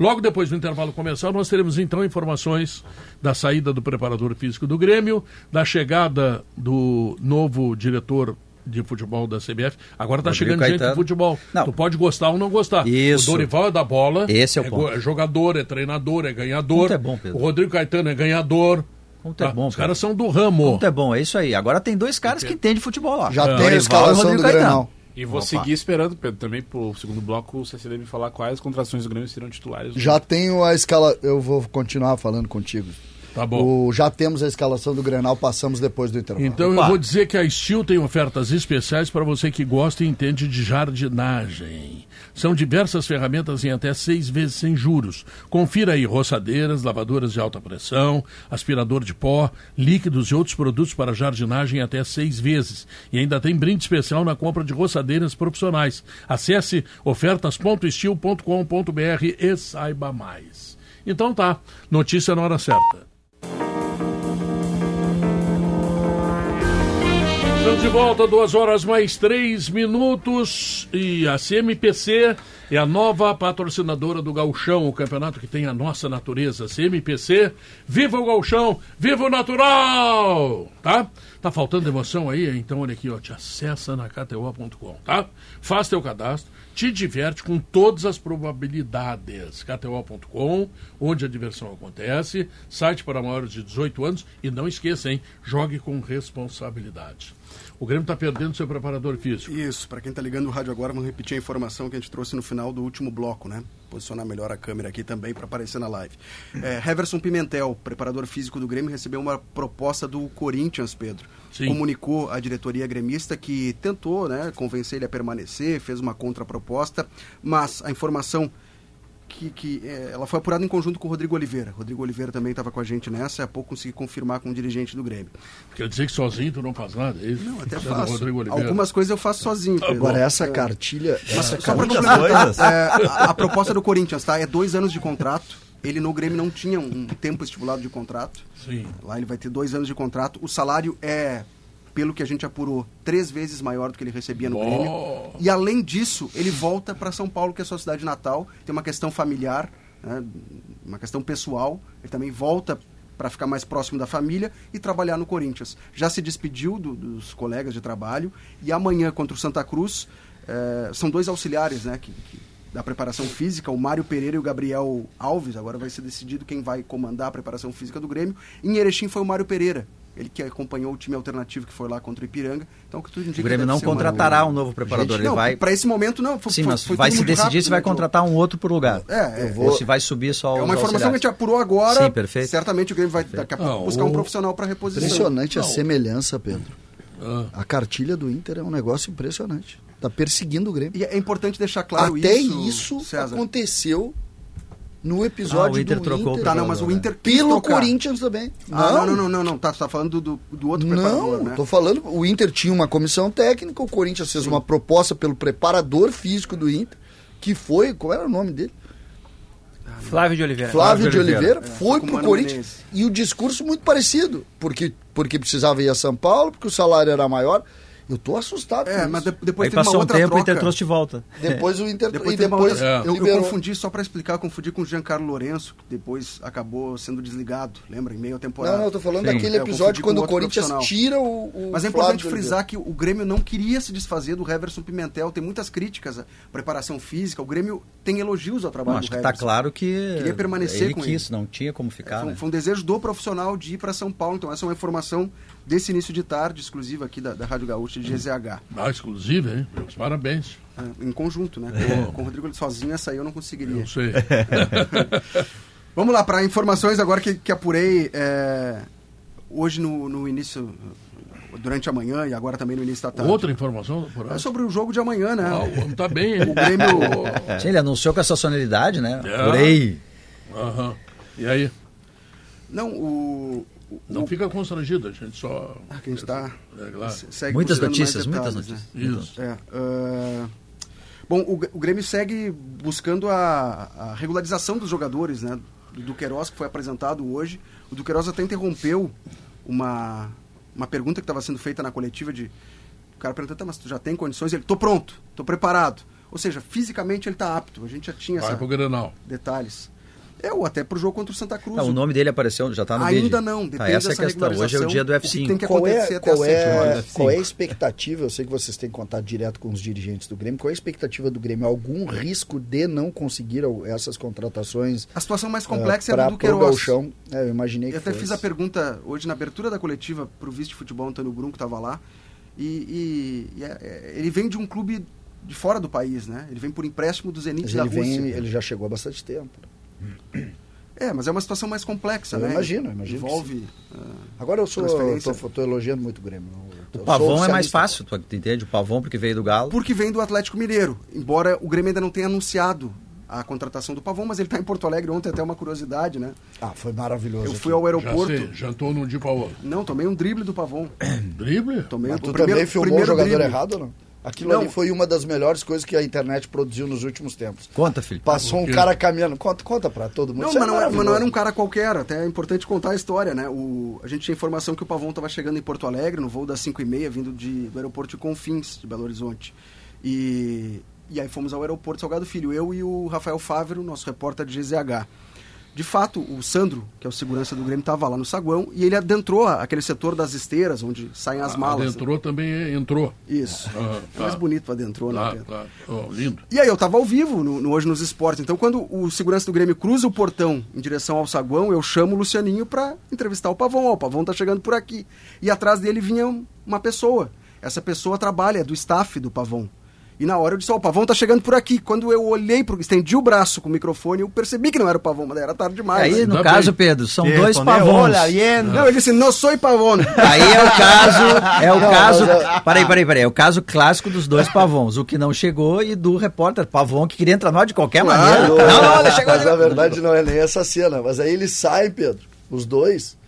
[SPEAKER 2] Logo depois do intervalo comercial, nós teremos então informações da saída do preparador físico do Grêmio, da chegada do novo diretor de futebol da CBF. Agora tá
[SPEAKER 3] Rodrigo
[SPEAKER 2] chegando gente
[SPEAKER 3] Caetano.
[SPEAKER 2] do futebol.
[SPEAKER 3] Não.
[SPEAKER 2] Tu pode gostar ou não gostar.
[SPEAKER 3] Isso.
[SPEAKER 2] O Dorival é da bola.
[SPEAKER 3] Esse é o
[SPEAKER 2] go-
[SPEAKER 3] ponto.
[SPEAKER 2] jogador, é treinador, é ganhador.
[SPEAKER 3] Ponto é bom, Pedro.
[SPEAKER 2] O Rodrigo Caetano é ganhador. tá?
[SPEAKER 3] Ponto é bom,
[SPEAKER 2] Os
[SPEAKER 3] Pedro.
[SPEAKER 2] caras são do ramo.
[SPEAKER 3] Muito é bom, é isso aí. Agora tem dois caras que entendem de futebol lá.
[SPEAKER 7] Já
[SPEAKER 3] Dorival
[SPEAKER 7] Ah, tem a
[SPEAKER 3] e
[SPEAKER 7] escalação do
[SPEAKER 3] Rodrigo Caetano.
[SPEAKER 7] Grenal.
[SPEAKER 6] E vou seguir esperando, Pedro, também pro segundo bloco o CCD me falar quais contrações do Grêmio serão titulares.
[SPEAKER 7] Já tenho a escala. Eu vou continuar falando contigo.
[SPEAKER 2] Tá bom.
[SPEAKER 7] O- Já temos a escalação do Grenal, passamos depois do intervalo.
[SPEAKER 2] Então eu
[SPEAKER 3] Opa.
[SPEAKER 2] vou dizer que a Steel tem ofertas especiais para você que gosta e entende de jardinagem. São diversas ferramentas em até seis vezes sem juros. Confira aí roçadeiras, lavadoras de alta pressão, aspirador de pó, líquidos e outros produtos para jardinagem em até seis vezes. E ainda tem brinde especial na compra de roçadeiras profissionais. Acesse ofertas.steel.com.br e saiba mais. Então tá, notícia na hora certa. Estamos de volta, duas horas mais três minutos e a CMPC é a nova patrocinadora do Gauchão, o campeonato que tem a nossa natureza. CMPC, viva o Gauchão, viva o natural, tá? Tá faltando emoção aí? Então olha aqui, ó, te acessa na KTO.com, tá? Faz teu cadastro, te diverte com todas as probabilidades. KTO.com, onde a diversão acontece, site para maiores de 18 anos e não esqueça, hein? Jogue com responsabilidade. O Grêmio tá, está perdendo seu preparador físico.
[SPEAKER 8] Isso, para quem tá ligando o rádio agora, vamos repetir a informação que a gente trouxe no final do último bloco, né? Posicionar melhor a câmera aqui também para aparecer na live. É, Heverson Pimentel, preparador físico do Grêmio, recebeu uma proposta do Corinthians, Pedro.
[SPEAKER 2] Sim.
[SPEAKER 8] Comunicou à diretoria gremista que tentou, né, convencer ele a permanecer, fez uma contraproposta, mas a informação que, que, eh, ela foi apurada em conjunto com o Rodrigo Oliveira. Rodrigo Oliveira também estava com a gente nessa, há pouco consegui confirmar com o dirigente do Grêmio.
[SPEAKER 2] Quer dizer que sozinho tu não faz nada? é isso?
[SPEAKER 8] Não, até
[SPEAKER 2] Sendo
[SPEAKER 8] faço.
[SPEAKER 2] Rodrigo Oliveira.
[SPEAKER 8] Algumas coisas eu faço sozinho. Pedro.
[SPEAKER 7] Agora, essa cartilha.
[SPEAKER 8] Mas
[SPEAKER 7] Essa
[SPEAKER 8] só pra
[SPEAKER 7] cartilha.
[SPEAKER 8] complementar, é, a, a proposta do Corinthians, tá? É dois anos de contrato. Ele no Grêmio não tinha um tempo estipulado de contrato.
[SPEAKER 2] Sim.
[SPEAKER 8] Lá ele vai ter dois anos de contrato. O salário é pelo que a gente apurou, três vezes maior do que ele recebia no
[SPEAKER 2] Bom.
[SPEAKER 8] Grêmio. E além disso, ele volta para São Paulo, que é sua cidade natal, tem uma questão familiar, né, uma questão pessoal. Ele também volta para ficar mais próximo da família e trabalhar no Corinthians. Já se despediu do- dos colegas de trabalho e amanhã contra o Santa Cruz eh, são dois auxiliares, né, que- que da preparação física, o Mário Pereira e o Gabriel Alves. Agora vai ser decidido quem vai comandar a preparação física do Grêmio. Em Erechim foi o Mário Pereira, ele que acompanhou o time alternativo que foi lá contra o Ipiranga. Então, o que tudo indica
[SPEAKER 3] O Grêmio
[SPEAKER 8] deve
[SPEAKER 3] não
[SPEAKER 8] ser uma-
[SPEAKER 3] contratará um novo preparador,
[SPEAKER 8] Gente,
[SPEAKER 3] ele
[SPEAKER 8] não,
[SPEAKER 3] vai.
[SPEAKER 8] Pra esse momento, não. Foi,
[SPEAKER 3] Sim,
[SPEAKER 8] foi-
[SPEAKER 3] mas
[SPEAKER 8] foi
[SPEAKER 3] vai
[SPEAKER 8] tudo
[SPEAKER 3] se
[SPEAKER 8] muito
[SPEAKER 3] decidir
[SPEAKER 8] rápido,
[SPEAKER 3] se vai
[SPEAKER 8] né, Diogo?
[SPEAKER 3] contratar um outro pro lugar.
[SPEAKER 8] É, é.
[SPEAKER 3] Ou se vai subir só
[SPEAKER 8] É
[SPEAKER 3] os
[SPEAKER 8] uma informação que a
[SPEAKER 3] auxiliares.
[SPEAKER 8] gente apurou agora.
[SPEAKER 3] Sim, perfeito.
[SPEAKER 8] Certamente o Grêmio vai daqui a pouco
[SPEAKER 2] Não,
[SPEAKER 8] buscar um
[SPEAKER 2] o-
[SPEAKER 8] profissional para reposição.
[SPEAKER 4] Impressionante a
[SPEAKER 2] Não.
[SPEAKER 4] semelhança, Pedro.
[SPEAKER 2] Ah.
[SPEAKER 4] A cartilha do Inter é um negócio impressionante. Tá perseguindo o Grêmio.
[SPEAKER 8] E é importante deixar claro
[SPEAKER 4] Até
[SPEAKER 8] isso,
[SPEAKER 4] isso,
[SPEAKER 8] César.
[SPEAKER 4] aconteceu no
[SPEAKER 3] Ah,
[SPEAKER 4] episódio
[SPEAKER 3] o Inter
[SPEAKER 4] do
[SPEAKER 3] trocou o
[SPEAKER 4] Inter
[SPEAKER 8] Tá, não, mas o
[SPEAKER 3] preparador, né?
[SPEAKER 8] Inter quis
[SPEAKER 4] pelo
[SPEAKER 8] trocar.
[SPEAKER 4] Corinthians também.
[SPEAKER 8] Ah, não, não, não, não, não. Tá, tá falando do, do outro preparador,
[SPEAKER 4] Não,
[SPEAKER 8] né?
[SPEAKER 4] tô falando, o Inter tinha uma comissão técnica, o Corinthians fez uma proposta pelo preparador físico do Inter, que foi, qual era o nome dele?
[SPEAKER 9] Flávio de
[SPEAKER 8] É,
[SPEAKER 9] Oliveira. É,
[SPEAKER 4] Flávio de Oliveira,
[SPEAKER 8] tá
[SPEAKER 4] foi
[SPEAKER 8] com o
[SPEAKER 4] pro
[SPEAKER 8] Mano
[SPEAKER 4] Corinthians
[SPEAKER 8] Menezes.
[SPEAKER 4] e o discurso muito parecido, porque, porque precisava ir a São Paulo, porque o salário era maior. Eu tô assustado.
[SPEAKER 8] É,
[SPEAKER 4] com
[SPEAKER 8] mas de-
[SPEAKER 4] isso.
[SPEAKER 8] depois
[SPEAKER 3] Aí
[SPEAKER 8] teve uma
[SPEAKER 3] passou um
[SPEAKER 8] outra
[SPEAKER 3] tempo e o
[SPEAKER 8] troca.
[SPEAKER 3] Inter trouxe de volta.
[SPEAKER 4] depois o Inter
[SPEAKER 8] Depois
[SPEAKER 4] e
[SPEAKER 8] teve uma
[SPEAKER 4] depois
[SPEAKER 8] outra- eu, eu
[SPEAKER 4] liberou.
[SPEAKER 8] confundi, só pra explicar, eu confundi com o Giancarlo Lourenço, que depois acabou sendo desligado, lembra? Em meio à temporada.
[SPEAKER 4] Não, não, eu tô falando
[SPEAKER 3] Sim.
[SPEAKER 4] daquele
[SPEAKER 8] É, eu confundi
[SPEAKER 4] episódio
[SPEAKER 8] com
[SPEAKER 4] quando o
[SPEAKER 8] outro
[SPEAKER 4] Corinthians
[SPEAKER 8] profissional.
[SPEAKER 4] tira o, o
[SPEAKER 8] Mas é
[SPEAKER 4] Flávio
[SPEAKER 8] importante
[SPEAKER 4] de Oliveira.
[SPEAKER 8] frisar que o Grêmio não queria se desfazer do Heverson Pimentel. Tem muitas críticas à preparação física. O Grêmio tem elogios ao
[SPEAKER 3] Não,
[SPEAKER 8] trabalho
[SPEAKER 3] acho que
[SPEAKER 8] do
[SPEAKER 3] tá
[SPEAKER 8] Heverson.
[SPEAKER 3] claro que
[SPEAKER 8] Queria permanecer
[SPEAKER 3] ele
[SPEAKER 8] com
[SPEAKER 3] quis,
[SPEAKER 8] ele.
[SPEAKER 3] não tinha como ficar,
[SPEAKER 8] Foi,
[SPEAKER 3] né?
[SPEAKER 8] um- foi um desejo do profissional de ir para São Paulo. Então, essa é uma informação desse início de tarde, exclusiva aqui da, da Rádio Gaúcha de GZH.
[SPEAKER 2] Ah, exclusiva, hein? Meus parabéns.
[SPEAKER 8] É, em conjunto, né? Com, com o Rodrigo sozinho, essa aí eu não conseguiria.
[SPEAKER 2] Não sei.
[SPEAKER 8] Vamos lá, para informações agora que, que apurei é, hoje no, no início, durante a manhã e agora também no início da tarde.
[SPEAKER 2] Outra informação por
[SPEAKER 8] É
[SPEAKER 2] aí?
[SPEAKER 8] sobre o jogo de amanhã, né?
[SPEAKER 2] Ah, o homem tá bem, hein?
[SPEAKER 8] O Grêmio.
[SPEAKER 3] Sim, ele anunciou com essa sonoridade, né?
[SPEAKER 2] É.
[SPEAKER 3] Porém,
[SPEAKER 2] Aham. E aí?
[SPEAKER 8] Não, o. o-
[SPEAKER 2] Não
[SPEAKER 8] o-
[SPEAKER 2] fica constrangido, a gente só.
[SPEAKER 8] Ah, que a gente tá.
[SPEAKER 2] É, claro.
[SPEAKER 8] se- segue
[SPEAKER 3] muitas
[SPEAKER 8] considerando mais
[SPEAKER 3] notícias, muitas
[SPEAKER 8] detalhes,
[SPEAKER 3] notícias.
[SPEAKER 2] Isso.
[SPEAKER 8] né? É, ah, Bom, o, Gr- o Grêmio segue buscando a, a regularização dos jogadores, né? Do Duqueiroz, que foi apresentado hoje. O Duqueiroz até interrompeu uma, uma pergunta que estava sendo feita na coletiva de. O cara perguntou, tá, mas tu já tem condições? Ele, tô pronto, tô preparado. Ou seja, fisicamente ele tá apto. A gente já tinha
[SPEAKER 2] Vai pro
[SPEAKER 8] esses
[SPEAKER 2] Grenal.
[SPEAKER 8] detalhes. É, ou até pro jogo contra o Santa Cruz.
[SPEAKER 3] tá, o nome dele apareceu, já tá no
[SPEAKER 8] Ainda
[SPEAKER 3] vídeo.
[SPEAKER 8] não,
[SPEAKER 3] Tá,
[SPEAKER 8] depende
[SPEAKER 3] essa é a
[SPEAKER 8] dessa
[SPEAKER 3] questão. Hoje é o dia do
[SPEAKER 8] regularização, o que
[SPEAKER 3] F5.
[SPEAKER 8] tem que
[SPEAKER 4] Qual
[SPEAKER 8] acontecer
[SPEAKER 4] é,
[SPEAKER 8] até
[SPEAKER 4] qual,
[SPEAKER 8] às
[SPEAKER 3] né?
[SPEAKER 8] sete
[SPEAKER 4] é,
[SPEAKER 8] horas.
[SPEAKER 4] qual é a expectativa? Eu sei que vocês têm contato direto com os dirigentes do Grêmio. Qual é a expectativa do Grêmio? Algum risco de não conseguir al- essas contratações
[SPEAKER 8] A situação mais complexa é
[SPEAKER 4] para
[SPEAKER 8] a do Queiroz.
[SPEAKER 4] Galchão? É, eu imaginei que
[SPEAKER 8] Eu até
[SPEAKER 4] fosse.
[SPEAKER 8] fiz a pergunta hoje na abertura da coletiva para o vice de futebol Antônio Brum, que estava lá. E, e- e é- é- ele vem de um clube de fora do país, né? Ele vem por empréstimo do Zenit
[SPEAKER 4] Mas
[SPEAKER 8] da
[SPEAKER 4] ele,
[SPEAKER 8] Rússia.
[SPEAKER 4] vem, ele já chegou há bastante tempo.
[SPEAKER 8] É, mas é uma situação mais complexa,
[SPEAKER 4] Eu
[SPEAKER 8] né?
[SPEAKER 4] imagino, eu imagino que
[SPEAKER 8] Envolve. ah,
[SPEAKER 4] Agora eu sou.
[SPEAKER 8] Transferência.
[SPEAKER 4] Estou elogiando muito o Grêmio. Eu- eu
[SPEAKER 3] O
[SPEAKER 4] sou
[SPEAKER 3] Pavão é mais
[SPEAKER 4] oficialista.
[SPEAKER 3] fácil, tu tu entende? O Pavão, porque veio do
[SPEAKER 8] ah,
[SPEAKER 3] Galo.
[SPEAKER 8] Porque vem do Atlético Mineiro, embora o Grêmio ainda não tenha anunciado a contratação do Pavão, mas ele está em Porto Alegre ontem, até uma curiosidade, né?
[SPEAKER 4] Ah, foi maravilhoso.
[SPEAKER 8] Eu fui
[SPEAKER 4] aqui.
[SPEAKER 8] ao
[SPEAKER 2] Já
[SPEAKER 8] aeroporto.
[SPEAKER 2] sei, jantou num dia para outro.
[SPEAKER 8] Não, tomei um drible do Pavão.
[SPEAKER 2] Drible?
[SPEAKER 8] Tomei
[SPEAKER 4] Mas
[SPEAKER 8] o
[SPEAKER 4] tu
[SPEAKER 8] primeiro-
[SPEAKER 4] também filmou o
[SPEAKER 8] primeiro
[SPEAKER 4] jogador
[SPEAKER 8] drible.
[SPEAKER 4] errado ou não? Aquilo
[SPEAKER 8] Não.
[SPEAKER 4] ali foi uma das melhores coisas que a internet produziu nos últimos tempos.
[SPEAKER 3] Conta, filho.
[SPEAKER 4] Passou um
[SPEAKER 2] quê?
[SPEAKER 4] cara caminhando. Conta, conta pra todo mundo.
[SPEAKER 8] Não,
[SPEAKER 4] Isso é
[SPEAKER 8] mas não, era, mas não era
[SPEAKER 4] maravilhoso.
[SPEAKER 8] um cara qualquer, até é importante contar a história, né? O, a gente tinha informação que o Pavão estava chegando em Porto Alegre, no voo das 5 e meia, vindo de, do aeroporto de Confins, de Belo Horizonte. E, e aí fomos ao aeroporto Salgado Filho, eu e o Rafael Fávero, nosso repórter de GZH. De fato, o Sandro, que é o segurança do Grêmio, estava lá no saguão e ele adentrou a- aquele setor das esteiras, onde saem as malas. né?
[SPEAKER 2] Ah, Adentrou também, é, entrou.
[SPEAKER 8] Isso.
[SPEAKER 2] Ah,
[SPEAKER 8] É mais
[SPEAKER 2] tá.
[SPEAKER 8] bonito adentrou, né?
[SPEAKER 2] Tá,
[SPEAKER 8] Pedro?
[SPEAKER 2] tá. Ó, lindo.
[SPEAKER 8] E aí, eu tava ao vivo no, no Hoje nos Esportes. Então, quando o segurança do Grêmio cruza o portão em direção ao saguão, eu chamo o Lucianinho pra entrevistar o Pavão. Ó, o Pavão tá chegando por aqui. E atrás dele vinha um- uma pessoa. Essa pessoa trabalha, é do staff do Pavão. E na hora eu disse, ó, o Pavão tá chegando por aqui. Quando eu olhei, pro, estendi o braço com o microfone, eu percebi que não era o Pavão, mas era tarde
[SPEAKER 3] E
[SPEAKER 8] demais.
[SPEAKER 3] aí, no
[SPEAKER 2] Ainda
[SPEAKER 3] caso,
[SPEAKER 2] bem.
[SPEAKER 3] Pedro, são
[SPEAKER 10] Ele
[SPEAKER 3] dois
[SPEAKER 10] respondeu,
[SPEAKER 3] pavões.
[SPEAKER 10] "Olha, hiena."
[SPEAKER 8] Não, ele disse, não sou Pavão.
[SPEAKER 3] Aí é o caso, é o caso, peraí, peraí, peraí, é o caso clássico dos dois pavões, o que não chegou e do repórter pavão que queria entrar no ar de qualquer maneira. Não,
[SPEAKER 4] Claro,
[SPEAKER 3] não, não chegou.
[SPEAKER 4] Ah, Mas na verdade não é nem essa cena. Mas aí ele sai, Pedro, os dois,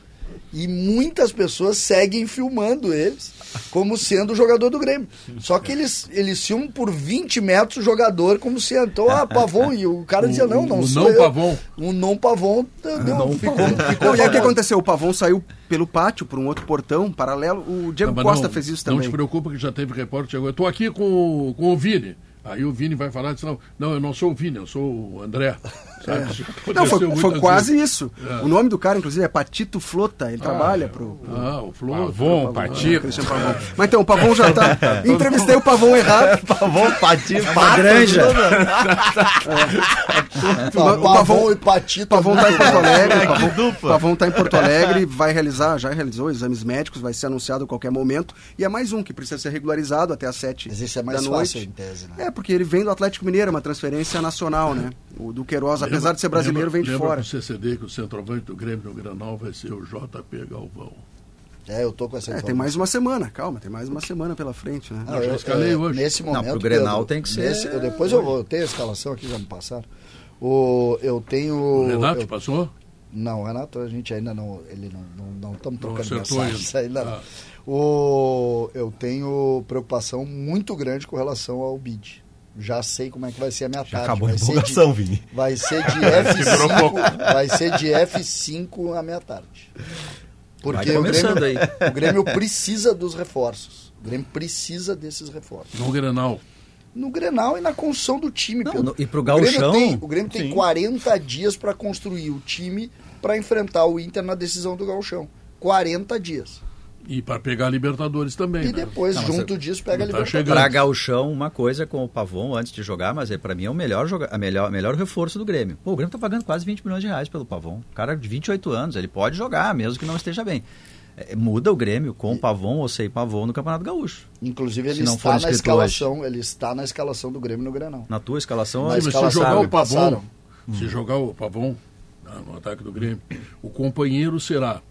[SPEAKER 4] e muitas pessoas seguem filmando eles. como sendo o jogador do Grêmio. Só que eles, eles tinham por 20 metros o jogador como sendo. Então, ah, Pavon, e o cara dizia, não, não
[SPEAKER 2] o
[SPEAKER 4] sou
[SPEAKER 2] não
[SPEAKER 4] eu.
[SPEAKER 2] Pavon.
[SPEAKER 4] O não Pavon, deu, ficou, ficou
[SPEAKER 8] Não, e aí o que
[SPEAKER 4] Pavon.
[SPEAKER 8] aconteceu? O Pavon saiu pelo pátio, por um outro portão paralelo. O Diego
[SPEAKER 2] Não, mas
[SPEAKER 8] Costa
[SPEAKER 2] não-
[SPEAKER 8] fez isso
[SPEAKER 2] Não
[SPEAKER 8] também.
[SPEAKER 2] te preocupa que já teve repórter. Chegou. Eu tô aqui com, o- com o Vini. Aí o Vini vai falar, disse, não, não, eu não sou o Vini, eu sou o André. Sabe? Isso
[SPEAKER 8] É. Não, foi,
[SPEAKER 2] aconteceu
[SPEAKER 8] foi
[SPEAKER 2] muitas
[SPEAKER 8] quase
[SPEAKER 2] vezes.
[SPEAKER 8] isso. O nome do cara, inclusive, é Patito Flota. Ele trabalha pro. pro
[SPEAKER 2] Ah, o Flor.
[SPEAKER 6] Pavon, Patito.
[SPEAKER 8] Christian Pavon. Mas então, o Pavon já tá. Entrevistei o Pavon errado.
[SPEAKER 3] Pavão, patinho,
[SPEAKER 4] É Uma granja.
[SPEAKER 8] Pavão-
[SPEAKER 4] Pavão e Patito.
[SPEAKER 8] O Pavon tá em Porto Alegre. O Pavon,
[SPEAKER 3] dupla.
[SPEAKER 8] Pavon tá em Porto Alegre, vai realizar, já realizou exames médicos, vai ser anunciado a qualquer momento. E é mais um que precisa ser regularizado até às 7
[SPEAKER 4] Mas isso é mais
[SPEAKER 8] da noite.
[SPEAKER 4] fácil em tese, né?
[SPEAKER 8] É, porque ele vem do Atlético Mineiro, é uma transferência nacional, né? O do Queiroz, apesar de ser brasileiro, vem de
[SPEAKER 2] lembra
[SPEAKER 8] fora.
[SPEAKER 2] Lembra pro CCD que o centroavante do Grêmio no Granal vai ser o JP Galvão.
[SPEAKER 4] É, eu tô com essa
[SPEAKER 8] É, tem
[SPEAKER 4] informação.
[SPEAKER 8] mais uma semana, calma, tem mais uma semana pela frente, né?
[SPEAKER 4] Ah,
[SPEAKER 2] já
[SPEAKER 4] eu-
[SPEAKER 2] escalei
[SPEAKER 4] eu-
[SPEAKER 2] hoje.
[SPEAKER 4] Nesse
[SPEAKER 3] Não,
[SPEAKER 4] momento.
[SPEAKER 3] pro Grenal
[SPEAKER 4] Pedro,
[SPEAKER 3] tem que ser-
[SPEAKER 4] nesse- eu- depois eu vou. Eu tenho a escalação aqui, já me passaram. O, eu tenho.
[SPEAKER 2] O Renato
[SPEAKER 4] eu-
[SPEAKER 2] te passou?
[SPEAKER 4] não, Renato, a gente ainda não. Ele não estamos não, estamos trocando
[SPEAKER 2] acertou
[SPEAKER 4] mensagens
[SPEAKER 2] ainda.
[SPEAKER 4] ainda. não. O, eu tenho preocupação muito grande com relação ao bid. Já sei como é que vai ser a minha
[SPEAKER 5] Já
[SPEAKER 4] tarde.
[SPEAKER 5] acabou a
[SPEAKER 4] vai ser de-
[SPEAKER 5] empolgação, Vini.
[SPEAKER 4] Vai ser de F5, vai ser de F5 à meia tarde. Porque o
[SPEAKER 3] começando
[SPEAKER 4] Grêmio, o Grêmio precisa dos reforços. O Grêmio precisa desses reforços.
[SPEAKER 2] No Granal.
[SPEAKER 4] No Grenal e na construção do time,
[SPEAKER 3] Não,
[SPEAKER 4] Pedro.
[SPEAKER 3] no- e pro
[SPEAKER 4] O Grêmio
[SPEAKER 3] Gauchão?
[SPEAKER 4] tem- O Grêmio tem, 40 dias para construir o time para enfrentar o Inter na decisão do Gauchão. 40 dias.
[SPEAKER 2] E para pegar a Libertadores também.
[SPEAKER 4] E
[SPEAKER 2] né?
[SPEAKER 4] depois,
[SPEAKER 3] Não, mas
[SPEAKER 4] junto disso, pega a
[SPEAKER 2] não tá
[SPEAKER 4] Libertadores.
[SPEAKER 2] chegando.
[SPEAKER 3] Pra Galchão, uma coisa com o Pavon antes de jogar, mas é, pra mim é o melhor, joga- a melhor, melhor reforço do Grêmio. Pô, o Grêmio tá pagando quase 20 milhões de reais pelo Pavon. Cara de 28 anos, ele pode jogar, mesmo que não esteja bem. É, muda o Grêmio com o Pavon ou sem Pavon no Campeonato Gaúcho.
[SPEAKER 4] Inclusive, ele
[SPEAKER 3] Se não for
[SPEAKER 4] está na
[SPEAKER 3] inscrito
[SPEAKER 4] escalação. Ele está na escalação do Grêmio no Grenal.
[SPEAKER 3] Na tua escalação,
[SPEAKER 4] Mas
[SPEAKER 3] eu-
[SPEAKER 2] Mas se jogar
[SPEAKER 4] passaram,
[SPEAKER 2] o Pavon,
[SPEAKER 4] passaram.
[SPEAKER 2] se jogar o Pavon ah, no ataque do Grêmio, o companheiro será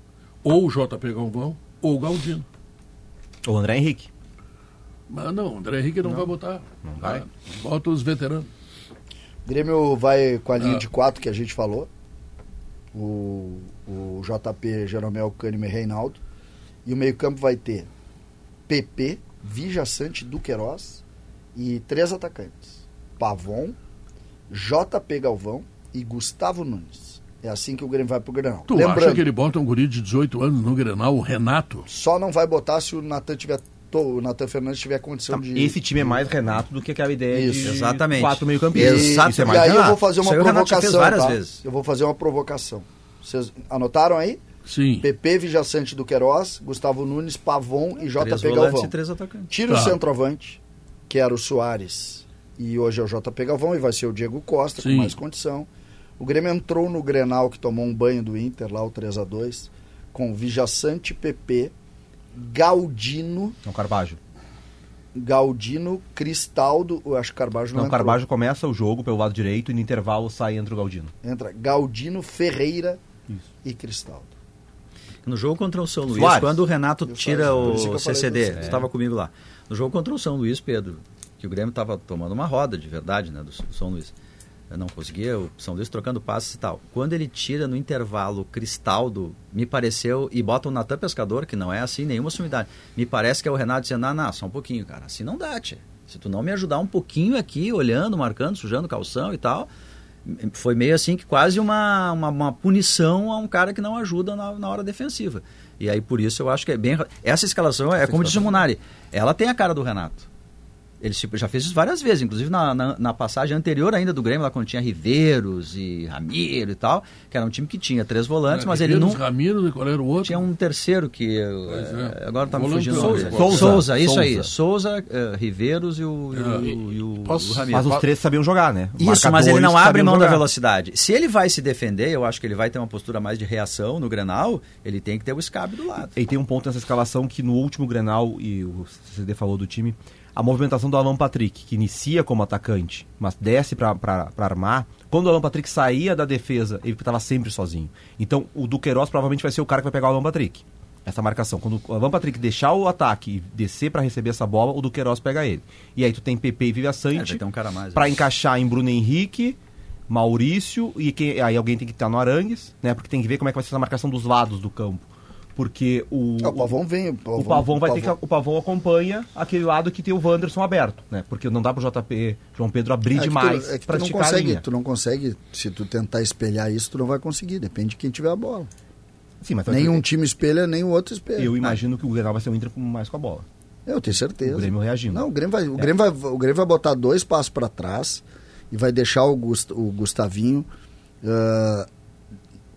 [SPEAKER 2] ou o JP Galvão ou o Galdino.
[SPEAKER 5] O André Henrique.
[SPEAKER 2] Mas não, o André Henrique não, vai botar. Não vai. Bota os veteranos.
[SPEAKER 4] O Grêmio vai com a linha
[SPEAKER 2] Ah.
[SPEAKER 4] de quatro que a gente falou. O, o JP, Jeromel, Cânime e Reinaldo. E o meio-campo vai ter PP, Vija Sante, Duqueiroz e três atacantes. Pavon, JP Galvão e Gustavo Nunes. É assim que o Grêmio vai pro Granal.
[SPEAKER 2] Tu acha
[SPEAKER 4] Lembrando,
[SPEAKER 2] que ele bota um guri de 18 anos no Grenal, o Renato?
[SPEAKER 4] só não vai botar se o Natan tiver. to- O Natan Fernandes tiver
[SPEAKER 2] Tá,
[SPEAKER 4] condição de.
[SPEAKER 5] Esse time é mais Renato do que aquela ideia
[SPEAKER 4] Isso.
[SPEAKER 5] de
[SPEAKER 3] Exatamente.
[SPEAKER 5] quatro meio-campistas.
[SPEAKER 3] Exato.
[SPEAKER 5] Isso é
[SPEAKER 4] e
[SPEAKER 5] mais
[SPEAKER 4] aí eu
[SPEAKER 5] Renato.
[SPEAKER 4] vou fazer uma
[SPEAKER 3] Isso aí o Renato já
[SPEAKER 4] provocação.
[SPEAKER 3] fez várias
[SPEAKER 4] tá?
[SPEAKER 3] vezes.
[SPEAKER 4] Eu vou fazer uma provocação. Vocês anotaram aí?
[SPEAKER 2] Sim.
[SPEAKER 4] PP, Vijaçante do Queiroz, Gustavo Nunes, Pavon e
[SPEAKER 3] três
[SPEAKER 4] JP
[SPEAKER 3] volantes
[SPEAKER 4] Galvão.
[SPEAKER 3] e três atacantes.
[SPEAKER 4] Tira
[SPEAKER 2] Tá.
[SPEAKER 4] o centroavante, que era o Soares, e hoje é o JP Galvão, e vai ser o Diego Costa,
[SPEAKER 2] Sim.
[SPEAKER 4] com mais condição. O Grêmio entrou no Grenal, que tomou um banho do Inter, lá o 3 a 2 com Vijaçante, PP, Galdino,
[SPEAKER 5] Não, Carbajo.
[SPEAKER 4] Galdino, Cristaldo, eu acho que Carbajo não, é
[SPEAKER 5] Não, o
[SPEAKER 4] entrou.
[SPEAKER 5] Carbajo começa o jogo pelo lado direito e no intervalo sai e entra o Galdino.
[SPEAKER 4] Entra Galdino, Ferreira e Cristaldo.
[SPEAKER 3] No jogo contra o São Luís,
[SPEAKER 5] Suárez.
[SPEAKER 3] quando o Renato
[SPEAKER 4] Eu
[SPEAKER 3] tira
[SPEAKER 4] falei, por isso que
[SPEAKER 3] o
[SPEAKER 4] eu falei
[SPEAKER 3] CCD,
[SPEAKER 4] do
[SPEAKER 2] É.
[SPEAKER 3] tu estava comigo lá. No jogo contra o São Luís, Pedro, que o Grêmio estava tomando uma roda de verdade, né, do S- São Luís. Eu não conseguia, o São Luís trocando passes e tal. Quando ele tira no intervalo o Cristaldo, me pareceu, e bota o Natan Pescador, que não é assim, nenhuma sumidade. Me parece que é o Renato dizendo, ah, não, só um pouquinho, cara, assim não dá, tia. Se tu não me ajudar um pouquinho aqui, olhando, marcando, sujando calção e tal, foi meio assim que quase uma, uma, uma punição a um cara que não ajuda na, na hora defensiva. E aí por isso eu acho que é bem. ra- Essa escalação é como diz o Munari, ela tem a cara do Renato. Ele se- já fez isso várias vezes, inclusive na, na, na passagem anterior ainda do Grêmio, lá quando tinha Riveiros e Ramiro e tal, que era um time que tinha três volantes, mas ele
[SPEAKER 2] Ribeiros,
[SPEAKER 3] não.
[SPEAKER 2] Ramiro, e qual era o outro?
[SPEAKER 3] Tinha um terceiro que. eu-
[SPEAKER 2] é.
[SPEAKER 3] eh, Agora tá me
[SPEAKER 2] Volante
[SPEAKER 3] fugindo. o
[SPEAKER 2] Souza.
[SPEAKER 3] nome dele.
[SPEAKER 5] Souza.
[SPEAKER 3] Souza, isso
[SPEAKER 5] Souza.
[SPEAKER 3] aí. Souza, eh, Riveiros e o, e o-
[SPEAKER 2] É,
[SPEAKER 3] e o-
[SPEAKER 6] Posso-
[SPEAKER 3] o Ramiro.
[SPEAKER 5] Mas os três sabiam jogar, né?
[SPEAKER 3] Isso, mas ele
[SPEAKER 5] Marcadores
[SPEAKER 3] não abre
[SPEAKER 5] sabiam
[SPEAKER 3] mão da
[SPEAKER 5] jogar.
[SPEAKER 3] velocidade. Se ele vai se defender, eu acho que ele vai ter uma postura mais de reação no Grenal, ele tem que ter o escape do lado.
[SPEAKER 5] E tem um ponto nessa escalação que no último Grenal, e o CD falou do time, a movimentação do Alan Patrick, que inicia como atacante, mas desce pra- pra pra armar. Quando o Alan Patrick saía da defesa, ele estava sempre sozinho. Então o Duqueiroz provavelmente vai ser o cara que vai pegar o Alan Patrick. Essa marcação. Quando o Alan Patrick deixar o ataque e descer pra receber essa bola, o Duqueiroz pega ele. E aí tu tem PP e Vivian
[SPEAKER 3] É, vai
[SPEAKER 5] Sante
[SPEAKER 3] ter um cara a mais,
[SPEAKER 5] pra
[SPEAKER 3] né?
[SPEAKER 5] encaixar em Bruno Henrique, Maurício e quem- aí alguém tem que estar no Arangues, né? Porque tem que ver como é que vai ser essa marcação dos lados do campo. Porque o.
[SPEAKER 4] Ah, o Pavão vem. O
[SPEAKER 5] O Pavão vai ter que. O Pavão acompanha aquele lado que tem o Wanderson aberto, né? Porque não dá pro JP, João Pedro, abrir
[SPEAKER 4] É que tu-
[SPEAKER 5] demais pra
[SPEAKER 4] é que tu não
[SPEAKER 5] esticar a
[SPEAKER 4] consegue,
[SPEAKER 5] linha.
[SPEAKER 4] tu não consegue, se tu tentar espelhar isso, tu não vai conseguir, depende de quem tiver a bola.
[SPEAKER 5] Sim, mas
[SPEAKER 4] nem um time espelha, nem o outro espelha.
[SPEAKER 5] Eu imagino que o Grenal vai ser um Inter com- mais com a bola.
[SPEAKER 4] Eu tenho certeza.
[SPEAKER 5] O Grêmio reagindo. É.
[SPEAKER 4] Não, o Grêmio vai, o Grêmio vai, o Grêmio vai botar dois passos para trás e vai deixar o, Gust- o Gustavinho ah,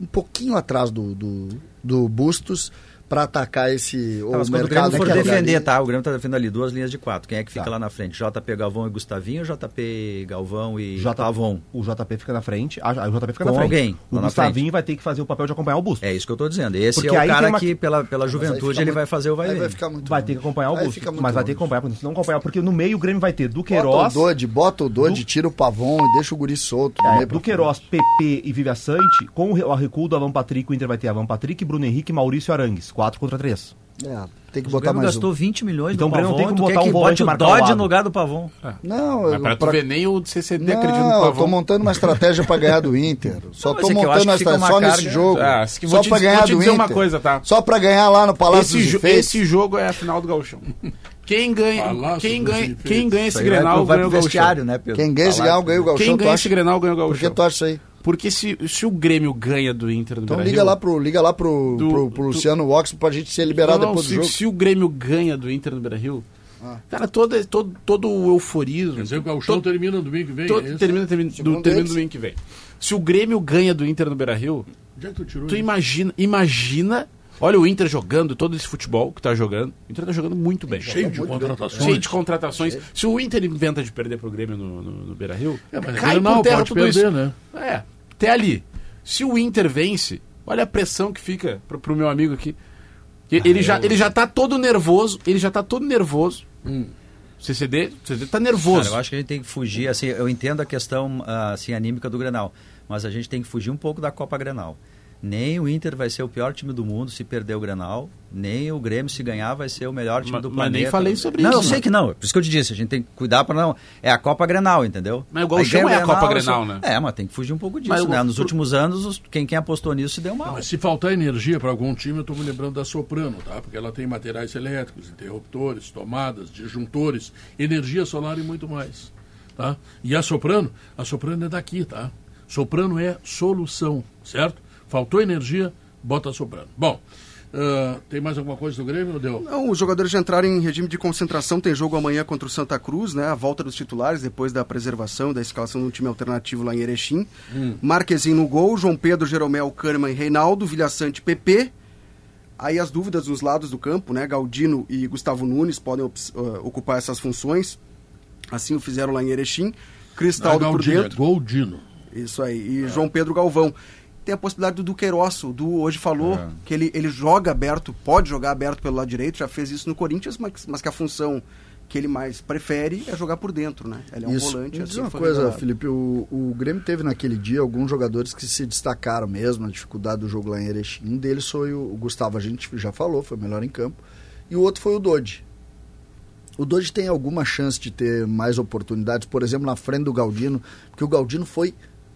[SPEAKER 4] um pouquinho atrás do, do, do Bustos para atacar esse ou
[SPEAKER 3] Tá, mas
[SPEAKER 4] o
[SPEAKER 3] quando o
[SPEAKER 4] mercado
[SPEAKER 3] Grêmio for
[SPEAKER 4] que joga
[SPEAKER 3] defender,
[SPEAKER 4] ali.
[SPEAKER 3] tá? O Grêmio tá defendendo ali duas linhas de quatro. Quem é que fica
[SPEAKER 5] Tá.
[SPEAKER 3] lá na frente? JP Galvão e Gustavinho, JP Galvão e
[SPEAKER 5] J-
[SPEAKER 3] Pavon.
[SPEAKER 5] O JP fica na frente, a, a- o JP fica
[SPEAKER 3] Com
[SPEAKER 5] na frente.
[SPEAKER 3] alguém, lá
[SPEAKER 5] O
[SPEAKER 3] na
[SPEAKER 5] Gustavinho vai ter que fazer o papel de acompanhar o Busto.
[SPEAKER 3] É isso que eu tô dizendo. Esse
[SPEAKER 5] Porque
[SPEAKER 3] é
[SPEAKER 5] aí
[SPEAKER 3] o
[SPEAKER 5] tem
[SPEAKER 3] cara
[SPEAKER 5] uma-
[SPEAKER 3] que, pela, pela
[SPEAKER 4] Mas aí
[SPEAKER 3] juventude,
[SPEAKER 4] fica
[SPEAKER 3] ele
[SPEAKER 4] muito-
[SPEAKER 3] vai fazer o vai
[SPEAKER 4] aí
[SPEAKER 3] ver.
[SPEAKER 4] vai ficar muito
[SPEAKER 5] vai ter que acompanhar o
[SPEAKER 4] Aí
[SPEAKER 5] Busto.
[SPEAKER 4] fica muito
[SPEAKER 5] Mas vai ter que
[SPEAKER 4] longe.
[SPEAKER 5] acompanhar, porque senão não acompanhar, porque no meio o Grêmio vai ter do
[SPEAKER 4] Bota o
[SPEAKER 5] Queiroz.
[SPEAKER 4] Dodge, bota o Dodge, tira o Pavon e deixa o guri solto.
[SPEAKER 5] É,
[SPEAKER 4] né,
[SPEAKER 5] do
[SPEAKER 4] pro-
[SPEAKER 5] Queiroz, PP e Vivian Sante, com o re- o recuo do Alan Patrick, o Inter vai ter Alan Patrick, Bruno Henrique, Maurício Arangues. 4 contra 3.
[SPEAKER 4] É, tem que
[SPEAKER 3] O
[SPEAKER 4] botar
[SPEAKER 3] Grêmio
[SPEAKER 4] mais
[SPEAKER 3] gastou
[SPEAKER 4] um.
[SPEAKER 3] 20 milhões
[SPEAKER 5] Então o
[SPEAKER 3] no
[SPEAKER 5] Grêmio
[SPEAKER 3] Pavon.
[SPEAKER 5] não tem como
[SPEAKER 3] tu quer
[SPEAKER 5] botar um
[SPEAKER 3] que
[SPEAKER 5] volante
[SPEAKER 3] bote o
[SPEAKER 5] marcar o
[SPEAKER 3] Dodge
[SPEAKER 5] lado.
[SPEAKER 3] no lugar do Pavon.
[SPEAKER 4] É. Não,
[SPEAKER 6] Mas
[SPEAKER 4] eu-
[SPEAKER 6] pra tu
[SPEAKER 4] pra-
[SPEAKER 6] ver, nem o CCD acredita no
[SPEAKER 4] Não, eu tô
[SPEAKER 6] Pavão.
[SPEAKER 4] montando uma estratégia pra ganhar do Inter. Só
[SPEAKER 3] Não, mas
[SPEAKER 4] tô
[SPEAKER 3] é que eu acho
[SPEAKER 4] montando
[SPEAKER 3] que
[SPEAKER 4] uma
[SPEAKER 3] fica
[SPEAKER 4] estratégia
[SPEAKER 3] uma
[SPEAKER 4] só nesse
[SPEAKER 3] carga-
[SPEAKER 4] jogo.
[SPEAKER 6] Ah, se que vou
[SPEAKER 4] só
[SPEAKER 6] te-
[SPEAKER 4] pra
[SPEAKER 6] vou
[SPEAKER 4] ganhar
[SPEAKER 6] te
[SPEAKER 4] do
[SPEAKER 6] dizer
[SPEAKER 4] Inter.
[SPEAKER 6] uma coisa, tá?
[SPEAKER 4] Só pra ganhar lá no Palácio
[SPEAKER 6] Esse,
[SPEAKER 4] dos
[SPEAKER 6] jo-
[SPEAKER 4] Enfeites.
[SPEAKER 6] esse jogo é a final do Gauchão. Quem ganha,
[SPEAKER 2] Palácio
[SPEAKER 6] quem
[SPEAKER 2] dos
[SPEAKER 6] ganha,
[SPEAKER 2] Enfeites.
[SPEAKER 6] quem ganha
[SPEAKER 3] Isso
[SPEAKER 6] esse
[SPEAKER 3] aí vai pro-
[SPEAKER 6] Grenal
[SPEAKER 3] vai
[SPEAKER 6] ganha o
[SPEAKER 3] pro vestiário,
[SPEAKER 6] Gauchão.
[SPEAKER 3] né, Pedro?
[SPEAKER 4] Quem ganha esse
[SPEAKER 3] Palácio.
[SPEAKER 4] Gauchão, ganha o Galchão.
[SPEAKER 6] Quem
[SPEAKER 4] tu
[SPEAKER 6] ganha
[SPEAKER 4] acha?
[SPEAKER 6] esse Grenal ganha o
[SPEAKER 4] Por que
[SPEAKER 6] Gauchão.
[SPEAKER 4] tu acha isso aí?
[SPEAKER 6] Porque se, se o Grêmio ganha do Inter do
[SPEAKER 4] Então
[SPEAKER 6] Brasil...
[SPEAKER 4] liga lá pro, liga lá pro,
[SPEAKER 6] Do-
[SPEAKER 4] pro, pro
[SPEAKER 6] do-
[SPEAKER 4] Luciano Ox pra gente ser liberado
[SPEAKER 6] Não, não,
[SPEAKER 4] depois do
[SPEAKER 6] se,
[SPEAKER 4] jogo. Ah.
[SPEAKER 6] se o Grêmio ganha do Inter do Brasil, cara, todo, todo, todo o euforismo.
[SPEAKER 2] Quer dizer, o Gauchão
[SPEAKER 6] todo-
[SPEAKER 2] termina no domingo que vem.
[SPEAKER 6] todo-
[SPEAKER 2] é isso?
[SPEAKER 6] termina, termina, do,
[SPEAKER 4] Segundo
[SPEAKER 6] termina
[SPEAKER 4] eles.
[SPEAKER 6] do domingo que vem. Se o Grêmio ganha do Inter no Beira Rio,
[SPEAKER 2] Onde é que tu tirou
[SPEAKER 6] tu
[SPEAKER 2] isso?
[SPEAKER 6] imagina, imagina. Olha o Inter jogando todo esse futebol que tá jogando. O Inter tá jogando muito bem.
[SPEAKER 2] Cheio de contratações.
[SPEAKER 6] Cheio de contratações. Se o Inter inventa de perder pro Grêmio no, no, no Beira Rio,
[SPEAKER 2] É, mas
[SPEAKER 6] cai
[SPEAKER 2] Grenal,
[SPEAKER 6] por terra
[SPEAKER 2] pode
[SPEAKER 6] tudo
[SPEAKER 2] perder,
[SPEAKER 6] isso.
[SPEAKER 2] né?
[SPEAKER 6] É, até ali. Se o Inter vence, olha a pressão que fica pro, pro meu amigo aqui. E-
[SPEAKER 2] Ah,
[SPEAKER 6] Ele, já, ele já tá todo nervoso, ele já tá todo nervoso.
[SPEAKER 5] hum,
[SPEAKER 6] CCD, CCD tá nervoso.
[SPEAKER 3] Cara, eu acho que a gente tem que fugir, assim, eu entendo a questão ah, assim, anímica do Grenal, mas a gente tem que fugir um pouco da Copa Grenal. Nem o Inter vai ser o pior time do mundo se perder o Grenal, nem o Grêmio se ganhar vai ser o melhor time
[SPEAKER 6] Ma-
[SPEAKER 3] do
[SPEAKER 6] mas
[SPEAKER 3] planeta.
[SPEAKER 6] nem falei sobre
[SPEAKER 3] não,
[SPEAKER 6] isso,
[SPEAKER 3] Não, eu sei
[SPEAKER 6] né?
[SPEAKER 3] que não, é por isso que eu te disse, a gente tem que cuidar para não... É a Copa Grenal, entendeu?
[SPEAKER 6] Mas o
[SPEAKER 3] Aí
[SPEAKER 6] Gauchão
[SPEAKER 3] ganha
[SPEAKER 6] é a
[SPEAKER 3] o
[SPEAKER 6] Copa
[SPEAKER 3] eu sou-
[SPEAKER 6] Grenal, né?
[SPEAKER 3] É, mas tem que fugir um pouco disso,
[SPEAKER 6] Mas o-
[SPEAKER 3] né? Nos últimos anos, os- quem, quem apostou nisso se deu mal.
[SPEAKER 2] Mas se faltar energia para algum time, eu estou me lembrando da Soprano, tá? Porque ela tem materiais elétricos, interruptores, tomadas, disjuntores, energia solar e muito mais, tá? E a Soprano, a Soprano é daqui, tá? Soprano é solução, certo? Faltou energia, bota a Soprano. Bom, ah, tem mais alguma coisa do Grêmio, ou deu?
[SPEAKER 8] Não, os jogadores já entraram em regime de concentração. Tem jogo amanhã contra o Santa Cruz, né? A volta dos titulares depois da preservação, da escalação de um time alternativo lá em Erechim.
[SPEAKER 4] Hum.
[SPEAKER 8] Marquezinho no gol, João Pedro, Jeromel, Kahneman e Reinaldo, Vilhaçante, PP. Aí as dúvidas dos lados do campo, né? Galdino e Gustavo Nunes podem ops- ah, ocupar essas funções. Assim o fizeram lá em Erechim. Cristaldo por
[SPEAKER 2] Galdino, é
[SPEAKER 8] dentro.
[SPEAKER 2] Goldino.
[SPEAKER 8] Isso aí. E João Pedro Galvão. Tem a possibilidade do Duqueiroz. O Du hoje falou
[SPEAKER 4] É.
[SPEAKER 8] que ele, ele joga aberto, pode jogar aberto pelo lado direito, já fez isso no Corinthians, mas, mas que a função que ele mais prefere é jogar por dentro, né? Ele é um
[SPEAKER 4] Isso.
[SPEAKER 8] volante.
[SPEAKER 4] Me diz
[SPEAKER 8] assim
[SPEAKER 4] uma
[SPEAKER 8] foi
[SPEAKER 4] coisa,
[SPEAKER 8] revelado.
[SPEAKER 4] Felipe. O, o Grêmio teve naquele dia alguns jogadores que se destacaram mesmo, a dificuldade do jogo lá em Erechim. Um deles foi o, o Gustavo, a gente já falou, foi o melhor em campo. E o outro foi o Dodge. O Dodge tem alguma chance de ter mais oportunidades, por exemplo, na frente do Galdino, porque o Galdino foi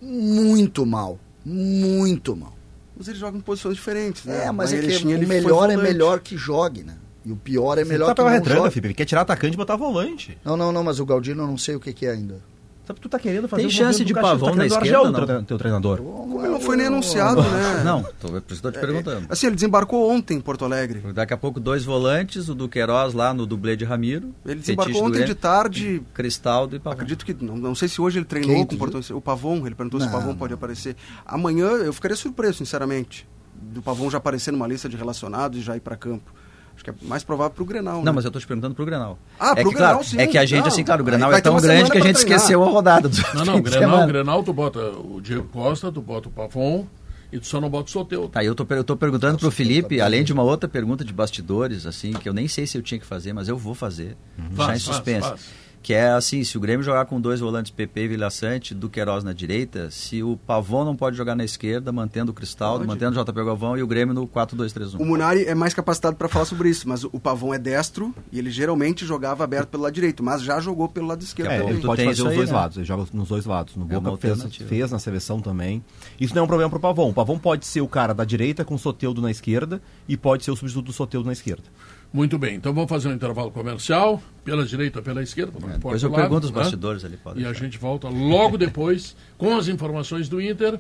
[SPEAKER 4] muito mal. Muito mal.
[SPEAKER 8] Mas ele joga em posições diferentes, né?
[SPEAKER 4] É, mas
[SPEAKER 8] Lá
[SPEAKER 4] é
[SPEAKER 8] em
[SPEAKER 4] que
[SPEAKER 8] Erechim ele
[SPEAKER 4] o
[SPEAKER 8] foi
[SPEAKER 4] melhor é
[SPEAKER 8] volante.
[SPEAKER 4] melhor que jogue, né? E o pior é melhor
[SPEAKER 5] tá
[SPEAKER 4] que
[SPEAKER 5] pela
[SPEAKER 4] não
[SPEAKER 5] retranca,
[SPEAKER 4] jogue.
[SPEAKER 5] Felipe. Ele quer tirar atacante e botar volante.
[SPEAKER 4] Não, não, não, mas o Galdino eu não sei o que, que é ainda.
[SPEAKER 5] Sabe, tu tá querendo fazer
[SPEAKER 3] Tem
[SPEAKER 5] o
[SPEAKER 3] chance
[SPEAKER 5] movimento
[SPEAKER 3] de
[SPEAKER 5] do Caxias,
[SPEAKER 3] pavão
[SPEAKER 5] tá querendo
[SPEAKER 3] na
[SPEAKER 5] arjar
[SPEAKER 3] esquerda,
[SPEAKER 5] o
[SPEAKER 3] não?
[SPEAKER 5] teu, teu treinador.
[SPEAKER 8] Como ele não foi nem anunciado, né?
[SPEAKER 3] Não, tô, é por isso que eu tô te perguntando.
[SPEAKER 8] Assim, ele desembarcou ontem em Porto Alegre.
[SPEAKER 3] Daqui a pouco, dois volantes, o Duqueiroz lá no dublê de Ramiro.
[SPEAKER 8] Ele
[SPEAKER 3] fetiche
[SPEAKER 8] desembarcou
[SPEAKER 3] do
[SPEAKER 8] ontem
[SPEAKER 3] Grêmio,
[SPEAKER 8] de tarde.
[SPEAKER 3] Cristaldo e Pavão.
[SPEAKER 8] Acredito que. Não, não sei se hoje ele treinou
[SPEAKER 4] Quem
[SPEAKER 8] com o
[SPEAKER 4] tu
[SPEAKER 8] Portão. O Pavon, ele perguntou se o
[SPEAKER 4] Não,
[SPEAKER 8] Pavon pode aparecer. Amanhã eu ficaria surpreso, sinceramente, do Pavon já aparecer numa lista de relacionados e já ir para campo. Acho que é mais provável pro Grenal. né?
[SPEAKER 3] Não, mas eu tô te perguntando pro Granal.
[SPEAKER 8] Ah,
[SPEAKER 3] é
[SPEAKER 8] pro
[SPEAKER 3] que,
[SPEAKER 8] Grenal,
[SPEAKER 3] claro,
[SPEAKER 8] sim.
[SPEAKER 3] É que a gente,
[SPEAKER 8] Não,
[SPEAKER 3] assim, claro, o
[SPEAKER 8] aí
[SPEAKER 3] Granal
[SPEAKER 8] vai
[SPEAKER 3] é
[SPEAKER 8] ter
[SPEAKER 3] tão
[SPEAKER 8] uma
[SPEAKER 3] grande
[SPEAKER 8] semana
[SPEAKER 3] que a
[SPEAKER 8] pra
[SPEAKER 3] gente
[SPEAKER 8] treinar.
[SPEAKER 3] esqueceu a rodada. Do
[SPEAKER 2] Ah, Não,
[SPEAKER 3] fim
[SPEAKER 2] não,
[SPEAKER 3] de
[SPEAKER 2] Grenal, é
[SPEAKER 3] semana.
[SPEAKER 2] Grenal, tu bota o Diego Costa, tu bota o Pavon e tu só não bota o Soteu.
[SPEAKER 3] Tá, eu tô, per- eu tô perguntando pro Felipe, além de uma outra pergunta de bastidores, assim, que eu nem sei se eu tinha que fazer, mas eu vou fazer. Deixar
[SPEAKER 2] Uhum. Faz, faz,
[SPEAKER 3] em suspense.
[SPEAKER 2] faz.
[SPEAKER 3] que é assim, se o Grêmio jogar com dois volantes PP e Vila Sante, Duqueiroz na direita, se o Pavon não pode jogar na esquerda, mantendo o Cristaldo,
[SPEAKER 8] Pode.
[SPEAKER 3] mantendo o JP Galvão e o Grêmio no 4-2-3-1.
[SPEAKER 8] O Munari é mais capacitado para falar sobre isso, mas o Pavon é destro e ele geralmente jogava aberto pelo lado direito, mas já jogou pelo lado esquerdo.
[SPEAKER 3] É,
[SPEAKER 5] É,
[SPEAKER 8] também.
[SPEAKER 5] ele
[SPEAKER 3] tu
[SPEAKER 5] pode
[SPEAKER 3] tem
[SPEAKER 5] fazer
[SPEAKER 3] isso
[SPEAKER 5] os
[SPEAKER 3] aí,
[SPEAKER 5] dois
[SPEAKER 3] né?
[SPEAKER 5] lados. Ele joga nos dois lados. No
[SPEAKER 3] É uma
[SPEAKER 5] Boca fez,
[SPEAKER 3] alternativa.
[SPEAKER 5] fez na seleção também. Isso não é um problema pro Pavon. O Pavon pode ser o cara da direita com o Soteudo na esquerda e pode ser o substituto do Soteudo na esquerda.
[SPEAKER 2] Muito bem, então vamos fazer um intervalo comercial, pela direita, pela esquerda. não importa
[SPEAKER 3] É, depois eu
[SPEAKER 2] o lado,
[SPEAKER 3] pergunto os
[SPEAKER 2] né?
[SPEAKER 3] bastidores ali, pode
[SPEAKER 2] E a
[SPEAKER 3] deixar.
[SPEAKER 2] gente volta logo depois com as informações do Inter,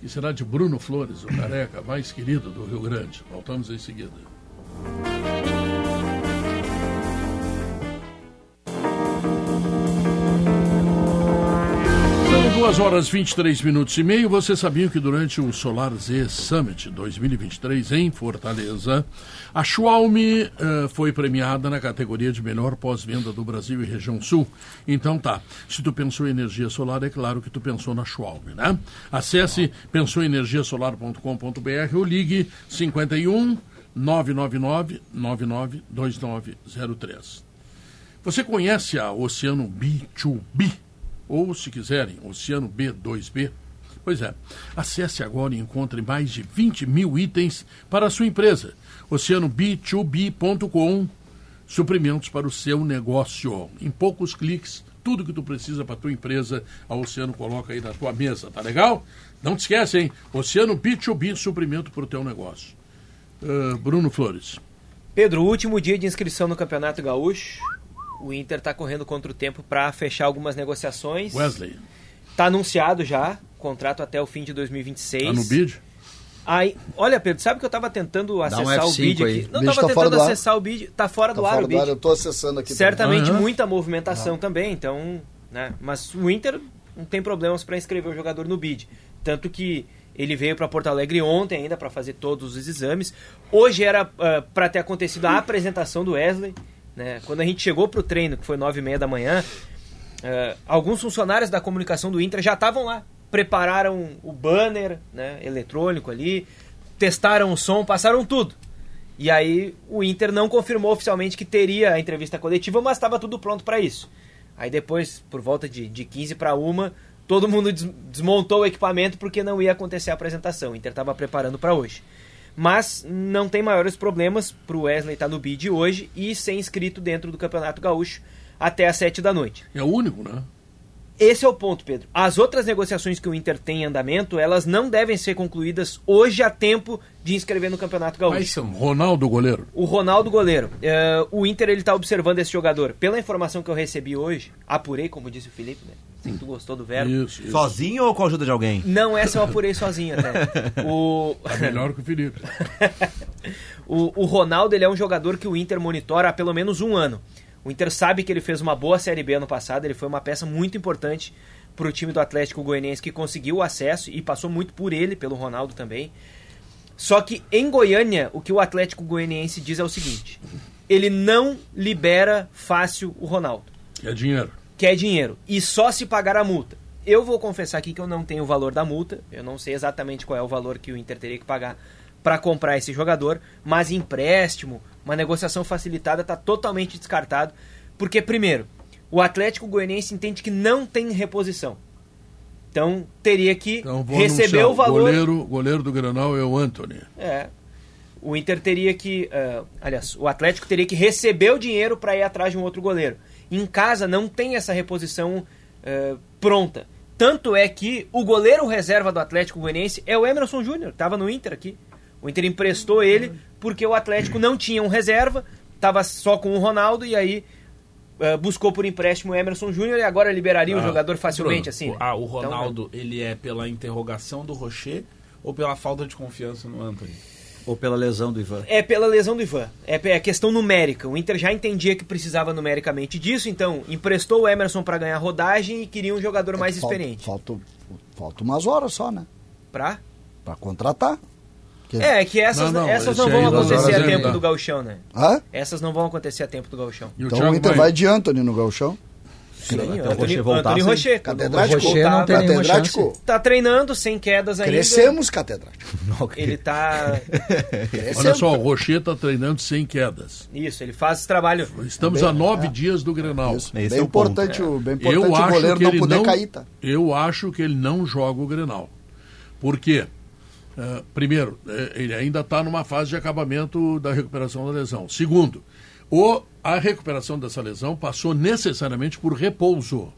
[SPEAKER 2] que será de Bruno Flores, o careca mais querido do Rio Grande. Voltamos em seguida. São 2 horas 23 minutos e meio. Você sabia que durante o Solar Z Summit 2023 em Fortaleza, a Xiaomi eh, foi premiada na categoria de melhor pós-venda do Brasil e região sul? Então tá, se tu pensou em energia solar, é claro que tu pensou na Xiaomi, né? Acesse pensouenergiasolar.com.br ou ligue 51 999 992903. Você conhece a Oceano B2B? Ou, se quiserem, Oceano B2B? Pois é, acesse agora e encontre mais de 20 mil itens para a sua empresa. oceanob2b.com Suprimentos para o seu negócio. Em poucos cliques, tudo que tu precisa para a tua empresa, a Oceano coloca aí na tua mesa, tá legal? Não te esquece, hein? Oceano B2B, suprimento para o teu negócio. Ah, Bruno Flores.
[SPEAKER 9] Pedro, último dia de inscrição no Campeonato Gaúcho. O Inter está correndo contra o tempo para fechar algumas negociações.
[SPEAKER 2] Wesley,
[SPEAKER 9] Tá anunciado já, contrato até o fim de 2026.
[SPEAKER 2] tá no bid?
[SPEAKER 9] Aí, olha, Pedro, sabe que eu tava tentando acessar o
[SPEAKER 3] F5
[SPEAKER 9] bid
[SPEAKER 3] aí.
[SPEAKER 9] aqui? Não,
[SPEAKER 4] O bid
[SPEAKER 9] tava
[SPEAKER 4] tá fora
[SPEAKER 9] tentando
[SPEAKER 4] do ar.
[SPEAKER 9] acessar o bid. Tá fora do
[SPEAKER 4] Tá
[SPEAKER 9] ar
[SPEAKER 4] fora
[SPEAKER 9] o
[SPEAKER 4] do
[SPEAKER 9] bid.
[SPEAKER 4] ar, eu tô acessando aqui. também.
[SPEAKER 9] Certamente
[SPEAKER 2] Aham.
[SPEAKER 9] muita movimentação também, então, né? Mas o Inter não tem problemas para inscrever o jogador no bid, tanto que ele veio para Porto Alegre ontem ainda para fazer todos os exames. Hoje era para ter acontecido a apresentação do Wesley, né? Quando a gente chegou pro treino, que foi nove e meia da manhã, ah, alguns funcionários da comunicação do Inter já estavam lá, prepararam o banner, né? Eletrônico ali, testaram o som, passaram tudo. E aí o Inter não confirmou oficialmente que teria a entrevista coletiva, mas estava tudo pronto para isso. Aí depois, por volta de, de 15 para uma, todo mundo des- desmontou o equipamento porque não ia acontecer a apresentação. O Inter estava preparando para hoje. Mas não tem maiores problemas para o Wesley estar no bid hoje e ser inscrito dentro do Campeonato Gaúcho até às 7 da noite.
[SPEAKER 2] É o único, né?
[SPEAKER 9] Esse é o ponto, Pedro. As outras negociações que o Inter tem em andamento, elas não devem ser concluídas hoje a tempo de inscrever no Campeonato Gaúcho.
[SPEAKER 2] Quais são? Ronaldo, goleiro.
[SPEAKER 9] O Ronaldo goleiro. É, o Inter ele tá observando esse jogador. Pela informação que eu recebi hoje, apurei, como disse o Felipe, né? Sei que tu gostou do verbo.
[SPEAKER 2] Isso, isso.
[SPEAKER 5] Sozinho ou com a ajuda de alguém?
[SPEAKER 9] Não, essa é eu apurei sozinho até. O,
[SPEAKER 2] Tá melhor que o Felipe.
[SPEAKER 9] o, o Ronaldo ele é um jogador que o Inter monitora há pelo menos um ano. O Inter sabe que ele fez uma boa Série B ano passado, ele foi uma peça muito importante para o time do Atlético Goianiense que conseguiu o acesso e passou muito por ele, pelo Ronaldo também. Só que em Goiânia, o que o Atlético Goianiense diz é o seguinte: ele não libera fácil o Ronaldo
[SPEAKER 2] Que é dinheiro.
[SPEAKER 9] quer dinheiro e só se pagar a multa. Eu vou confessar aqui que eu não tenho o valor da multa, eu não sei exatamente qual é o valor que o Inter teria que pagar para comprar esse jogador, mas empréstimo, uma negociação facilitada está totalmente descartado, porque primeiro, o Atlético Goianiense entende que não tem reposição. Então, teria que
[SPEAKER 2] Então vou
[SPEAKER 9] receber
[SPEAKER 2] anunciar.
[SPEAKER 9] o valor
[SPEAKER 2] Goleiro, goleiro do Granal é o Anthony.
[SPEAKER 9] é. O Inter teria que. ah, aliás, o Atlético teria que receber o dinheiro para ir atrás de um outro goleiro. Em casa não tem essa reposição ah, pronta. Tanto é que o goleiro reserva do Atlético Goianiense é o Emerson Júnior, estava no Inter aqui. O Inter emprestou ele porque o Atlético não tinha um reserva, estava só com o Ronaldo e aí ah, buscou por empréstimo o Emerson Júnior e agora liberaria o
[SPEAKER 6] Ah,
[SPEAKER 9] jogador facilmente
[SPEAKER 6] Bruno,
[SPEAKER 9] assim.
[SPEAKER 6] o- Ah, o
[SPEAKER 9] Então,
[SPEAKER 6] Ronaldo, ele é pela interrogação do Rocher ou pela falta de confiança no Anthony?
[SPEAKER 3] Ou pela lesão do Ivan.
[SPEAKER 9] É pela lesão do Ivan. É pe- é questão numérica. O Inter já entendia que precisava numericamente disso, então emprestou o Emerson pra ganhar rodagem e queria um jogador mais
[SPEAKER 4] É Falta-
[SPEAKER 9] experiente.
[SPEAKER 4] Falta, falta umas horas só, né?
[SPEAKER 9] Pra?
[SPEAKER 4] Pra contratar. Que-
[SPEAKER 9] É, que essas não,
[SPEAKER 2] Não, não,
[SPEAKER 9] essas não
[SPEAKER 2] esse
[SPEAKER 9] vão
[SPEAKER 2] aí é nós
[SPEAKER 9] acontecer a
[SPEAKER 2] vamos
[SPEAKER 9] tempo
[SPEAKER 2] ajudar.
[SPEAKER 9] do gauchão, né?
[SPEAKER 4] Hã?
[SPEAKER 9] Essas não vão acontecer a tempo do gauchão.
[SPEAKER 2] E o
[SPEAKER 4] Então o
[SPEAKER 2] Thiago
[SPEAKER 4] Inter vai de Anthony no galchão.
[SPEAKER 9] Sim,
[SPEAKER 5] até o
[SPEAKER 9] Anthony,
[SPEAKER 5] Rocher voltar,
[SPEAKER 9] Anthony
[SPEAKER 5] sim.
[SPEAKER 9] Rocher. quando o Rocher
[SPEAKER 4] Catedrático,
[SPEAKER 9] voltar,
[SPEAKER 3] não tem
[SPEAKER 9] tá-
[SPEAKER 3] nenhuma
[SPEAKER 4] catedrático.
[SPEAKER 9] Tá treinando sem quedas ainda.
[SPEAKER 4] Crescemos, catedrático.
[SPEAKER 9] Ele tá.
[SPEAKER 2] Olha só, o Rocher tá treinando sem quedas.
[SPEAKER 9] Isso, ele faz esse trabalho.
[SPEAKER 2] Estamos a nove dias do Grenal.
[SPEAKER 5] Esse
[SPEAKER 4] é. bem,
[SPEAKER 5] é o ponto.
[SPEAKER 4] importante, o, bem importante
[SPEAKER 2] Eu
[SPEAKER 4] o
[SPEAKER 2] acho,
[SPEAKER 4] goleiro
[SPEAKER 2] que
[SPEAKER 4] não
[SPEAKER 2] ele
[SPEAKER 4] poder
[SPEAKER 2] não,
[SPEAKER 4] cair, tá?
[SPEAKER 2] eu acho que ele não joga o Grenal. Por quê? Ah, primeiro, eh, ele ainda está numa fase de acabamento da recuperação da lesão. Segundo, o, a recuperação dessa lesão passou necessariamente por repouso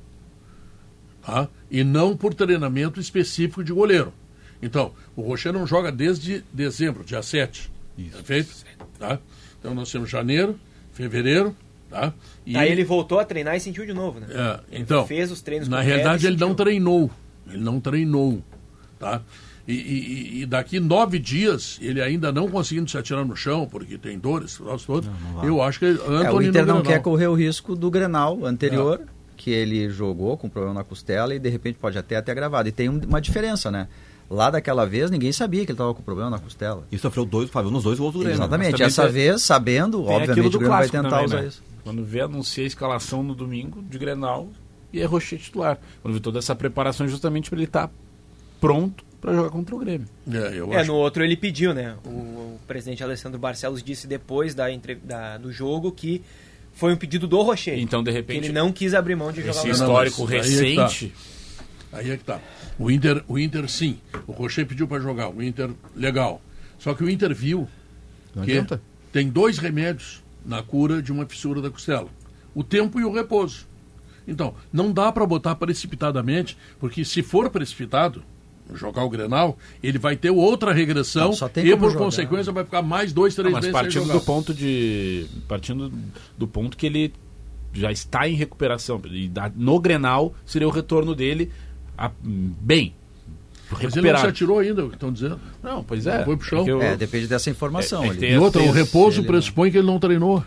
[SPEAKER 2] tá? e não por treinamento específico de goleiro. Então, o Rocher não joga desde dezembro, dia 7. Perfeito? Tá? Então, nós temos janeiro, fevereiro. Tá? E
[SPEAKER 9] Aí ele voltou a treinar e sentiu de novo, né?
[SPEAKER 2] é, então,
[SPEAKER 9] fez os treinos
[SPEAKER 2] na
[SPEAKER 9] com o Pérez
[SPEAKER 2] realidade
[SPEAKER 9] e
[SPEAKER 2] ele não
[SPEAKER 9] sentiu.
[SPEAKER 2] treinou, ele não treinou, tá? E, e- e- e daqui nove dias ele ainda não conseguindo se atirar no chão porque tem dores, esse troço todo. eu acho que Anthony
[SPEAKER 3] É, o Inter
[SPEAKER 2] no
[SPEAKER 3] não
[SPEAKER 2] Grenal.
[SPEAKER 3] quer correr o risco do Grenal anterior, que ele jogou com problema na costela e de repente pode até ter agravado. E tem um- uma diferença, né? Lá daquela vez ninguém sabia que ele estava com problema na costela.
[SPEAKER 5] E sofreu dois, Fábio, nos dois gols do Grêmio. né? Mas
[SPEAKER 3] Exatamente.
[SPEAKER 5] também
[SPEAKER 3] Essa
[SPEAKER 5] tem-
[SPEAKER 3] vez, sabendo,
[SPEAKER 6] Tem aquilo
[SPEAKER 3] obviamente
[SPEAKER 6] do
[SPEAKER 3] o Grêmio vai
[SPEAKER 6] clássico
[SPEAKER 3] tentar
[SPEAKER 6] também,
[SPEAKER 3] usar
[SPEAKER 6] né?
[SPEAKER 3] isso.
[SPEAKER 6] Quando vê, anuncia a escalação no domingo de Grenal e é Rocher titular. Quando vê toda essa preparação é justamente para ele estar pronto para jogar contra o Grêmio.
[SPEAKER 2] É, eu
[SPEAKER 9] É,
[SPEAKER 2] acho.
[SPEAKER 9] no outro ele pediu, né? O, o presidente Alessandro Barcelos disse depois da, entre- da- do jogo que foi um pedido do Rocher.
[SPEAKER 6] Então, de
[SPEAKER 9] que
[SPEAKER 6] repente,
[SPEAKER 9] ele não quis abrir mão de jogar
[SPEAKER 6] esse
[SPEAKER 9] lá.
[SPEAKER 6] histórico
[SPEAKER 2] mas aí é que tá.
[SPEAKER 6] recente...
[SPEAKER 2] Aí é que tá. O Inter, o Inter sim. O Rocher pediu para jogar. O Inter legal. Só que o Inter viu
[SPEAKER 5] Não
[SPEAKER 2] que
[SPEAKER 5] adianta.
[SPEAKER 2] tem dois remédios na cura de uma fissura da costela: o tempo e o repouso. Então, não dá para botar precipitadamente, porque se for precipitado, jogar o Grenal, ele vai ter outra regressão
[SPEAKER 3] Não, só tem
[SPEAKER 2] e
[SPEAKER 3] como
[SPEAKER 2] por
[SPEAKER 3] jogar. né?
[SPEAKER 2] consequência vai ficar mais dois, três
[SPEAKER 6] Não, mas
[SPEAKER 2] meses sem
[SPEAKER 6] partindo
[SPEAKER 2] jogar.
[SPEAKER 6] do ponto de partindo do ponto que ele já está em recuperação e da- no Grenal seria o retorno dele a- bem
[SPEAKER 2] Mas ele não se
[SPEAKER 6] recuperado.
[SPEAKER 2] atirou ainda, é o que estão dizendo.
[SPEAKER 6] Não, pois é.
[SPEAKER 2] Foi pro chão.
[SPEAKER 6] que eu-
[SPEAKER 3] É, depende dessa informação
[SPEAKER 6] É, é que
[SPEAKER 3] ali.
[SPEAKER 6] tem
[SPEAKER 2] E outra, o
[SPEAKER 6] Esse-
[SPEAKER 2] repouso
[SPEAKER 3] ele
[SPEAKER 2] pressupõe que ele não treinou.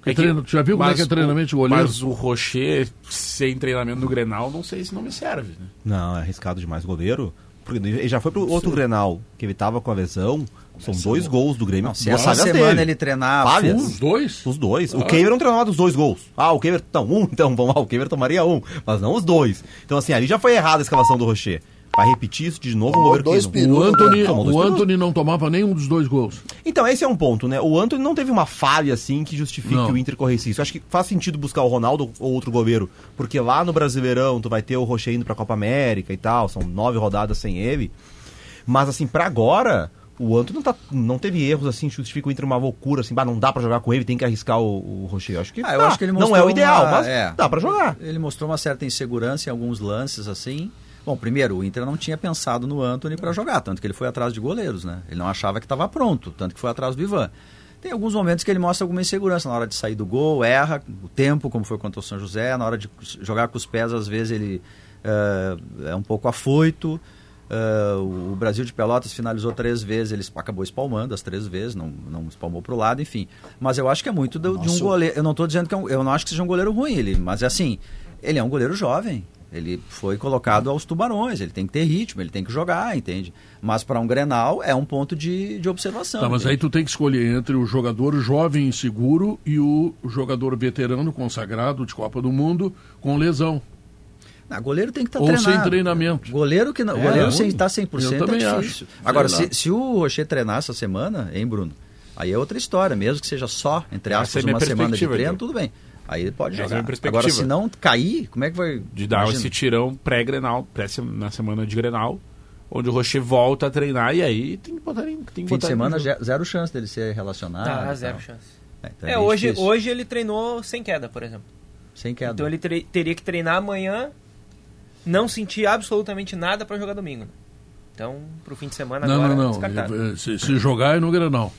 [SPEAKER 2] Porque
[SPEAKER 6] né? é que-
[SPEAKER 2] treino, tu já viu como é
[SPEAKER 6] mas
[SPEAKER 2] que é treinamento de
[SPEAKER 6] o-
[SPEAKER 2] goleiro?
[SPEAKER 6] Mas o Rocher sem treinamento no Grenal, não sei se não me serve. Né?
[SPEAKER 5] Não, é arriscado demais o goleiro. Porque ele já foi pro outro Grenal, que ele tava com a lesão. São dois
[SPEAKER 9] é
[SPEAKER 5] gols do Grêmio.
[SPEAKER 3] Se
[SPEAKER 5] Boas
[SPEAKER 3] essa
[SPEAKER 5] falhas
[SPEAKER 3] semana
[SPEAKER 5] dele.
[SPEAKER 3] ele treinar
[SPEAKER 5] Falhas.
[SPEAKER 3] full,
[SPEAKER 2] Os dois? Ah.
[SPEAKER 5] Os dois. O Keiver não treinou nada os dois gols. Ah, o Keiver. Não, um então. Vamos lá, o Keiver tomaria um. Mas não os dois. Então, assim, ali já foi errada a escalação do Rocher. Vai repetir isso de novo um goleiro que
[SPEAKER 4] dois
[SPEAKER 5] não-
[SPEAKER 4] peru-
[SPEAKER 2] O Anthony,
[SPEAKER 5] Tomou dois
[SPEAKER 2] o
[SPEAKER 5] pênaltis.
[SPEAKER 2] Anthony não tomava nenhum dos dois gols.
[SPEAKER 5] Então, esse é um ponto, né? O Antony não teve uma falha assim que justifique
[SPEAKER 2] Não.
[SPEAKER 5] o Inter corresse isso. Acho que faz sentido buscar o Ronaldo ou outro goleiro, porque lá no Brasileirão tu vai ter o Rocher indo pra Copa América e tal, são nove rodadas sem ele. Mas assim, pra agora, o Antony não, tá, não teve erros assim que justificam o Inter uma loucura assim, bah, não dá pra jogar com ele, tem que arriscar o, o Rocher. Eu acho que,
[SPEAKER 3] Ah, eu
[SPEAKER 5] dá.
[SPEAKER 3] acho que ele
[SPEAKER 5] não
[SPEAKER 3] mostrou
[SPEAKER 5] é o ideal,
[SPEAKER 3] uma-
[SPEAKER 5] mas
[SPEAKER 3] é.
[SPEAKER 5] dá pra jogar.
[SPEAKER 3] Ele mostrou uma certa insegurança em alguns lances, assim. Bom, primeiro, o Inter não tinha pensado no Anthony para jogar, tanto que ele foi atrás de goleiros, né? Ele não achava que estava pronto, tanto que foi atrás do Ivan. Tem alguns momentos que ele mostra alguma insegurança, na hora de sair do gol, erra, o tempo, como foi contra o São José, na hora de jogar com os pés, às vezes ele eh, é um pouco afoito. Eh, o Brasil de Pelotas finalizou três vezes, ele acabou espalmando as três vezes, não, não espalmou para o lado, enfim. Mas eu acho que é muito do- de um goleiro. Eu não estou dizendo que é um- eu não acho que seja um goleiro ruim, ele, mas é assim, ele é um goleiro jovem. Ele foi colocado aos tubarões, ele tem que ter ritmo, ele tem que jogar, entende? Mas para um Grenal é um ponto de, de observação.
[SPEAKER 2] Tá, mas aí
[SPEAKER 3] entende?
[SPEAKER 2] tu tem que escolher entre o jogador jovem e seguro e o jogador veterano consagrado de Copa do Mundo com lesão.
[SPEAKER 3] Ah, goleiro tem que estar
[SPEAKER 2] Ou
[SPEAKER 3] treinado.
[SPEAKER 2] sem treinamento.
[SPEAKER 3] Goleiro que não,
[SPEAKER 2] É,
[SPEAKER 3] goleiro
[SPEAKER 2] não.
[SPEAKER 3] sem estar
[SPEAKER 2] Eu
[SPEAKER 3] 100% é
[SPEAKER 2] também
[SPEAKER 3] difícil.
[SPEAKER 2] acho.
[SPEAKER 3] Agora,
[SPEAKER 2] Sei lá.
[SPEAKER 3] se, se o Rocher treinar essa semana, hein, Bruno? Aí é outra história, mesmo que seja só, entre
[SPEAKER 6] Essa é
[SPEAKER 3] aspas,
[SPEAKER 6] minha
[SPEAKER 3] uma semana de
[SPEAKER 6] perspectiva,
[SPEAKER 3] treino,
[SPEAKER 6] Edu.
[SPEAKER 3] tudo bem. Aí ele pode
[SPEAKER 6] Essa é a
[SPEAKER 3] jogar.
[SPEAKER 6] minha perspectiva.
[SPEAKER 3] Agora, se não cair, como é que vai.
[SPEAKER 6] De dar
[SPEAKER 3] Imagina.
[SPEAKER 6] esse tirão pré-Grenal, pré na semana de Grenal, onde o Rocher volta a treinar e aí tem que botar ele- tem que
[SPEAKER 3] Fim
[SPEAKER 6] botar
[SPEAKER 3] de
[SPEAKER 6] ele no
[SPEAKER 3] semana,
[SPEAKER 6] jogo.
[SPEAKER 3] ze- zero chance dele ser relacionado. e
[SPEAKER 9] Tá,
[SPEAKER 3] tal.
[SPEAKER 9] zero chance.
[SPEAKER 3] Ah, então
[SPEAKER 9] É,
[SPEAKER 3] bem
[SPEAKER 9] hoje,
[SPEAKER 3] difícil.
[SPEAKER 9] hoje ele treinou sem queda, por exemplo.
[SPEAKER 3] Sem queda.
[SPEAKER 9] Então ele tre- teria que treinar amanhã, não sentir absolutamente nada pra jogar domingo. né? Então, pro fim de semana
[SPEAKER 2] Não,
[SPEAKER 9] agora
[SPEAKER 2] não,
[SPEAKER 9] é
[SPEAKER 2] não.
[SPEAKER 9] descartado.
[SPEAKER 2] Eh, Se, se jogar é no Granal.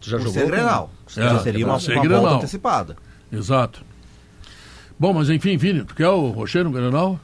[SPEAKER 3] Tu já
[SPEAKER 5] Por
[SPEAKER 3] jogou?
[SPEAKER 5] ser Grenal.
[SPEAKER 2] É,
[SPEAKER 5] Já seria uma,
[SPEAKER 2] por ser
[SPEAKER 5] uma volta
[SPEAKER 2] Grenal.
[SPEAKER 5] antecipada.
[SPEAKER 2] Exato. Bom, mas enfim, Vini, tu quer o Rocher no Granal?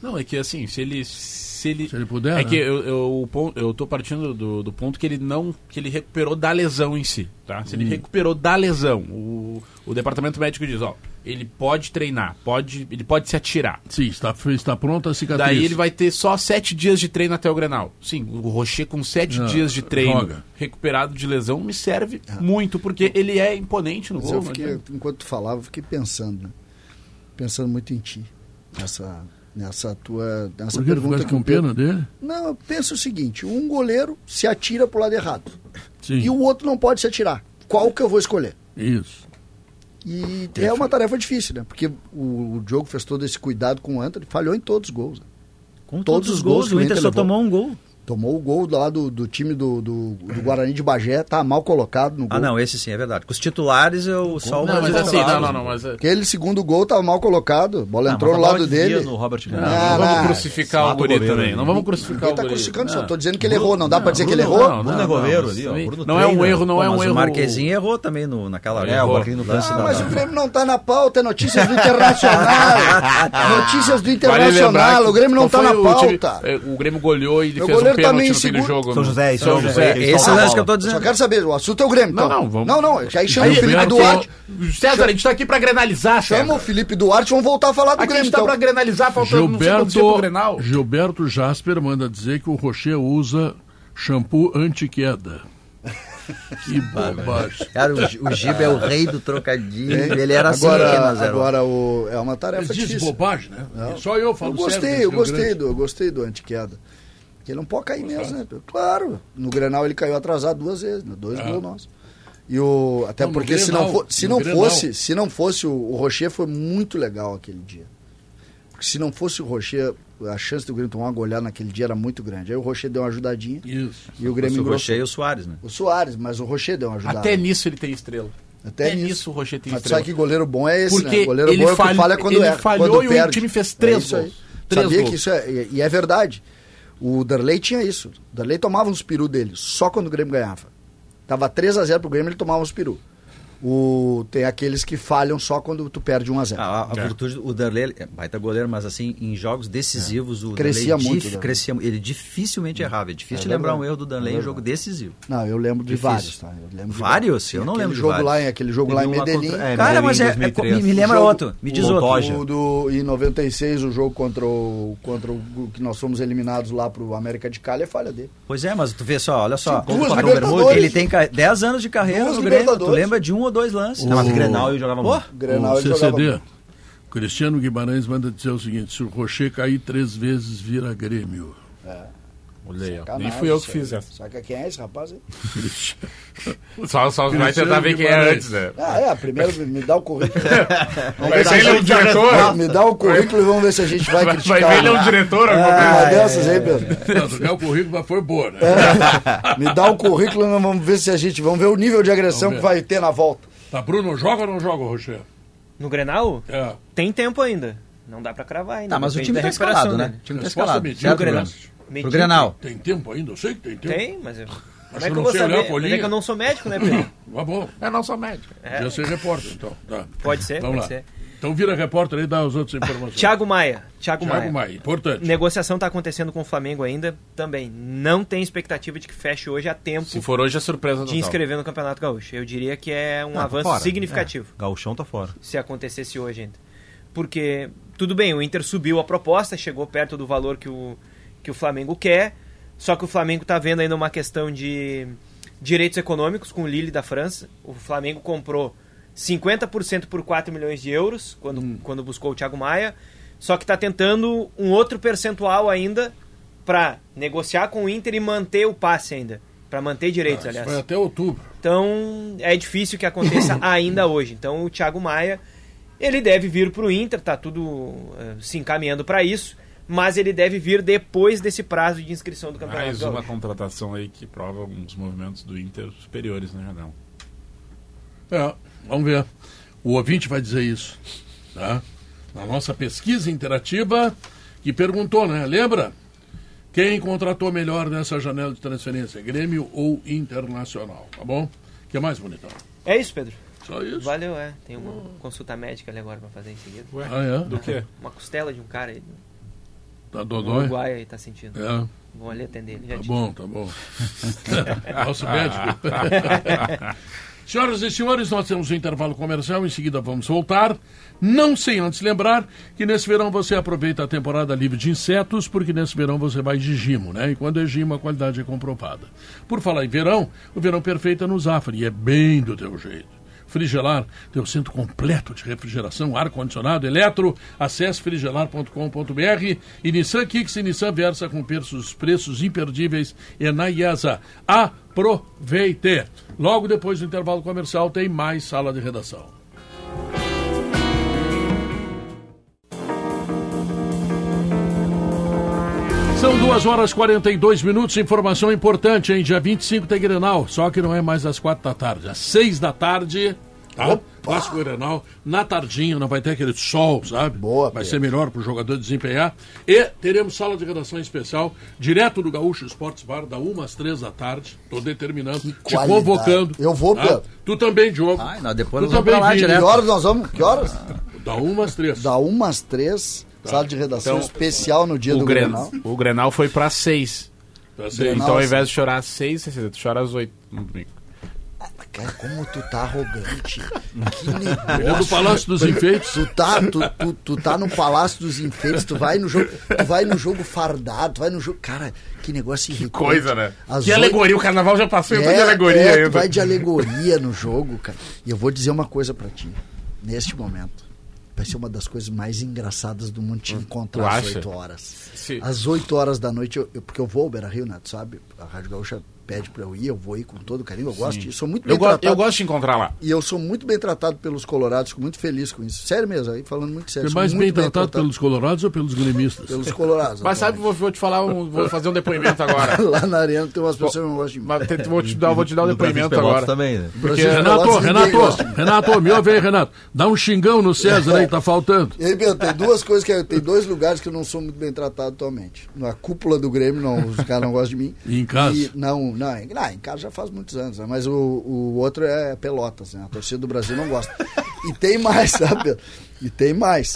[SPEAKER 6] Não, é que assim, se ele. Se ele,
[SPEAKER 2] Se ele puder,
[SPEAKER 6] É
[SPEAKER 2] né?
[SPEAKER 6] que eu, eu, o pon- eu tô partindo do, do ponto que ele não. que ele recuperou da lesão em si. Tá?
[SPEAKER 3] Hum.
[SPEAKER 6] Se ele recuperou da lesão, o, o departamento médico diz, ó, ele pode treinar, pode, ele pode se atirar.
[SPEAKER 2] Sim, está, está pronta a cicatriz.
[SPEAKER 6] Daí ele vai ter só sete dias de treino até o Grenal. Sim, o Rocher com sete
[SPEAKER 2] Ah,
[SPEAKER 6] dias de treino
[SPEAKER 2] joga.
[SPEAKER 6] recuperado de lesão me serve muito, porque ele é imponente no
[SPEAKER 4] Ah. Mas
[SPEAKER 6] gol. né?
[SPEAKER 4] eu
[SPEAKER 6] não
[SPEAKER 4] fiquei,
[SPEAKER 6] adianta.
[SPEAKER 4] enquanto tu falava, eu fiquei pensando, né? pensando muito em ti. Nessa, nessa tua. Nessa
[SPEAKER 2] Por que tu
[SPEAKER 4] pergunta
[SPEAKER 2] ficaste
[SPEAKER 4] que
[SPEAKER 2] com
[SPEAKER 4] o
[SPEAKER 2] pena
[SPEAKER 4] Pedro-
[SPEAKER 2] dele?
[SPEAKER 4] Não, eu penso o seguinte: um goleiro se atira pro lado errado.
[SPEAKER 2] Sim.
[SPEAKER 4] E o outro não pode se atirar. Qual que eu vou escolher?
[SPEAKER 2] Isso.
[SPEAKER 4] E é uma tarefa difícil, né? Porque o, o Diogo fez todo esse cuidado com o Anthony, falhou em todos os gols. né?
[SPEAKER 3] Com
[SPEAKER 4] Todos os gols que
[SPEAKER 3] o Inter só
[SPEAKER 4] levou.
[SPEAKER 3] tomou um gol.
[SPEAKER 4] Tomou o gol lá do, do time do, do, do Guarani de Bagé, tá mal colocado no gol.
[SPEAKER 3] Ah, não, esse sim, é verdade. Com os titulares eu salvo
[SPEAKER 6] Não,
[SPEAKER 3] os
[SPEAKER 6] mas assim,
[SPEAKER 3] titulares.
[SPEAKER 6] não, não, não, mas... é-
[SPEAKER 4] Aquele segundo gol tava mal colocado, a bola
[SPEAKER 3] Ah,
[SPEAKER 4] entrou
[SPEAKER 3] mas
[SPEAKER 4] no
[SPEAKER 3] a bola
[SPEAKER 4] lado
[SPEAKER 3] desvia
[SPEAKER 4] dele.
[SPEAKER 3] No Robert Graham.
[SPEAKER 4] Ah,
[SPEAKER 6] Não vamos
[SPEAKER 4] não.
[SPEAKER 6] crucificar o
[SPEAKER 5] Mata o
[SPEAKER 6] Guri
[SPEAKER 5] goleiro,
[SPEAKER 6] também.
[SPEAKER 5] né?
[SPEAKER 6] Não vamos crucificar
[SPEAKER 4] Ninguém
[SPEAKER 6] o
[SPEAKER 4] tá
[SPEAKER 6] Guri.
[SPEAKER 4] crucificando, só
[SPEAKER 6] Ah.
[SPEAKER 4] tô dizendo que ele errou, não dá pra dizer que ele
[SPEAKER 5] Bruno-
[SPEAKER 4] errou?
[SPEAKER 5] Não, Bruno
[SPEAKER 6] Não,
[SPEAKER 5] é goleiro
[SPEAKER 6] não,
[SPEAKER 5] ali,
[SPEAKER 6] isso
[SPEAKER 5] ó.
[SPEAKER 6] aí
[SPEAKER 5] Bruno
[SPEAKER 6] não é um
[SPEAKER 5] treina.
[SPEAKER 6] erro, não é um
[SPEAKER 3] mas
[SPEAKER 6] erro-
[SPEAKER 3] O Marquezinho errou também no, naquela.
[SPEAKER 5] É, o Marquinhos no lance
[SPEAKER 4] Ah,
[SPEAKER 5] da-
[SPEAKER 4] mas
[SPEAKER 5] da-
[SPEAKER 4] o Grêmio não tá na pauta, é notícias do
[SPEAKER 6] É
[SPEAKER 4] Internacional. notícias do Internacional,
[SPEAKER 6] lembrar que-
[SPEAKER 4] o Grêmio não
[SPEAKER 6] qual
[SPEAKER 4] tá na
[SPEAKER 6] foi o time-
[SPEAKER 4] pauta.
[SPEAKER 6] eh, O Grêmio goleou e ele
[SPEAKER 4] Meu
[SPEAKER 6] fez um
[SPEAKER 4] goleiro tá
[SPEAKER 6] pênalti
[SPEAKER 4] meio
[SPEAKER 6] no fim do
[SPEAKER 4] inseguro.
[SPEAKER 6] jogo.
[SPEAKER 5] São
[SPEAKER 6] né?
[SPEAKER 5] José,
[SPEAKER 6] São José. é
[SPEAKER 5] José.
[SPEAKER 3] Esse lance que eu tô
[SPEAKER 4] Eu só
[SPEAKER 3] dizendo.
[SPEAKER 4] quero saber, o assunto é o Grêmio,
[SPEAKER 6] Não,
[SPEAKER 4] então.
[SPEAKER 6] não, vamos-
[SPEAKER 4] Não, não, aí chama
[SPEAKER 6] Aí,
[SPEAKER 4] o Felipe
[SPEAKER 6] Renato,
[SPEAKER 4] Duarte.
[SPEAKER 6] César, a gente tá aqui pra grenalizar,
[SPEAKER 4] Chama
[SPEAKER 6] César.
[SPEAKER 4] o Felipe Duarte, vamos voltar a falar do
[SPEAKER 6] Aqui a
[SPEAKER 4] Grêmio,
[SPEAKER 6] gente tá
[SPEAKER 4] então.
[SPEAKER 6] pra grenalizar, faltando não sei quantos dias pro Grenal.
[SPEAKER 2] Gilberto, Gilberto Jasper manda dizer que o Rocher usa shampoo anti-queda. Que bobagem.
[SPEAKER 3] Cara, o, o Giba é o rei do trocadilho.
[SPEAKER 5] É.
[SPEAKER 3] Ele era assim,
[SPEAKER 4] É. agora,
[SPEAKER 3] pequeno, zero.
[SPEAKER 4] agora o, é uma
[SPEAKER 2] Mas
[SPEAKER 4] tarefa
[SPEAKER 2] diz
[SPEAKER 4] difícil.
[SPEAKER 2] bobagem, né? Só eu falo sério né,
[SPEAKER 4] Eu gostei,
[SPEAKER 2] desse
[SPEAKER 4] eu
[SPEAKER 2] Rio
[SPEAKER 4] gostei
[SPEAKER 2] Grande.
[SPEAKER 4] do, eu gostei do antiqueda. Ele não pode cair mesmo, né? Claro. No Grenal ele caiu atrasado duas vezes, né? dois gols nossos. E o até
[SPEAKER 2] Ah. Não, no
[SPEAKER 4] porque se não,
[SPEAKER 2] Grenal,
[SPEAKER 4] fo- se
[SPEAKER 2] no
[SPEAKER 4] não
[SPEAKER 2] Grenal.
[SPEAKER 4] fosse, se não fosse o, o Rocher foi muito legal aquele dia. Porque se não fosse o Rocher, a chance do Grêmio tomar uma goleada naquele dia era muito grande. Aí o Rocher deu uma ajudadinha
[SPEAKER 2] Isso.
[SPEAKER 4] e o
[SPEAKER 3] Fosse
[SPEAKER 4] Grêmio
[SPEAKER 3] o
[SPEAKER 4] engrossou.
[SPEAKER 3] Rocher e o Soares, né?
[SPEAKER 4] O Soares, mas o Rocher deu uma ajudada.
[SPEAKER 6] Até nisso ele tem estrela.
[SPEAKER 4] Até
[SPEAKER 6] Até nisso o Rocher tem
[SPEAKER 4] Mas
[SPEAKER 6] estrela.
[SPEAKER 4] sabe que goleiro bom é esse,
[SPEAKER 6] Porque
[SPEAKER 4] né? Goleiro
[SPEAKER 6] ele
[SPEAKER 4] bom é o que
[SPEAKER 6] falha-
[SPEAKER 4] falha quando
[SPEAKER 6] ele
[SPEAKER 4] erra,
[SPEAKER 6] falhou
[SPEAKER 4] quando
[SPEAKER 6] e o
[SPEAKER 4] perde.
[SPEAKER 6] time fez três
[SPEAKER 4] É isso aí.
[SPEAKER 6] gols. Três
[SPEAKER 4] Sabia
[SPEAKER 6] gols.
[SPEAKER 4] que isso é... E e é verdade. O Darley tinha isso. O Darley tomava uns peru dele, só quando o Grêmio ganhava. Tava 3x0 pro Grêmio, ele tomava uns peru. O, tem aqueles que falham só quando tu perde 1x0.
[SPEAKER 3] A, a virtude, do- o Darley, ele é baita goleiro, mas assim, em jogos decisivos, o
[SPEAKER 4] Crescia
[SPEAKER 3] Darley
[SPEAKER 4] muito,
[SPEAKER 3] dif-
[SPEAKER 4] né?
[SPEAKER 3] crescia, ele dificilmente errava. É difícil
[SPEAKER 4] É
[SPEAKER 3] lembrar um
[SPEAKER 4] verdade.
[SPEAKER 3] erro do Darley em jogo decisivo.
[SPEAKER 4] Não, eu lembro de
[SPEAKER 3] Difícil.
[SPEAKER 4] vários, tá? Eu lembro de
[SPEAKER 3] Vários? Eu não
[SPEAKER 4] Aquele
[SPEAKER 3] lembro de
[SPEAKER 4] jogo
[SPEAKER 3] vários.
[SPEAKER 4] lá, em- Aquele jogo lá em
[SPEAKER 5] Teve um lá
[SPEAKER 4] Medellín.
[SPEAKER 5] contra- é,
[SPEAKER 3] Cara,
[SPEAKER 5] Medellín,
[SPEAKER 3] mas é, é-
[SPEAKER 5] 2003.
[SPEAKER 3] me, me lembra
[SPEAKER 4] O jogo-
[SPEAKER 3] outro. Me diz
[SPEAKER 5] o
[SPEAKER 3] outro.
[SPEAKER 5] Montoya.
[SPEAKER 4] O do, em 96, o jogo contra o, contra o que nós fomos eliminados lá pro América de Cali é falha dele.
[SPEAKER 3] Pois é, mas tu vê só, olha só.
[SPEAKER 4] Duas
[SPEAKER 3] Contra o
[SPEAKER 4] Libertadores.
[SPEAKER 3] Bermuda, Ele tem ca- 10 anos de carreira
[SPEAKER 4] Duas
[SPEAKER 3] no Grêmio. Tu
[SPEAKER 4] Libertadores.
[SPEAKER 3] lembra de um ou dois
[SPEAKER 6] Ah,
[SPEAKER 3] lances.
[SPEAKER 5] Não, mas o Grenal ele jogava
[SPEAKER 3] Pô,
[SPEAKER 5] muito.
[SPEAKER 4] Grenal
[SPEAKER 2] o
[SPEAKER 4] ele jogava
[SPEAKER 2] CCD. Cristiano Guimarães manda dizer o seguinte: se o Rocher cair três vezes, vira Grêmio.
[SPEAKER 6] Olha aí, ó.
[SPEAKER 4] É. Sacanagem,
[SPEAKER 6] Nem fui eu que
[SPEAKER 4] isso
[SPEAKER 6] fiz
[SPEAKER 4] aí.
[SPEAKER 6] essa.
[SPEAKER 4] Saca quem é esse rapaz aí?
[SPEAKER 6] Só, só vai
[SPEAKER 2] Cristiano
[SPEAKER 6] tentar ver quem é
[SPEAKER 2] Guimarães.
[SPEAKER 6] antes, né?
[SPEAKER 4] Ah, é, primeiro me dá o currículo.
[SPEAKER 6] Vai ver ele é um diretor.
[SPEAKER 4] me dá o currículo e vamos ver se a gente vai
[SPEAKER 6] Vai
[SPEAKER 4] criticar. né? Ah,
[SPEAKER 6] vai ver ele é um diretor. alguma coisa.
[SPEAKER 4] Uma dessas aí, Pedro. É.
[SPEAKER 2] Não, trocar o currículo mas foi boa, né?
[SPEAKER 4] Me dá um o currículo e nós vamos ver se a gente. Vamos ver o nível de agressão
[SPEAKER 2] Vamos
[SPEAKER 4] que
[SPEAKER 2] ver.
[SPEAKER 4] vai ter na volta.
[SPEAKER 2] Tá, Bruno, joga ou não joga, Rocher?
[SPEAKER 9] No Grenal?
[SPEAKER 2] É.
[SPEAKER 9] Tem tempo ainda. Não dá pra cravar ainda.
[SPEAKER 3] Tá, mas o
[SPEAKER 9] Depende
[SPEAKER 3] time
[SPEAKER 9] da
[SPEAKER 3] tá
[SPEAKER 9] recuperação
[SPEAKER 3] escalado, né?
[SPEAKER 9] dele.
[SPEAKER 3] O time tá
[SPEAKER 2] Resposta
[SPEAKER 3] escalado.
[SPEAKER 2] medíocre,
[SPEAKER 3] Certo, Bruno?
[SPEAKER 2] né?
[SPEAKER 3] Pro
[SPEAKER 9] Medíocre.
[SPEAKER 3] Grenal.
[SPEAKER 2] Tem tempo ainda? Eu sei que tem tempo.
[SPEAKER 9] Tem, mas eu... Como
[SPEAKER 2] que
[SPEAKER 9] é que
[SPEAKER 2] eu
[SPEAKER 9] eu
[SPEAKER 2] não
[SPEAKER 9] vou
[SPEAKER 2] sei olhar a
[SPEAKER 9] saber? Mas
[SPEAKER 2] folhinha.
[SPEAKER 9] é que eu não sou médico, né, Pedro?
[SPEAKER 2] Tá bom.
[SPEAKER 6] É nosso médico.
[SPEAKER 2] Podia ser repórter, então. Tá.
[SPEAKER 9] Pode ser,
[SPEAKER 2] Vamos
[SPEAKER 9] pode
[SPEAKER 2] lá.
[SPEAKER 9] ser.
[SPEAKER 2] Então vira repórter aí e dá as outras informações.
[SPEAKER 9] Thiago Maia. Thiago,
[SPEAKER 2] Thiago
[SPEAKER 9] Maia.
[SPEAKER 2] Maia, importante.
[SPEAKER 9] Negociação tá acontecendo com o Flamengo ainda também. Não tem expectativa de que feche hoje a tempo
[SPEAKER 6] Se for hoje, é surpresa
[SPEAKER 9] de
[SPEAKER 6] total.
[SPEAKER 9] inscrever no Campeonato Gaúcho. Eu diria que é um
[SPEAKER 5] Ah, tá
[SPEAKER 9] avanço
[SPEAKER 5] fora.
[SPEAKER 9] significativo.
[SPEAKER 5] É, Gauchão tá fora.
[SPEAKER 9] se acontecesse hoje ainda. Porque, tudo bem, o Inter subiu a proposta, chegou perto do valor que o, que o Flamengo quer, só que o Flamengo está vendo ainda uma questão de direitos econômicos com o Lille da França. O Flamengo comprou 50% por 4 milhões de euros quando, quando buscou o Thiago Maia, só que está tentando um outro percentual ainda para negociar com o Inter e manter o passe ainda. Para manter direitos, aliás.
[SPEAKER 2] Vai até outubro.
[SPEAKER 9] Então é difícil que aconteça ainda hoje. Então o Thiago Maia ele deve vir para o Inter, tá tudo eh, se encaminhando para isso, mas ele deve vir depois desse prazo de inscrição do campeonato.
[SPEAKER 6] Mais uma
[SPEAKER 9] Gaúcho.
[SPEAKER 6] contratação aí que prova alguns movimentos do Inter superiores, né, Janão?
[SPEAKER 2] É, vamos ver. O ouvinte vai dizer isso. Tá? Na nossa pesquisa interativa, que perguntou, né? Lembra? Quem contratou melhor nessa janela de transferência? Grêmio ou Internacional? Tá bom? O que mais, bonitão?
[SPEAKER 9] É isso, Pedro.
[SPEAKER 2] Só isso.
[SPEAKER 9] Valeu, é. Tem uma consulta médica ali agora para fazer em seguida.
[SPEAKER 6] Ué,
[SPEAKER 2] Ah, é?
[SPEAKER 6] do quê?
[SPEAKER 9] Uma costela de um cara aí,
[SPEAKER 2] Tá
[SPEAKER 9] do
[SPEAKER 2] dodói?
[SPEAKER 9] Uruguai aí tá sentindo.
[SPEAKER 2] É,
[SPEAKER 9] Vão ali atender ele. Já
[SPEAKER 2] tá
[SPEAKER 9] te-
[SPEAKER 2] bom, tá bom. Nosso médico. Senhoras e senhores, nós temos um intervalo comercial, em seguida vamos voltar. Não sem antes lembrar que nesse verão você aproveita a temporada livre de insetos, porque nesse verão você vai de gimo, né? E quando é gimo, a qualidade é comprovada. Por falar em verão, o verão perfeito é no Zafari, e é bem do teu jeito. Frigelar, teu centro completo de refrigeração, ar-condicionado, eletro. Acesse frigelar.com.br e Nissan Kicks e Nissan Versa com preços, preços imperdíveis é na IESA. Aproveite! Logo depois do intervalo comercial tem mais sala de redação. São 2 horas 42 minutos. Informação importante, hein? Dia 25 tem Grenal. Só que não é mais às 4 da tarde. Às 6 da tarde. Tá? Vasco e Grenal. Na tardinha, não vai ter aquele sol, sabe?
[SPEAKER 4] Boa,
[SPEAKER 2] Vai
[SPEAKER 4] Pedro.
[SPEAKER 2] ser melhor para o jogador desempenhar. E teremos sala de redação especial direto do Gaúcho Esportes Bar, da 1 às 3 da tarde. Tô determinando. Te
[SPEAKER 4] qualidade.
[SPEAKER 2] convocando. tá?
[SPEAKER 4] Eu vou, Pedro.
[SPEAKER 2] Tu também, Diogo.
[SPEAKER 3] Ai, nós depois
[SPEAKER 2] Tu
[SPEAKER 3] nós vamos
[SPEAKER 2] também,
[SPEAKER 3] pra lá
[SPEAKER 2] Vini.
[SPEAKER 4] Que
[SPEAKER 3] direto.
[SPEAKER 4] horas nós vamos? Que horas?
[SPEAKER 2] Da 1 às 3.
[SPEAKER 4] Da umas três,
[SPEAKER 2] Tá.
[SPEAKER 4] sala de redação
[SPEAKER 6] Então,
[SPEAKER 4] um especial no dia
[SPEAKER 6] O,
[SPEAKER 4] do
[SPEAKER 6] Gren-
[SPEAKER 4] Grenal.
[SPEAKER 6] o Grenal foi pra seis.
[SPEAKER 2] Tá certo.
[SPEAKER 6] Então, ao invés de chorar às seis, você tu chora às oito no domingo.
[SPEAKER 4] Cara, como tu tá arrogante. Que
[SPEAKER 2] É do
[SPEAKER 4] negócio.
[SPEAKER 2] Palácio dos Enfeites.
[SPEAKER 4] Tu tá, tu, tu, tu tá no Palácio dos Enfeites, tu vai no jogo, tu vai no jogo fardado, tu vai no jogo. Cara, que negócio irritante.
[SPEAKER 6] Coisa, né?
[SPEAKER 4] Às
[SPEAKER 6] que
[SPEAKER 4] oito-
[SPEAKER 6] alegoria, o carnaval já passou, eu tô de
[SPEAKER 4] É,
[SPEAKER 6] alegoria
[SPEAKER 4] é,
[SPEAKER 6] ainda.
[SPEAKER 4] tu vai de alegoria no jogo, cara. E eu vou dizer uma coisa pra ti. Neste momento, vai ser uma das coisas mais engraçadas do mundo te encontrar às
[SPEAKER 6] Hum, acha?
[SPEAKER 4] 8 horas.
[SPEAKER 6] Sim.
[SPEAKER 4] Às 8 horas da noite, eu, eu- porque eu vou ao Beira Rio, né? Tu sabe? A Rádio Gaúcha pede pra eu ir, eu vou ir com todo carinho, eu gosto disso. Sou muito bem
[SPEAKER 6] Eu, go-
[SPEAKER 4] tratado.
[SPEAKER 6] eu gosto de encontrar lá.
[SPEAKER 4] E eu sou muito bem tratado pelos colorados, fico muito feliz com isso. Sério mesmo, aí falando muito sério.
[SPEAKER 2] É
[SPEAKER 4] sou
[SPEAKER 2] mais
[SPEAKER 4] muito
[SPEAKER 2] bem tratado pelos colorados ou pelos gremistas?
[SPEAKER 4] pelos colorados.
[SPEAKER 6] Mas sabe,
[SPEAKER 4] atualmente.
[SPEAKER 6] vou, vou te falar, um, vou fazer um depoimento agora.
[SPEAKER 4] Lá na arena tem umas pessoas que não gostam de mim.
[SPEAKER 6] Mas te- vou te dar, vou te dar um
[SPEAKER 5] No Brasil de
[SPEAKER 6] depoimento
[SPEAKER 5] Pelotas
[SPEAKER 6] agora.
[SPEAKER 5] também, né?
[SPEAKER 6] Porque,
[SPEAKER 4] Brasil de
[SPEAKER 2] Renato,
[SPEAKER 4] Pelotas, ninguém
[SPEAKER 2] Renato,
[SPEAKER 4] gosta.
[SPEAKER 2] Renato, me ouve aí, Renato. Dá um xingão no César aí, tá faltando.
[SPEAKER 4] E aí, Pedro, tem duas coisas que eu- tem dois lugares que eu não sou muito bem tratado atualmente. Na cúpula do Grêmio, não, os caras não gostam de mim.
[SPEAKER 2] E em casa?
[SPEAKER 4] não, não, em, não, em casa já faz muitos anos, né? mas o, o outro é Pelotas, né? A torcida do Brasil não gosta. E tem mais, sabe? Pedro? E tem mais.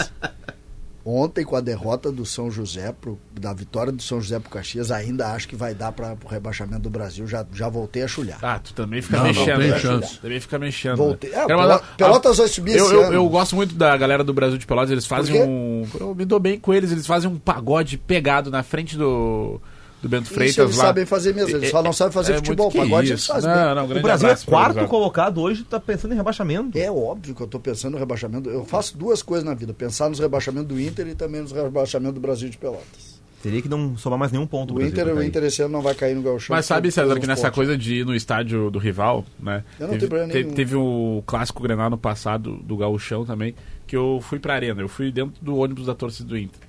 [SPEAKER 4] Ontem, com a derrota do São José, pro, da vitória do São José pro Caxias, ainda acho que vai dar para o rebaixamento do Brasil. Já, já voltei a chulhar.
[SPEAKER 5] Tá
[SPEAKER 6] Ah, tu também fica
[SPEAKER 2] Não, não
[SPEAKER 6] mexendo.
[SPEAKER 2] tem
[SPEAKER 6] né?
[SPEAKER 2] chance.
[SPEAKER 6] Também fica mexendo.
[SPEAKER 4] Voltei.
[SPEAKER 6] né?
[SPEAKER 4] Ah,
[SPEAKER 6] Quero
[SPEAKER 4] Pelo- Pelotas vai subir
[SPEAKER 6] eu,
[SPEAKER 4] esse
[SPEAKER 6] eu,
[SPEAKER 4] ano.
[SPEAKER 6] eu gosto muito da galera do Brasil de Pelotas, eles
[SPEAKER 4] Por
[SPEAKER 6] fazem
[SPEAKER 4] quê?
[SPEAKER 6] um. Eu me dou bem com eles, eles fazem um pagode pegado na frente do, do Bento Freitas
[SPEAKER 4] Isso eles
[SPEAKER 6] lá.
[SPEAKER 4] sabem fazer mesmo, eles só não sabem fazer
[SPEAKER 6] é
[SPEAKER 4] futebol.
[SPEAKER 6] muito que
[SPEAKER 4] Pagode eles
[SPEAKER 6] isso.
[SPEAKER 4] fazem
[SPEAKER 6] Não,
[SPEAKER 4] bem.
[SPEAKER 6] não, um grande
[SPEAKER 5] O Brasil é
[SPEAKER 6] abraço pra eles
[SPEAKER 5] quarto
[SPEAKER 6] lá.
[SPEAKER 5] colocado hoje, tá pensando em rebaixamento.
[SPEAKER 4] É óbvio que eu tô pensando no rebaixamento. Eu faço duas coisas na vida: pensar nos rebaixamentos do Inter e também nos rebaixamentos do Brasil de Pelotas.
[SPEAKER 5] Teria que não somar mais nenhum ponto.
[SPEAKER 4] O
[SPEAKER 5] pro Brasil né?
[SPEAKER 4] Inter, é um
[SPEAKER 5] pra
[SPEAKER 4] o
[SPEAKER 5] cair.
[SPEAKER 4] Inter esse ano não vai cair no Gauchão.
[SPEAKER 6] Mas sabe,
[SPEAKER 4] Só
[SPEAKER 6] César,
[SPEAKER 4] pelos
[SPEAKER 6] que nessa
[SPEAKER 4] pontos.
[SPEAKER 6] coisa de ir no estádio do rival, né?
[SPEAKER 4] Eu não
[SPEAKER 6] teve,
[SPEAKER 4] tenho problema
[SPEAKER 6] te-
[SPEAKER 4] nenhum.
[SPEAKER 6] Teve o clássico Grenal no passado, do Gaúchão também, que eu fui pra arena. Eu fui dentro do ônibus da torcida do Inter.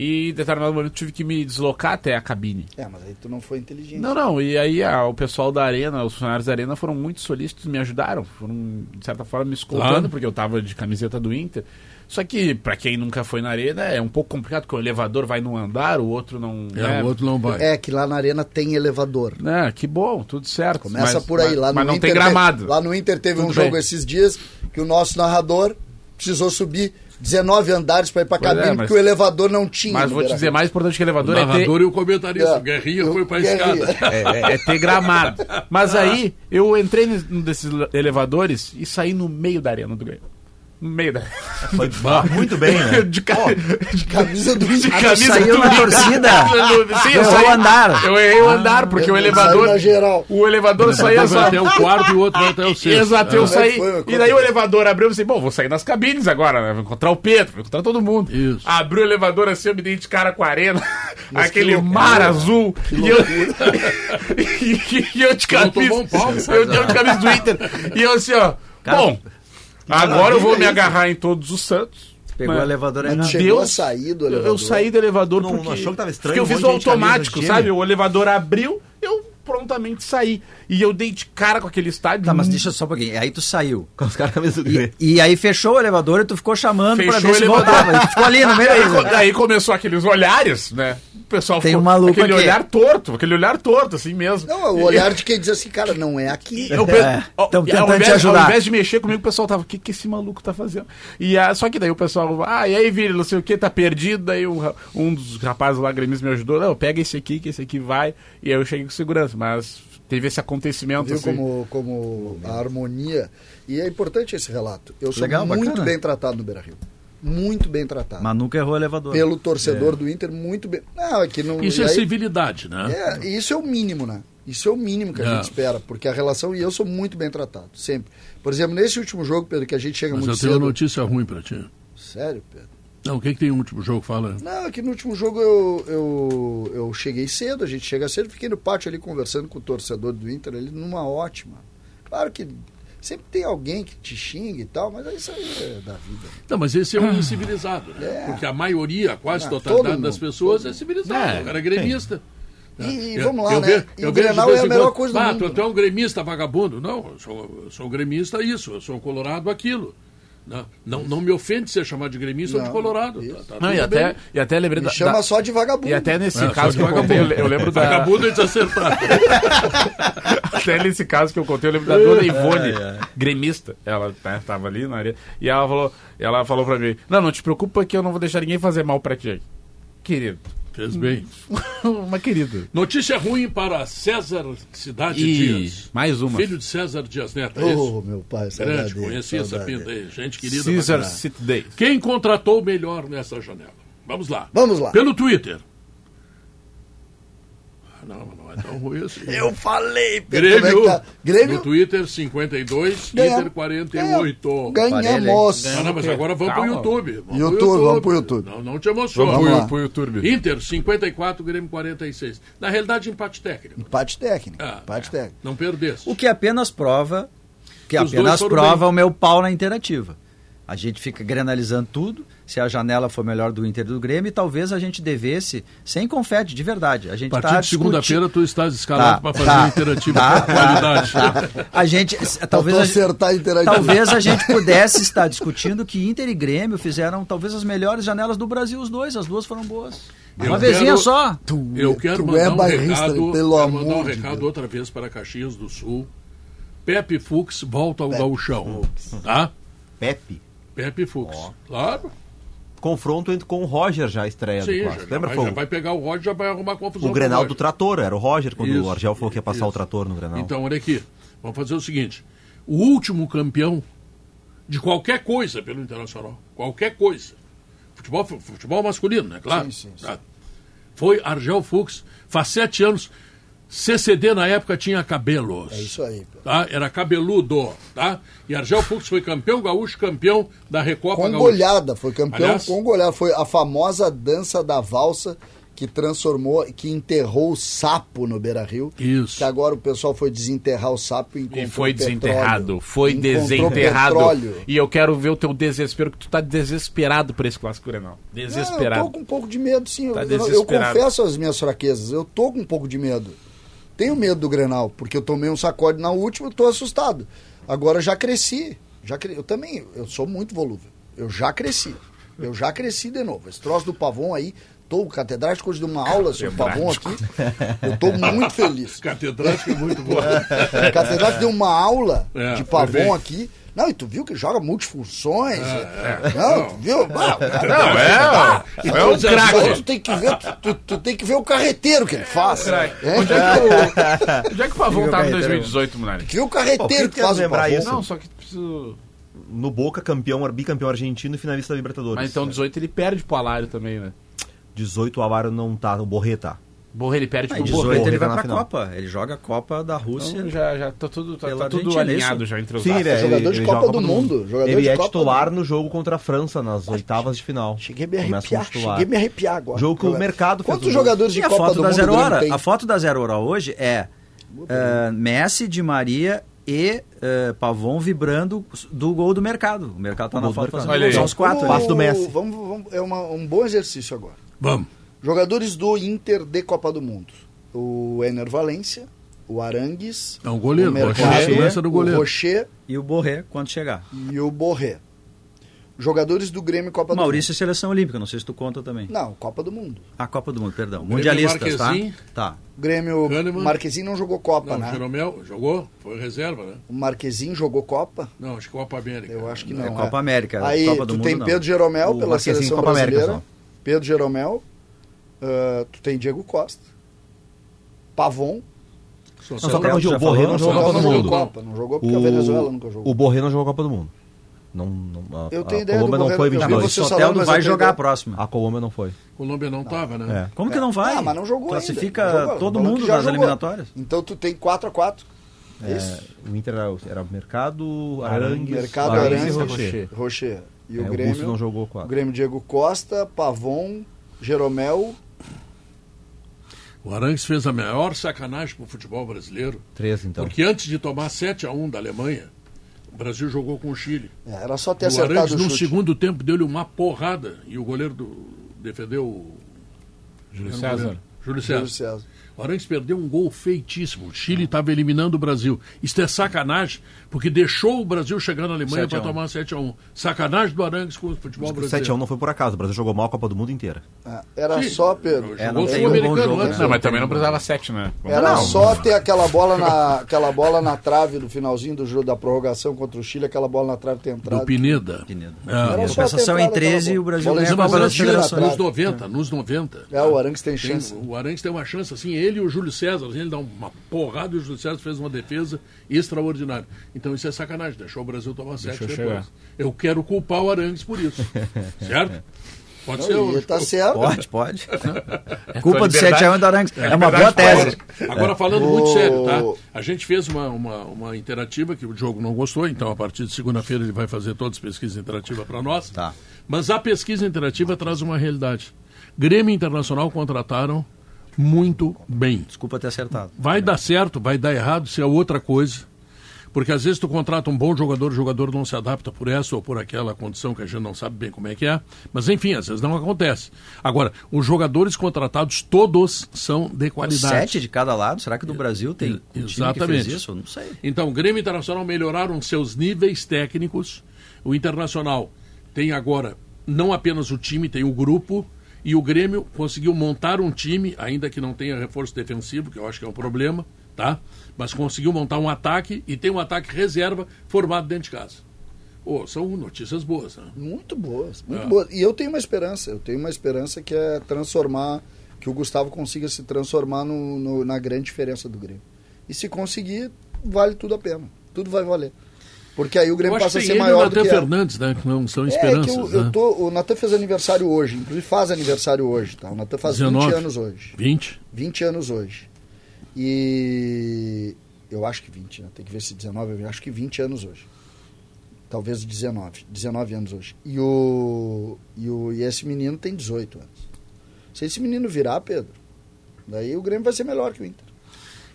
[SPEAKER 6] E, em determinado momento, tive que me deslocar até a cabine.
[SPEAKER 4] É, mas aí tu não foi inteligente.
[SPEAKER 6] Não, não, e aí ah, o pessoal da Arena, os funcionários da Arena foram muito solícitos, me ajudaram, foram de certa forma me escoltando,
[SPEAKER 2] Claro.
[SPEAKER 6] porque eu tava de camiseta do Inter. Só que, pra quem nunca foi na Arena, é um pouco complicado, porque o elevador vai num andar, o outro não.
[SPEAKER 2] É,
[SPEAKER 6] né?
[SPEAKER 2] o outro não vai.
[SPEAKER 4] É que lá na Arena tem elevador.
[SPEAKER 6] Né, que bom, tudo certo.
[SPEAKER 4] Começa
[SPEAKER 6] mas-
[SPEAKER 4] por aí. Lá
[SPEAKER 6] mas, mas
[SPEAKER 4] no
[SPEAKER 6] não
[SPEAKER 4] Inter
[SPEAKER 6] tem gramado.
[SPEAKER 4] Lá no Inter teve um
[SPEAKER 6] Tudo
[SPEAKER 4] jogo
[SPEAKER 6] bem.
[SPEAKER 4] esses dias que o nosso narrador precisou subir 19 andares para ir para
[SPEAKER 6] Pois é,
[SPEAKER 4] cabine
[SPEAKER 6] mas-
[SPEAKER 4] porque o elevador não tinha.
[SPEAKER 6] Mas
[SPEAKER 4] no
[SPEAKER 6] vou te
[SPEAKER 4] Beira-Rio.
[SPEAKER 6] dizer, mais importante que
[SPEAKER 2] O
[SPEAKER 6] elevador é ter,
[SPEAKER 2] narrador e o comentarista.
[SPEAKER 4] É,
[SPEAKER 2] O Guerrinha
[SPEAKER 4] eu-
[SPEAKER 2] foi pra
[SPEAKER 4] Guerrinha.
[SPEAKER 2] escada.
[SPEAKER 6] é, é ter gramado. Mas
[SPEAKER 4] Ah.
[SPEAKER 6] aí, eu entrei num desses elevadores e saí no meio da Arena do Grêmio. No meio da.
[SPEAKER 5] Foi bah, muito bem, né?
[SPEAKER 6] de, ca... de
[SPEAKER 4] Camisa do Inter.
[SPEAKER 3] Ah, tu saiu na torcida.
[SPEAKER 6] Sim, eu
[SPEAKER 3] Errou
[SPEAKER 6] saí,
[SPEAKER 3] o andar.
[SPEAKER 6] Eu errei o andar, porque o
[SPEAKER 4] Saiu
[SPEAKER 6] elevador.
[SPEAKER 4] na geral.
[SPEAKER 6] O elevador saía
[SPEAKER 2] Um Ah. vai
[SPEAKER 6] só.
[SPEAKER 2] até o quarto e o outro vai até o sexto.
[SPEAKER 6] Exato, eu saí.
[SPEAKER 4] Ah. foi, meu,
[SPEAKER 6] E daí o elevador abriu e eu pensei, bom, vou sair nas cabines agora, né? Vou encontrar o Pedro, vou encontrar todo mundo.
[SPEAKER 2] Isso.
[SPEAKER 6] Abriu o elevador assim, eu me dei de cara com a arena, aquele mar azul. E eu, e eu de
[SPEAKER 2] Não tomou
[SPEAKER 6] camisa.
[SPEAKER 2] um pau?
[SPEAKER 6] eu,
[SPEAKER 4] né?
[SPEAKER 6] eu de camisa do Inter. E eu assim, ó. bom, agora eu vou me agarrar em todos os santos.
[SPEAKER 3] Pegou
[SPEAKER 6] Mas-
[SPEAKER 3] o elevador aí.
[SPEAKER 4] Mas
[SPEAKER 3] na-
[SPEAKER 4] chegou
[SPEAKER 6] Deus,
[SPEAKER 4] a sair do
[SPEAKER 6] eu-
[SPEAKER 4] elevador.
[SPEAKER 6] Eu saí do elevador
[SPEAKER 5] Não-
[SPEAKER 6] porque,
[SPEAKER 5] não achou que tava estranho,
[SPEAKER 6] porque eu
[SPEAKER 5] um
[SPEAKER 6] fiz
[SPEAKER 5] monte
[SPEAKER 6] o
[SPEAKER 5] de gente camisa de
[SPEAKER 6] automático,
[SPEAKER 5] time?
[SPEAKER 6] sabe? O elevador abriu, eu prontamente saí. E eu dei de cara com aquele estádio.
[SPEAKER 3] Tá, mas deixa só um pouquinho. Aí tu saiu.
[SPEAKER 5] Com os caras com a camisa do Grêmio.
[SPEAKER 3] E aí fechou o elevador e tu ficou chamando pra
[SPEAKER 6] Fechou
[SPEAKER 3] ver
[SPEAKER 6] o
[SPEAKER 3] se
[SPEAKER 6] elevador.
[SPEAKER 3] voltava. Tu Ficou ali no meio
[SPEAKER 6] Daí, co-
[SPEAKER 3] aí.
[SPEAKER 6] daí começou aqueles olhares, né? O pessoal
[SPEAKER 3] Tem
[SPEAKER 6] ficou-
[SPEAKER 3] um maluco
[SPEAKER 6] aquele
[SPEAKER 3] aqui.
[SPEAKER 6] olhar torto, aquele olhar torto, assim mesmo.
[SPEAKER 4] Não, é o olhar de quem diz assim, cara, não é aqui.
[SPEAKER 6] Eu penso,
[SPEAKER 3] É,
[SPEAKER 6] ó,
[SPEAKER 3] tão
[SPEAKER 6] e
[SPEAKER 3] tentando
[SPEAKER 6] ao,
[SPEAKER 3] te
[SPEAKER 6] invés,
[SPEAKER 3] ajudar.
[SPEAKER 6] ao invés de mexer comigo, o pessoal tava, o que, que esse maluco tá fazendo? E ah, só que daí o pessoal, ah, e aí, Vini, não sei o que, tá perdido. Daí um, ra- um dos rapazes lá, gremistas, me ajudou. Não, pega esse aqui, que esse aqui vai. E aí eu cheguei com segurança, mas teve esse acontecimento,
[SPEAKER 4] Viu
[SPEAKER 6] assim.
[SPEAKER 4] como, como a harmonia. E é importante esse relato. Eu sou
[SPEAKER 3] Legal,
[SPEAKER 4] muito
[SPEAKER 3] bacana.
[SPEAKER 4] bem tratado no Beira Rio. Muito bem tratado.
[SPEAKER 3] Mas nunca errou o elevador.
[SPEAKER 4] Pelo torcedor do Inter, muito bem. Não, é que não.
[SPEAKER 2] É. Isso
[SPEAKER 4] e
[SPEAKER 2] é
[SPEAKER 4] aí-
[SPEAKER 2] civilidade, né?
[SPEAKER 4] é, isso é o mínimo, né? Isso é o mínimo que a
[SPEAKER 2] É.
[SPEAKER 4] gente espera, porque a relação e eu sou muito bem tratado, sempre. Por exemplo, nesse último jogo, Pedro, que a gente chega
[SPEAKER 2] Mas eu
[SPEAKER 4] muito
[SPEAKER 2] tenho uma
[SPEAKER 4] cedo.
[SPEAKER 2] notícia ruim pra ti.
[SPEAKER 4] Sério, Pedro?
[SPEAKER 2] Não, o que, que tem no último jogo? Fala.
[SPEAKER 4] Não, é que no último jogo eu, eu, eu cheguei cedo, a gente chega cedo, fiquei no pátio ali conversando com o torcedor do Inter ali numa ótima. Claro que sempre tem alguém que te xinga e tal, mas isso aí é da vida.
[SPEAKER 2] Não, mas esse é um incivilizado, né?
[SPEAKER 4] É.
[SPEAKER 2] Porque a maioria, quase
[SPEAKER 4] Ah, todo
[SPEAKER 2] totalidade
[SPEAKER 4] mundo,
[SPEAKER 2] das pessoas
[SPEAKER 4] todo
[SPEAKER 2] é civilizada.
[SPEAKER 5] É,
[SPEAKER 2] o cara é gremista.
[SPEAKER 4] E, e
[SPEAKER 2] Eu-
[SPEAKER 4] vamos lá,
[SPEAKER 2] eu
[SPEAKER 4] né?
[SPEAKER 2] ve-
[SPEAKER 4] e
[SPEAKER 2] eu
[SPEAKER 4] o
[SPEAKER 2] vejo de
[SPEAKER 4] Grenal
[SPEAKER 2] vez
[SPEAKER 4] é a
[SPEAKER 2] em
[SPEAKER 4] melhor
[SPEAKER 2] quando,
[SPEAKER 4] coisa do
[SPEAKER 2] "Bah,
[SPEAKER 4] mundo.
[SPEAKER 2] Tu, tu é um gremista vagabundo. Não, eu sou, eu sou gremista isso, eu sou um colorado aquilo. Não, não, não me ofende ser chamado de gremista ou de
[SPEAKER 4] Não,
[SPEAKER 2] colorado.
[SPEAKER 4] isso.
[SPEAKER 2] Tá- tá
[SPEAKER 6] Não, e
[SPEAKER 2] tudo
[SPEAKER 6] até,
[SPEAKER 2] bem.
[SPEAKER 6] e até lembrei
[SPEAKER 4] Me
[SPEAKER 6] da-
[SPEAKER 4] chama
[SPEAKER 6] da-
[SPEAKER 4] só de vagabundo.
[SPEAKER 6] E até nesse
[SPEAKER 2] É,
[SPEAKER 6] caso que
[SPEAKER 2] só de
[SPEAKER 6] eu contei, eu
[SPEAKER 2] vagabundo.
[SPEAKER 6] le- eu lembro da.
[SPEAKER 2] Vagabundo é desacertado.
[SPEAKER 6] Até nesse caso que eu contei, eu lembro da dona Ivone, gremista. Ela né, tava ali na areia. E ela falou, ela falou pra mim: Não, não te preocupa que eu não vou deixar ninguém fazer mal pra ti. Querido.
[SPEAKER 2] Fez bem.
[SPEAKER 6] Uma querida.
[SPEAKER 2] Notícia ruim para César Cidade
[SPEAKER 6] E
[SPEAKER 2] Dias.
[SPEAKER 6] mais uma.
[SPEAKER 2] Filho de César Dias Neto, é
[SPEAKER 4] Oh,
[SPEAKER 2] isso?
[SPEAKER 4] meu pai,
[SPEAKER 2] Grande,
[SPEAKER 4] saudade.
[SPEAKER 2] conheci essa
[SPEAKER 4] saudade.
[SPEAKER 2] pinta aí. Gente querida. pra
[SPEAKER 6] Caesar
[SPEAKER 2] caralho.
[SPEAKER 6] City Days.
[SPEAKER 2] Quem contratou melhor nessa janela? Vamos lá.
[SPEAKER 4] Vamos lá.
[SPEAKER 2] Pelo Twitter. Ah, Não, não é tão ruim assim.
[SPEAKER 4] Eu falei, Pedro.
[SPEAKER 2] Grêmio.
[SPEAKER 4] Como é que tá?
[SPEAKER 2] No
[SPEAKER 4] Grêmio
[SPEAKER 2] Twitter, 52.
[SPEAKER 4] Ganhamos.
[SPEAKER 2] Inter, 48.
[SPEAKER 4] ganhamos.
[SPEAKER 2] Ah, não, mas agora vamos pro
[SPEAKER 6] Calma.
[SPEAKER 2] YouTube. Vamos
[SPEAKER 4] YouTube, vamos pro YouTube.
[SPEAKER 2] Não, não te emociona.
[SPEAKER 4] Vamos lá.
[SPEAKER 6] Põe o turbo.
[SPEAKER 2] Inter, 54, Grêmio, 46. Na realidade, empate técnico.
[SPEAKER 4] Empate técnico.
[SPEAKER 2] Ah,
[SPEAKER 4] empate técnico.
[SPEAKER 2] Não perdesse.
[SPEAKER 3] O que apenas prova que
[SPEAKER 2] Os dois
[SPEAKER 3] apenas
[SPEAKER 2] foram
[SPEAKER 3] prova
[SPEAKER 2] bem.
[SPEAKER 3] o meu pau na interativa. A gente fica granalizando tudo. Se a janela for melhor do Inter e do Grêmio, talvez a gente devesse, sem confete, de verdade. A gente tá
[SPEAKER 2] A
[SPEAKER 3] está
[SPEAKER 2] partir de segunda-feira, tu estás escalado para fazer um interativo
[SPEAKER 3] tá,
[SPEAKER 2] com qualidade.
[SPEAKER 3] tá, tá. A gente, s- talvez
[SPEAKER 4] Faltou
[SPEAKER 3] a gente-
[SPEAKER 4] acertar a interativo.
[SPEAKER 3] Talvez a gente pudesse estar discutindo que Inter e Grêmio fizeram talvez as melhores janelas do Brasil, os dois. As duas foram boas.
[SPEAKER 2] Eu
[SPEAKER 3] Uma vezinha
[SPEAKER 2] quero-
[SPEAKER 3] só.
[SPEAKER 4] Tu,
[SPEAKER 2] Eu quero
[SPEAKER 4] tu
[SPEAKER 2] mandar
[SPEAKER 4] é
[SPEAKER 2] um
[SPEAKER 4] barrista,
[SPEAKER 2] recado,
[SPEAKER 4] pelo
[SPEAKER 2] quero
[SPEAKER 4] amor
[SPEAKER 2] mandar um
[SPEAKER 4] de
[SPEAKER 2] recado
[SPEAKER 4] Deus.
[SPEAKER 2] outra vez para Caxias do Sul. Pepe Fux volta ao gauchão, tá?
[SPEAKER 11] Pepe.
[SPEAKER 2] Pepe Fux. Claro,
[SPEAKER 5] Confronto entre, com o Roger já a estreia
[SPEAKER 2] sim,
[SPEAKER 5] do
[SPEAKER 2] já,
[SPEAKER 5] clássico.
[SPEAKER 2] já,
[SPEAKER 5] Lembra?
[SPEAKER 2] vai,
[SPEAKER 5] foi
[SPEAKER 2] já
[SPEAKER 5] o-
[SPEAKER 2] vai pegar o Roger, já vai arrumar confusão.
[SPEAKER 5] o
[SPEAKER 2] com
[SPEAKER 5] Grenal do
[SPEAKER 2] Roger.
[SPEAKER 5] Trator, era o Roger quando
[SPEAKER 2] Isso,
[SPEAKER 5] o Argel falou que ia passar
[SPEAKER 2] isso.
[SPEAKER 5] o trator no Grenal.
[SPEAKER 2] Então, olha aqui, vamos fazer o seguinte. O último campeão de qualquer coisa pelo Internacional, qualquer coisa, futebol, futebol masculino, né? Claro.
[SPEAKER 4] sim, sim.
[SPEAKER 2] Tá. Foi Argel Fux, faz sete anos. CCD na época tinha cabelos.
[SPEAKER 4] É isso aí, Pedro.
[SPEAKER 2] tá? Era cabeludo, tá? E Argel Fux foi campeão gaúcho, campeão da Recopa
[SPEAKER 4] um
[SPEAKER 2] Gaúcha.
[SPEAKER 4] Congolhada, foi campeão
[SPEAKER 2] Aliás-
[SPEAKER 4] congolhada. Foi a famosa dança da valsa que transformou, que enterrou o sapo no Beira Rio.
[SPEAKER 2] Isso.
[SPEAKER 4] Que agora o pessoal foi desenterrar o sapo e encontrou
[SPEAKER 6] E foi
[SPEAKER 4] petróleo.
[SPEAKER 6] desenterrado, foi
[SPEAKER 4] Encontrou
[SPEAKER 6] desenterrado.
[SPEAKER 4] petróleo.
[SPEAKER 6] E eu quero ver o teu desespero, que tu tá desesperado por esse clássico Grenal.
[SPEAKER 4] Não,
[SPEAKER 6] Desesperado.
[SPEAKER 4] eu tô com um pouco de medo, sim. Eu-
[SPEAKER 6] Tá
[SPEAKER 4] eu, eu
[SPEAKER 6] desesperado.
[SPEAKER 4] confesso as minhas fraquezas. Eu tô com um pouco de medo. Tenho medo do Grenal, porque eu tomei um sacode na última, eu tô assustado. Agora já cresci. Já cre... Eu também, eu sou muito volúvel. Eu já cresci. Eu já cresci de novo. Esse troço do Pavon aí, tô o catedrático hoje de uma aula sobre o Pavon aqui. Eu tô muito feliz.
[SPEAKER 2] Catedrático é muito boa.
[SPEAKER 4] O catedrático deu uma aula
[SPEAKER 2] É,
[SPEAKER 4] de
[SPEAKER 2] perfeito.
[SPEAKER 4] Pavon aqui. Não, e tu viu que joga multifunções.
[SPEAKER 2] É,
[SPEAKER 4] Não, tu viu? Ah, o cara-
[SPEAKER 6] Não,
[SPEAKER 4] tá.
[SPEAKER 6] é, é um
[SPEAKER 2] Coisa
[SPEAKER 6] craque.
[SPEAKER 4] Só Então, Tu tem que ver, tu, tu- tu tem que ver o carreteiro que ele faz. É,
[SPEAKER 6] Onde é que o, onde é que o Pavão tava em 2018, Munari?
[SPEAKER 4] Tu vê o carreteiro
[SPEAKER 5] Pô,
[SPEAKER 4] que,
[SPEAKER 5] quem
[SPEAKER 2] é
[SPEAKER 4] faz
[SPEAKER 5] quer
[SPEAKER 4] o
[SPEAKER 5] lembrar
[SPEAKER 4] pavô.
[SPEAKER 5] isso?
[SPEAKER 6] Não, só que preciso...
[SPEAKER 5] No Boca, campeão, bicampeão argentino e finalista da Libertadores.
[SPEAKER 6] Mas então 18 ele perde pro Alário também, né?
[SPEAKER 5] 18 o Amaro não tá, o Borré tá.
[SPEAKER 6] Borré ele perde
[SPEAKER 3] Aí,
[SPEAKER 6] pro
[SPEAKER 3] 18
[SPEAKER 6] Borré.
[SPEAKER 5] Borré
[SPEAKER 3] ele
[SPEAKER 5] tá
[SPEAKER 3] vai
[SPEAKER 5] na
[SPEAKER 3] pra
[SPEAKER 5] final.
[SPEAKER 3] Copa. Ele joga a Copa da Rússia.
[SPEAKER 6] tipo, Então já, já tá tudo, tá,
[SPEAKER 3] Pela
[SPEAKER 6] tá tudo
[SPEAKER 3] Argentina, é
[SPEAKER 6] alinhado
[SPEAKER 3] isso?
[SPEAKER 6] já entre os
[SPEAKER 5] Sim,
[SPEAKER 6] lados.
[SPEAKER 5] ele é
[SPEAKER 4] jogador de Copa do Mundo, jogador
[SPEAKER 5] ele
[SPEAKER 4] de
[SPEAKER 5] é
[SPEAKER 4] Copa
[SPEAKER 5] titular
[SPEAKER 4] do
[SPEAKER 5] no jogo contra a França, nas oitavas de final.
[SPEAKER 4] Cheguei a me
[SPEAKER 5] Começa como
[SPEAKER 4] arrepiar,
[SPEAKER 5] titular.
[SPEAKER 4] cheguei a me arrepiar agora.
[SPEAKER 5] Jogo que o mercado fez
[SPEAKER 4] Quantos
[SPEAKER 5] um gol.
[SPEAKER 4] jogadores de
[SPEAKER 3] E a
[SPEAKER 4] Copa
[SPEAKER 3] foto
[SPEAKER 4] do
[SPEAKER 3] da
[SPEAKER 4] Mundo
[SPEAKER 3] Zero
[SPEAKER 4] o Grêmio
[SPEAKER 3] Hora?
[SPEAKER 4] tem?
[SPEAKER 3] A foto da Zero Hora hoje é ah, Messi, Di Maria e ah, Pavon vibrando do gol do mercado. O mercado tá
[SPEAKER 5] O
[SPEAKER 3] na
[SPEAKER 5] gol do
[SPEAKER 3] foto.
[SPEAKER 5] mercado.
[SPEAKER 3] fazendo
[SPEAKER 6] Olha
[SPEAKER 3] gol.
[SPEAKER 6] aí.
[SPEAKER 3] São os quatro.
[SPEAKER 4] O-
[SPEAKER 5] Passe do Messi.
[SPEAKER 4] Vamos, vamos- é uma- um bom exercício agora.
[SPEAKER 2] Vamos.
[SPEAKER 4] Jogadores do Inter de Copa do Mundo. O Ener Valência, o Arangues,
[SPEAKER 2] É um goleiro,
[SPEAKER 4] o
[SPEAKER 2] a
[SPEAKER 4] Mercado,
[SPEAKER 2] diferença do
[SPEAKER 4] o
[SPEAKER 2] goleiro.
[SPEAKER 4] Rocher
[SPEAKER 3] E o Borré quando chegar.
[SPEAKER 4] e o Borré. Jogadores do Grêmio Copa
[SPEAKER 3] Maurício e Seleção Olímpica, não sei se tu conta também.
[SPEAKER 4] do Mundo. Não, Copa do Mundo.
[SPEAKER 3] A Copa do Mundo, perdão.
[SPEAKER 2] Grêmio
[SPEAKER 3] Mundialistas, tá?
[SPEAKER 2] Marquezin.
[SPEAKER 3] Tá.
[SPEAKER 4] O Grêmio
[SPEAKER 2] Kahneman.
[SPEAKER 4] Marquezinho não jogou Copa,
[SPEAKER 2] Não, o
[SPEAKER 4] né?
[SPEAKER 2] Jeromel jogou, foi reserva, né?
[SPEAKER 4] O Marquezinho jogou Copa?
[SPEAKER 2] Não, acho que Copa América.
[SPEAKER 4] Eu acho que não.
[SPEAKER 3] é Copa América,
[SPEAKER 4] Aí
[SPEAKER 3] Copa
[SPEAKER 4] tu
[SPEAKER 3] do Mundo,
[SPEAKER 4] tem
[SPEAKER 3] não.
[SPEAKER 4] Pedro Jeromel
[SPEAKER 5] O
[SPEAKER 4] pela
[SPEAKER 5] Marquezinho,
[SPEAKER 4] seleção
[SPEAKER 5] Copa América
[SPEAKER 4] brasileira. Pedro Jeromel. ah, tu tem Diego Costa. Pavon.
[SPEAKER 2] Só
[SPEAKER 5] Não,
[SPEAKER 2] saiu-
[SPEAKER 5] só pra
[SPEAKER 3] Celso
[SPEAKER 5] corrigir,
[SPEAKER 3] já
[SPEAKER 5] o Borré
[SPEAKER 3] falou,
[SPEAKER 5] não
[SPEAKER 2] Celso
[SPEAKER 5] jogou a Copa do
[SPEAKER 2] não
[SPEAKER 5] Mundo.
[SPEAKER 2] jogou.
[SPEAKER 4] Copa. Não jogou porque a Venezuela nunca jogou.
[SPEAKER 5] o Borré não jogou a Copa do Mundo. Não, não, a,
[SPEAKER 4] Eu
[SPEAKER 5] a
[SPEAKER 4] tenho ideia do
[SPEAKER 5] Colômbia não
[SPEAKER 4] governo-
[SPEAKER 5] foi
[SPEAKER 4] eu vi
[SPEAKER 5] 22.
[SPEAKER 4] você-
[SPEAKER 3] Soteldo
[SPEAKER 4] mas
[SPEAKER 3] vai
[SPEAKER 4] eu tenho
[SPEAKER 3] jogar
[SPEAKER 4] ideia.
[SPEAKER 3] a próxima.
[SPEAKER 5] A Colômbia não foi.
[SPEAKER 2] Colômbia não tava, né?
[SPEAKER 5] É.
[SPEAKER 3] Como que não vai?
[SPEAKER 4] Ah, mas não jogou
[SPEAKER 3] Classifica
[SPEAKER 4] ainda. Não jogou,
[SPEAKER 3] todo
[SPEAKER 4] o Balu que
[SPEAKER 3] mundo
[SPEAKER 4] já
[SPEAKER 3] das
[SPEAKER 4] jogou.
[SPEAKER 3] eliminatórias.
[SPEAKER 4] Então tu tem 4x4.
[SPEAKER 5] É, o Inter era, era Mercado, Arangues,
[SPEAKER 4] Mercado,
[SPEAKER 5] Arangues e
[SPEAKER 4] Arangues,
[SPEAKER 5] Rocher.
[SPEAKER 4] Rocher. E
[SPEAKER 5] É,
[SPEAKER 4] o
[SPEAKER 5] o
[SPEAKER 4] Grêmio.
[SPEAKER 5] Gusto não jogou
[SPEAKER 4] o
[SPEAKER 5] quatro.
[SPEAKER 4] Grêmio Diego Costa, Pavon, Jeromel.
[SPEAKER 2] O Arangues fez a maior sacanagem pro futebol brasileiro.
[SPEAKER 5] Três, então.
[SPEAKER 2] Porque antes de tomar 7 a 1 da Alemanha, o Brasil jogou com o Chile.
[SPEAKER 4] É, era só ter
[SPEAKER 2] O
[SPEAKER 4] acertado
[SPEAKER 2] Arangues,
[SPEAKER 4] o
[SPEAKER 2] no
[SPEAKER 4] chute.
[SPEAKER 2] segundo tempo, deu-lhe uma porrada e o goleiro do- defendeu o.
[SPEAKER 6] Júlio
[SPEAKER 2] era o
[SPEAKER 6] César.
[SPEAKER 2] goleiro. Júlio César.
[SPEAKER 4] Júlio César.
[SPEAKER 2] O Arangues perdeu um gol feitíssimo. O Chile estava eliminando o Brasil. Isto é sacanagem, porque deixou o Brasil chegar na Alemanha
[SPEAKER 6] 7 a
[SPEAKER 2] para
[SPEAKER 6] 1.
[SPEAKER 2] tomar 7x1. Sacanagem do Arangues com o futebol
[SPEAKER 5] O
[SPEAKER 2] brasileiro.
[SPEAKER 5] 7x1 não foi por acaso. O Brasil jogou mal a Copa do Mundo inteira.
[SPEAKER 4] Ah, Era
[SPEAKER 2] Sim.
[SPEAKER 4] só, Pedro.
[SPEAKER 2] É,
[SPEAKER 3] não
[SPEAKER 2] Jogou
[SPEAKER 3] tem
[SPEAKER 2] com o
[SPEAKER 3] um bom
[SPEAKER 2] americano
[SPEAKER 3] jogo,
[SPEAKER 2] antes,
[SPEAKER 3] né?
[SPEAKER 6] Não,
[SPEAKER 2] né? É,
[SPEAKER 6] mas também não precisava sete, né? Vamos-
[SPEAKER 4] Era
[SPEAKER 5] Não.
[SPEAKER 4] só ter aquela bola na aquela bola na trave no finalzinho do jogo da prorrogação contra o Chile, aquela bola na trave ter entrado.
[SPEAKER 2] Do Pineda.
[SPEAKER 3] Pineda.
[SPEAKER 2] Ah,
[SPEAKER 4] Era
[SPEAKER 3] Em
[SPEAKER 4] só
[SPEAKER 3] compensação,
[SPEAKER 4] ter
[SPEAKER 3] em
[SPEAKER 4] entrado
[SPEAKER 3] 13
[SPEAKER 4] aquela
[SPEAKER 3] o Brasil é
[SPEAKER 4] bola.
[SPEAKER 2] Mas
[SPEAKER 3] ganha a Copa
[SPEAKER 4] Bola
[SPEAKER 3] das
[SPEAKER 2] antes
[SPEAKER 4] esquerda na
[SPEAKER 2] disso,
[SPEAKER 3] Federações.
[SPEAKER 2] nos 90,
[SPEAKER 4] trave.
[SPEAKER 2] nos 90.
[SPEAKER 4] É, o Arangues tem
[SPEAKER 2] Tem-
[SPEAKER 4] chance.
[SPEAKER 2] o Arangues tem uma chance assim, ele e o Júlio César, assim, ele dá uma porrada e o Júlio César fez uma defesa extraordinária. Então isso é sacanagem, deixou o Brasil tomar sete
[SPEAKER 6] Deixou
[SPEAKER 2] depois.
[SPEAKER 6] chegar.
[SPEAKER 2] Eu quero culpar o Arangues por isso. certo? Pode ser
[SPEAKER 4] Não, e
[SPEAKER 2] hoje.
[SPEAKER 4] tá certo.
[SPEAKER 3] Pode, pode.
[SPEAKER 2] É
[SPEAKER 3] Culpa do
[SPEAKER 6] liberdade-
[SPEAKER 3] 7x1 do Arangues. É uma boa tese.
[SPEAKER 2] Agora falando muito
[SPEAKER 4] É. O-
[SPEAKER 2] sério, tá? A gente fez uma, uma, uma interativa que o Diogo não gostou, então a partir de segunda-feira ele vai fazer todas as pesquisas interativas para nós.
[SPEAKER 3] Tá.
[SPEAKER 2] Mas a pesquisa interativa traz uma realidade. Grêmio e Internacional contrataram muito bem.
[SPEAKER 3] Desculpa ter acertado.
[SPEAKER 2] Vai dar certo, vai dar errado, isso é outra coisa. Porque às vezes tu contrata um bom jogador, o jogador não se adapta por essa ou por aquela condição que a gente não sabe bem como é que é. Mas enfim, às vezes não acontece. Agora, os jogadores contratados todos são de qualidade.
[SPEAKER 3] Sete de cada lado. Será que do Brasil tem um time que fez
[SPEAKER 2] Exatamente.
[SPEAKER 3] isso? Eu Não sei.
[SPEAKER 2] Então, o Grêmio e Internacional melhoraram seus níveis técnicos. O Internacional tem agora não apenas o time, tem o grupo. E o Grêmio conseguiu montar um time, ainda que não tenha reforço defensivo, que eu acho que é um problema, tá? Mas conseguiu montar um ataque e tem um ataque reserva formado dentro de casa. Ô, são notícias boas, né?
[SPEAKER 4] Muito boas, muito
[SPEAKER 2] Ah.
[SPEAKER 4] boas. E eu tenho uma esperança, eu tenho uma esperança que é transformar, que o Gustavo consiga se transformar no, no- na grande diferença do Grêmio. E se conseguir, vale tudo a pena. Tudo vai valer. Porque aí o
[SPEAKER 2] Eu
[SPEAKER 4] Grêmio
[SPEAKER 2] acho
[SPEAKER 4] passa
[SPEAKER 2] que
[SPEAKER 4] a
[SPEAKER 2] tem
[SPEAKER 4] ser
[SPEAKER 2] ele e o
[SPEAKER 4] maior do
[SPEAKER 2] Natan
[SPEAKER 4] que era.
[SPEAKER 2] Fernandes, né? Que não são
[SPEAKER 4] É que
[SPEAKER 2] esperanças,
[SPEAKER 4] eu, eu
[SPEAKER 2] né?
[SPEAKER 4] tô, o Natan fez aniversário hoje, inclusive faz aniversário hoje, tá? O Natan faz
[SPEAKER 2] 19.
[SPEAKER 4] 20 anos hoje.
[SPEAKER 2] 20?
[SPEAKER 4] 20 anos hoje. E eu acho que 20, né? Tem que ver se 19, eu acho que 20 anos hoje. Talvez 19, 19 anos hoje. E o e, o, e esse menino tem 18 anos. Se esse menino virar, Pedro, daí o Grêmio vai ser melhor que o Inter.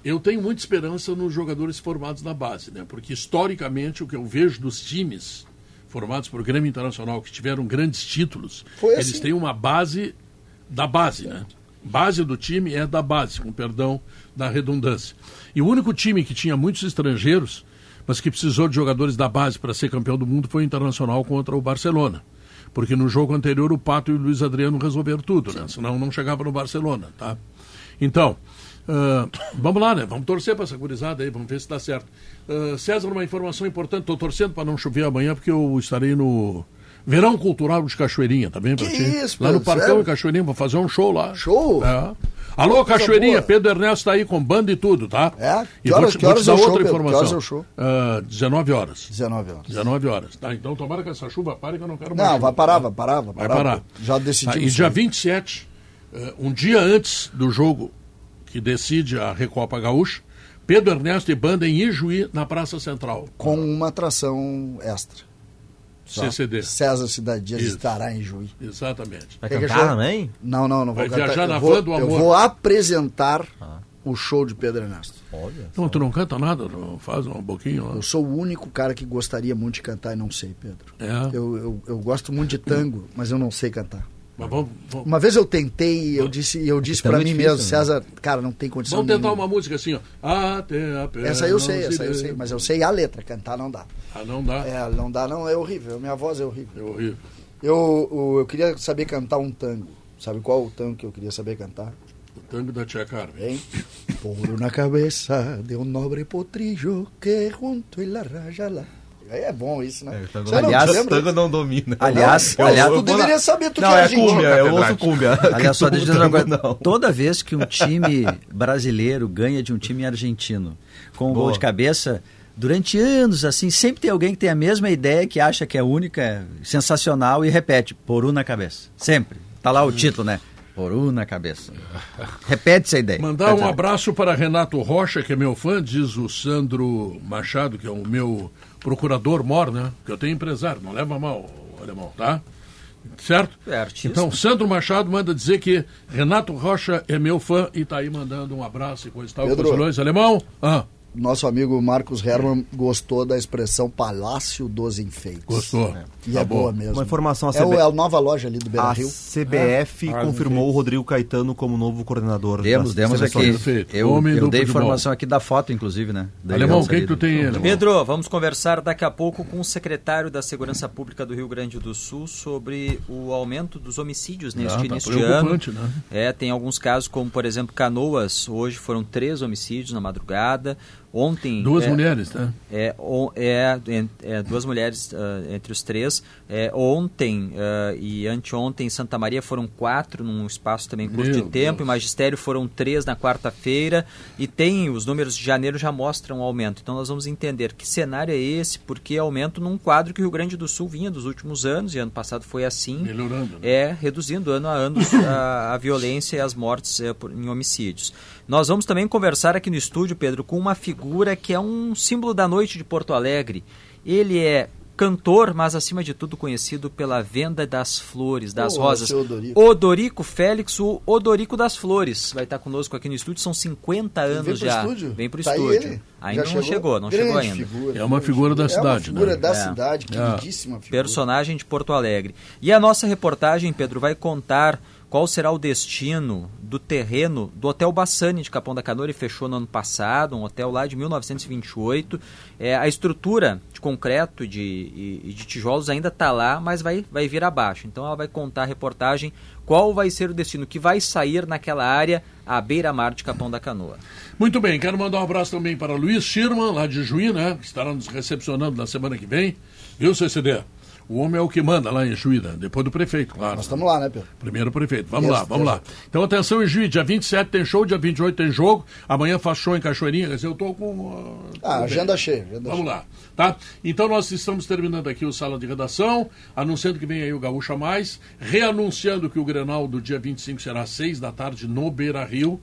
[SPEAKER 2] Eu tenho muita esperança nos jogadores formados na base, né? Porque historicamente o que eu vejo dos times formados por Grêmio Internacional que tiveram grandes títulos,
[SPEAKER 4] Foi
[SPEAKER 2] eles
[SPEAKER 4] assim.
[SPEAKER 2] têm uma base da base, né? Base do time é da base, com perdão da redundância. E o único time que tinha muitos estrangeiros, mas que precisou de jogadores da base para ser campeão do mundo foi o Internacional contra o Barcelona. Porque no jogo anterior o Pato e o Luiz Adriano resolveram tudo, né? Senão não chegava no Barcelona, tá? Então, ah, vamos lá, né? Vamos torcer para essa gurizada aí, vamos ver se dá certo. Ah, César, uma informação importante, estou torcendo para não chover amanhã, porque eu estarei no Verão Cultural de Cachoeirinha, tá bem, pra
[SPEAKER 4] Que
[SPEAKER 2] ti?
[SPEAKER 4] isso,
[SPEAKER 2] Lá no
[SPEAKER 4] Pedro,
[SPEAKER 2] Parcão
[SPEAKER 4] sério?
[SPEAKER 2] em Cachoeirinha, vou fazer um show lá.
[SPEAKER 4] Show?
[SPEAKER 2] É. Alô, Cachoeirinha, Pedro Ernesto tá aí com banda e tudo, tá?
[SPEAKER 4] É?
[SPEAKER 2] E
[SPEAKER 4] Que
[SPEAKER 2] vou
[SPEAKER 4] horas-
[SPEAKER 2] te,
[SPEAKER 4] que
[SPEAKER 2] vou te
[SPEAKER 4] horas
[SPEAKER 2] dar
[SPEAKER 4] é o show,
[SPEAKER 2] outra
[SPEAKER 4] Pedro? Que
[SPEAKER 2] informação.
[SPEAKER 4] horas é o show?
[SPEAKER 2] Ah, 19 horas.
[SPEAKER 4] 19 anos.
[SPEAKER 2] 19 horas. Tá, então tomara que essa chuva pare que eu não quero mais.
[SPEAKER 4] Não, vai parar, vai parar, vai
[SPEAKER 2] Vai
[SPEAKER 4] parar.
[SPEAKER 2] parar.
[SPEAKER 4] Tá, Já
[SPEAKER 2] Tá,
[SPEAKER 4] decidimos.
[SPEAKER 2] e dia
[SPEAKER 4] isso aí.
[SPEAKER 2] 27, eh, um dia antes do jogo que decide a Recopa Gaúcha, Pedro Ernesto e banda em Ijuí, na Praça Central.
[SPEAKER 4] Com uma atração extra. Só.
[SPEAKER 2] CCD.
[SPEAKER 4] César Cidade Dias
[SPEAKER 2] Isso.
[SPEAKER 4] estará em Juiz.
[SPEAKER 2] Exatamente.
[SPEAKER 5] Vai
[SPEAKER 4] Que que
[SPEAKER 5] cantar
[SPEAKER 4] achou?
[SPEAKER 5] também?
[SPEAKER 4] Não, não, não
[SPEAKER 2] Vai
[SPEAKER 4] vou
[SPEAKER 2] viajar
[SPEAKER 4] Eu
[SPEAKER 2] na
[SPEAKER 4] vou-
[SPEAKER 2] van do amor.
[SPEAKER 4] Eu vou apresentar o show de Pedro Ernesto.
[SPEAKER 5] Ah. Olha.
[SPEAKER 2] Não, Então, tu não canta nada, não faz um pouquinho. ó.
[SPEAKER 4] Eu sou o único cara que gostaria muito de cantar e não sei, Pedro.
[SPEAKER 2] É.
[SPEAKER 4] Eu, eu, eu gosto muito de tango, mas eu não sei cantar.
[SPEAKER 2] Mas vamos, vamos,
[SPEAKER 4] Uma vez eu tentei e eu disse, e eu disse
[SPEAKER 5] Tango
[SPEAKER 4] pra
[SPEAKER 5] é
[SPEAKER 4] mim
[SPEAKER 5] difícil,
[SPEAKER 4] mesmo,
[SPEAKER 5] né?
[SPEAKER 4] César, cara, não tem condição
[SPEAKER 2] vamos tentar
[SPEAKER 4] nenhuma.
[SPEAKER 2] uma música assim, ó. Até a perna
[SPEAKER 4] Essa eu sei,
[SPEAKER 2] não
[SPEAKER 4] essa
[SPEAKER 2] se vê.
[SPEAKER 4] eu sei, mas eu sei a letra, cantar não dá.
[SPEAKER 2] Ah, não dá. É,
[SPEAKER 4] É, não dá não, é horrível, minha voz é horrível.
[SPEAKER 2] horrível.
[SPEAKER 4] Eu, o- eu queria saber cantar um tango. Sabe qual o tango que eu queria saber cantar?
[SPEAKER 2] O tango da tia Carmen.
[SPEAKER 4] Hein? Por una cabeza de un nobre potrillo que junto y la raya la. Aí é bom isso, né? Você não
[SPEAKER 3] aliás,
[SPEAKER 4] te lembra?
[SPEAKER 5] não domina.
[SPEAKER 3] Aliás,
[SPEAKER 4] Não,
[SPEAKER 3] aliás,
[SPEAKER 4] tu
[SPEAKER 5] vou
[SPEAKER 4] deveria
[SPEAKER 5] lá-
[SPEAKER 4] saber, tu
[SPEAKER 5] Não,
[SPEAKER 4] que
[SPEAKER 5] é
[SPEAKER 4] argentino.
[SPEAKER 5] cúmbia, eu ouço
[SPEAKER 6] catedrático.
[SPEAKER 5] cúmbia.
[SPEAKER 3] Olha só, deixa eu dizer uma coisa.
[SPEAKER 5] Não.
[SPEAKER 3] Toda vez que um time brasileiro ganha de um time argentino com um gol
[SPEAKER 5] Boa.
[SPEAKER 3] de cabeça, durante anos, assim, sempre tem alguém que tem a mesma ideia, que acha que é única, sensacional e repete, por um na cabeça. Sempre. Tá lá o título, né? Por um na cabeça. Repete essa ideia.
[SPEAKER 2] Mandar um abraço para Renato Rocha, que é meu fã, diz o Sandro Machado, que é o meu procurador mor, né? Que eu tenho empresário, não leva mal, alemão, tá? Certo?
[SPEAKER 3] É artista.
[SPEAKER 2] Então, Sandro Machado manda dizer que Renato Rocha é meu fã e tá aí mandando um abraço e coisa e tal.
[SPEAKER 4] Pedro.
[SPEAKER 2] Continua, alemão? Ah,
[SPEAKER 4] Nosso amigo Marcos Herman gostou da expressão Palácio dos Enfeites.
[SPEAKER 2] gostou.
[SPEAKER 4] E
[SPEAKER 2] Tá
[SPEAKER 4] é
[SPEAKER 2] bom.
[SPEAKER 4] boa mesmo.
[SPEAKER 5] Uma informação a
[SPEAKER 4] é, o,
[SPEAKER 5] CB.
[SPEAKER 4] é a nova loja ali do Beira
[SPEAKER 5] A
[SPEAKER 4] Rio. É.
[SPEAKER 5] CBF
[SPEAKER 2] É. Ah,
[SPEAKER 5] confirmou o Rodrigo Caetano como novo coordenador. das
[SPEAKER 3] Demos, demos
[SPEAKER 5] seleções.
[SPEAKER 3] aqui.
[SPEAKER 2] Perfeito.
[SPEAKER 3] Eu,
[SPEAKER 2] Homem
[SPEAKER 3] eu
[SPEAKER 2] do
[SPEAKER 3] dei
[SPEAKER 2] futebol.
[SPEAKER 3] informação aqui da foto, inclusive, né? Dei
[SPEAKER 2] Alemão, o
[SPEAKER 3] essa
[SPEAKER 2] que, que
[SPEAKER 3] ali
[SPEAKER 2] tu
[SPEAKER 3] do-
[SPEAKER 2] tem,
[SPEAKER 3] do-
[SPEAKER 2] alemão?
[SPEAKER 12] Pedro, vamos conversar daqui a pouco com o secretário da Segurança Pública do Rio Grande do Sul sobre o aumento dos homicídios neste
[SPEAKER 2] Ah, tá
[SPEAKER 12] início de ano.
[SPEAKER 2] preocupante, né?
[SPEAKER 12] É, tem alguns casos, como por exemplo Canoas, hoje foram três homicídios na madrugada. Ontem.
[SPEAKER 2] Duas
[SPEAKER 12] é,
[SPEAKER 2] mulheres, né?
[SPEAKER 12] É, o- é, en- é, duas mulheres ah, entre os três. É, ontem ah, e anteontem em Santa Maria foram quatro, num espaço também curto
[SPEAKER 2] Meu
[SPEAKER 12] de tempo.
[SPEAKER 2] Deus.
[SPEAKER 12] Em Magistério foram três na quarta-feira. E tem, os números de janeiro já mostram um aumento. Então nós vamos entender que cenário é esse, porque aumento num quadro que o Rio Grande do Sul vinha dos últimos anos, e ano passado foi assim.
[SPEAKER 2] Melhorando, né?
[SPEAKER 12] É, reduzindo ano a ano a, a violência e as mortes é, por- em homicídios. Nós vamos também conversar aqui no estúdio, Pedro, com uma figura que é um símbolo da noite de Porto Alegre. Ele é cantor, mas acima de tudo conhecido pela venda das flores, das
[SPEAKER 4] Ô,
[SPEAKER 12] rosas.
[SPEAKER 4] seu Odorico.
[SPEAKER 12] Odorico Félix, o Odorico das Flores, vai estar conosco aqui no estúdio, são 50 anos
[SPEAKER 4] Vem pro
[SPEAKER 12] já.
[SPEAKER 4] estúdio?
[SPEAKER 12] Vem pro
[SPEAKER 4] Tá aí
[SPEAKER 12] estúdio.
[SPEAKER 4] ele?
[SPEAKER 12] Ainda
[SPEAKER 4] Já
[SPEAKER 12] não chegou, não
[SPEAKER 4] Grande
[SPEAKER 12] chegou ainda.
[SPEAKER 4] figura,
[SPEAKER 2] É uma
[SPEAKER 4] grande
[SPEAKER 2] figura da cidade,
[SPEAKER 4] É uma figura
[SPEAKER 2] né?
[SPEAKER 4] da
[SPEAKER 12] É.
[SPEAKER 4] cidade, queridíssima figura.
[SPEAKER 12] personagem de Porto Alegre. E a nossa reportagem, Pedro, vai contar qual será o destino do terreno do Hotel Bassani de Capão da Canoa. Ele fechou no ano passado, um hotel lá de 1928. É, a estrutura de concreto e de, e- e de tijolos ainda está lá, mas vai, vai vir abaixo. Então ela vai contar a reportagem qual vai ser o destino que vai sair naquela área à beira-mar de Capão da Canoa.
[SPEAKER 2] Muito bem, quero mandar um abraço também para Luiz Schirman, lá de Juí, né? Que estará nos recepcionando na semana que vem. Viu, CCD? O homem é o que manda lá em Juí, né? Depois do prefeito, claro.
[SPEAKER 4] Nós estamos lá, né, Pedro?
[SPEAKER 2] Primeiro prefeito. Vamos lá, vamos lá. Então, atenção, em Juiz, dia 27 tem show, dia 28 tem jogo. Amanhã faz show em Cachoeirinha. Quer dizer, eu tô com.
[SPEAKER 4] Ah,
[SPEAKER 2] tudo bem.
[SPEAKER 4] agenda cheia. Agenda
[SPEAKER 2] Vamos lá, tá? Então nós estamos terminando aqui o Sala de Redação, anunciando que vem aí o Gaúcha Mais, reanunciando que o Grenal do dia 25 será às 6 da tarde no Beira Rio.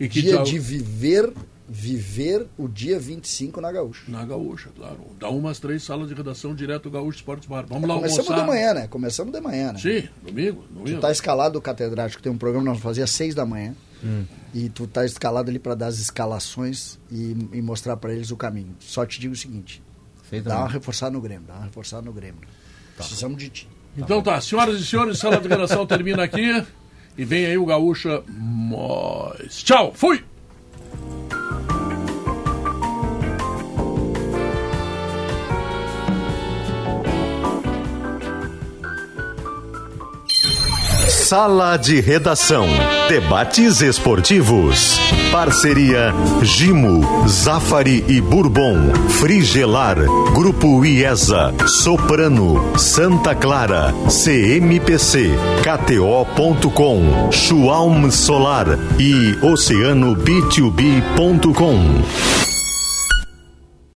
[SPEAKER 2] E que
[SPEAKER 4] Dia
[SPEAKER 2] já-
[SPEAKER 4] de viver, viver o dia 25 na Gaúcha.
[SPEAKER 2] Na Gaúcha, claro. Dá umas três salas de redação direto do Gaúcho Esportes Bar. Vamos lá
[SPEAKER 4] Começamos
[SPEAKER 2] almoçar.
[SPEAKER 4] Tá de manhã, né? Começamos de manhã, né?
[SPEAKER 2] Sim, domingo,
[SPEAKER 4] Tu
[SPEAKER 2] domingo.
[SPEAKER 4] tá escalado, catedrático, tem um programa que nós fazia às seis da manhã. E tu tá escalado ali para dar as escalações e, e mostrar para eles o caminho. Só te digo o seguinte: dá uma reforçada no Grêmio, dá uma reforçada no Grêmio. Precisamos de ti.
[SPEAKER 2] Então tá, senhoras e senhores, sala de redação termina aqui. E vem aí o Gaúcha Mais. Tchau, fui!
[SPEAKER 1] Sala de Redação. Debates esportivos. Parceria Gimo, Zafari e Bourbon. Frigelar. Grupo IESA. Soprano. Santa Clara. CMPC. KTO.com. Schwalm Solar. E Oceano B2B.com.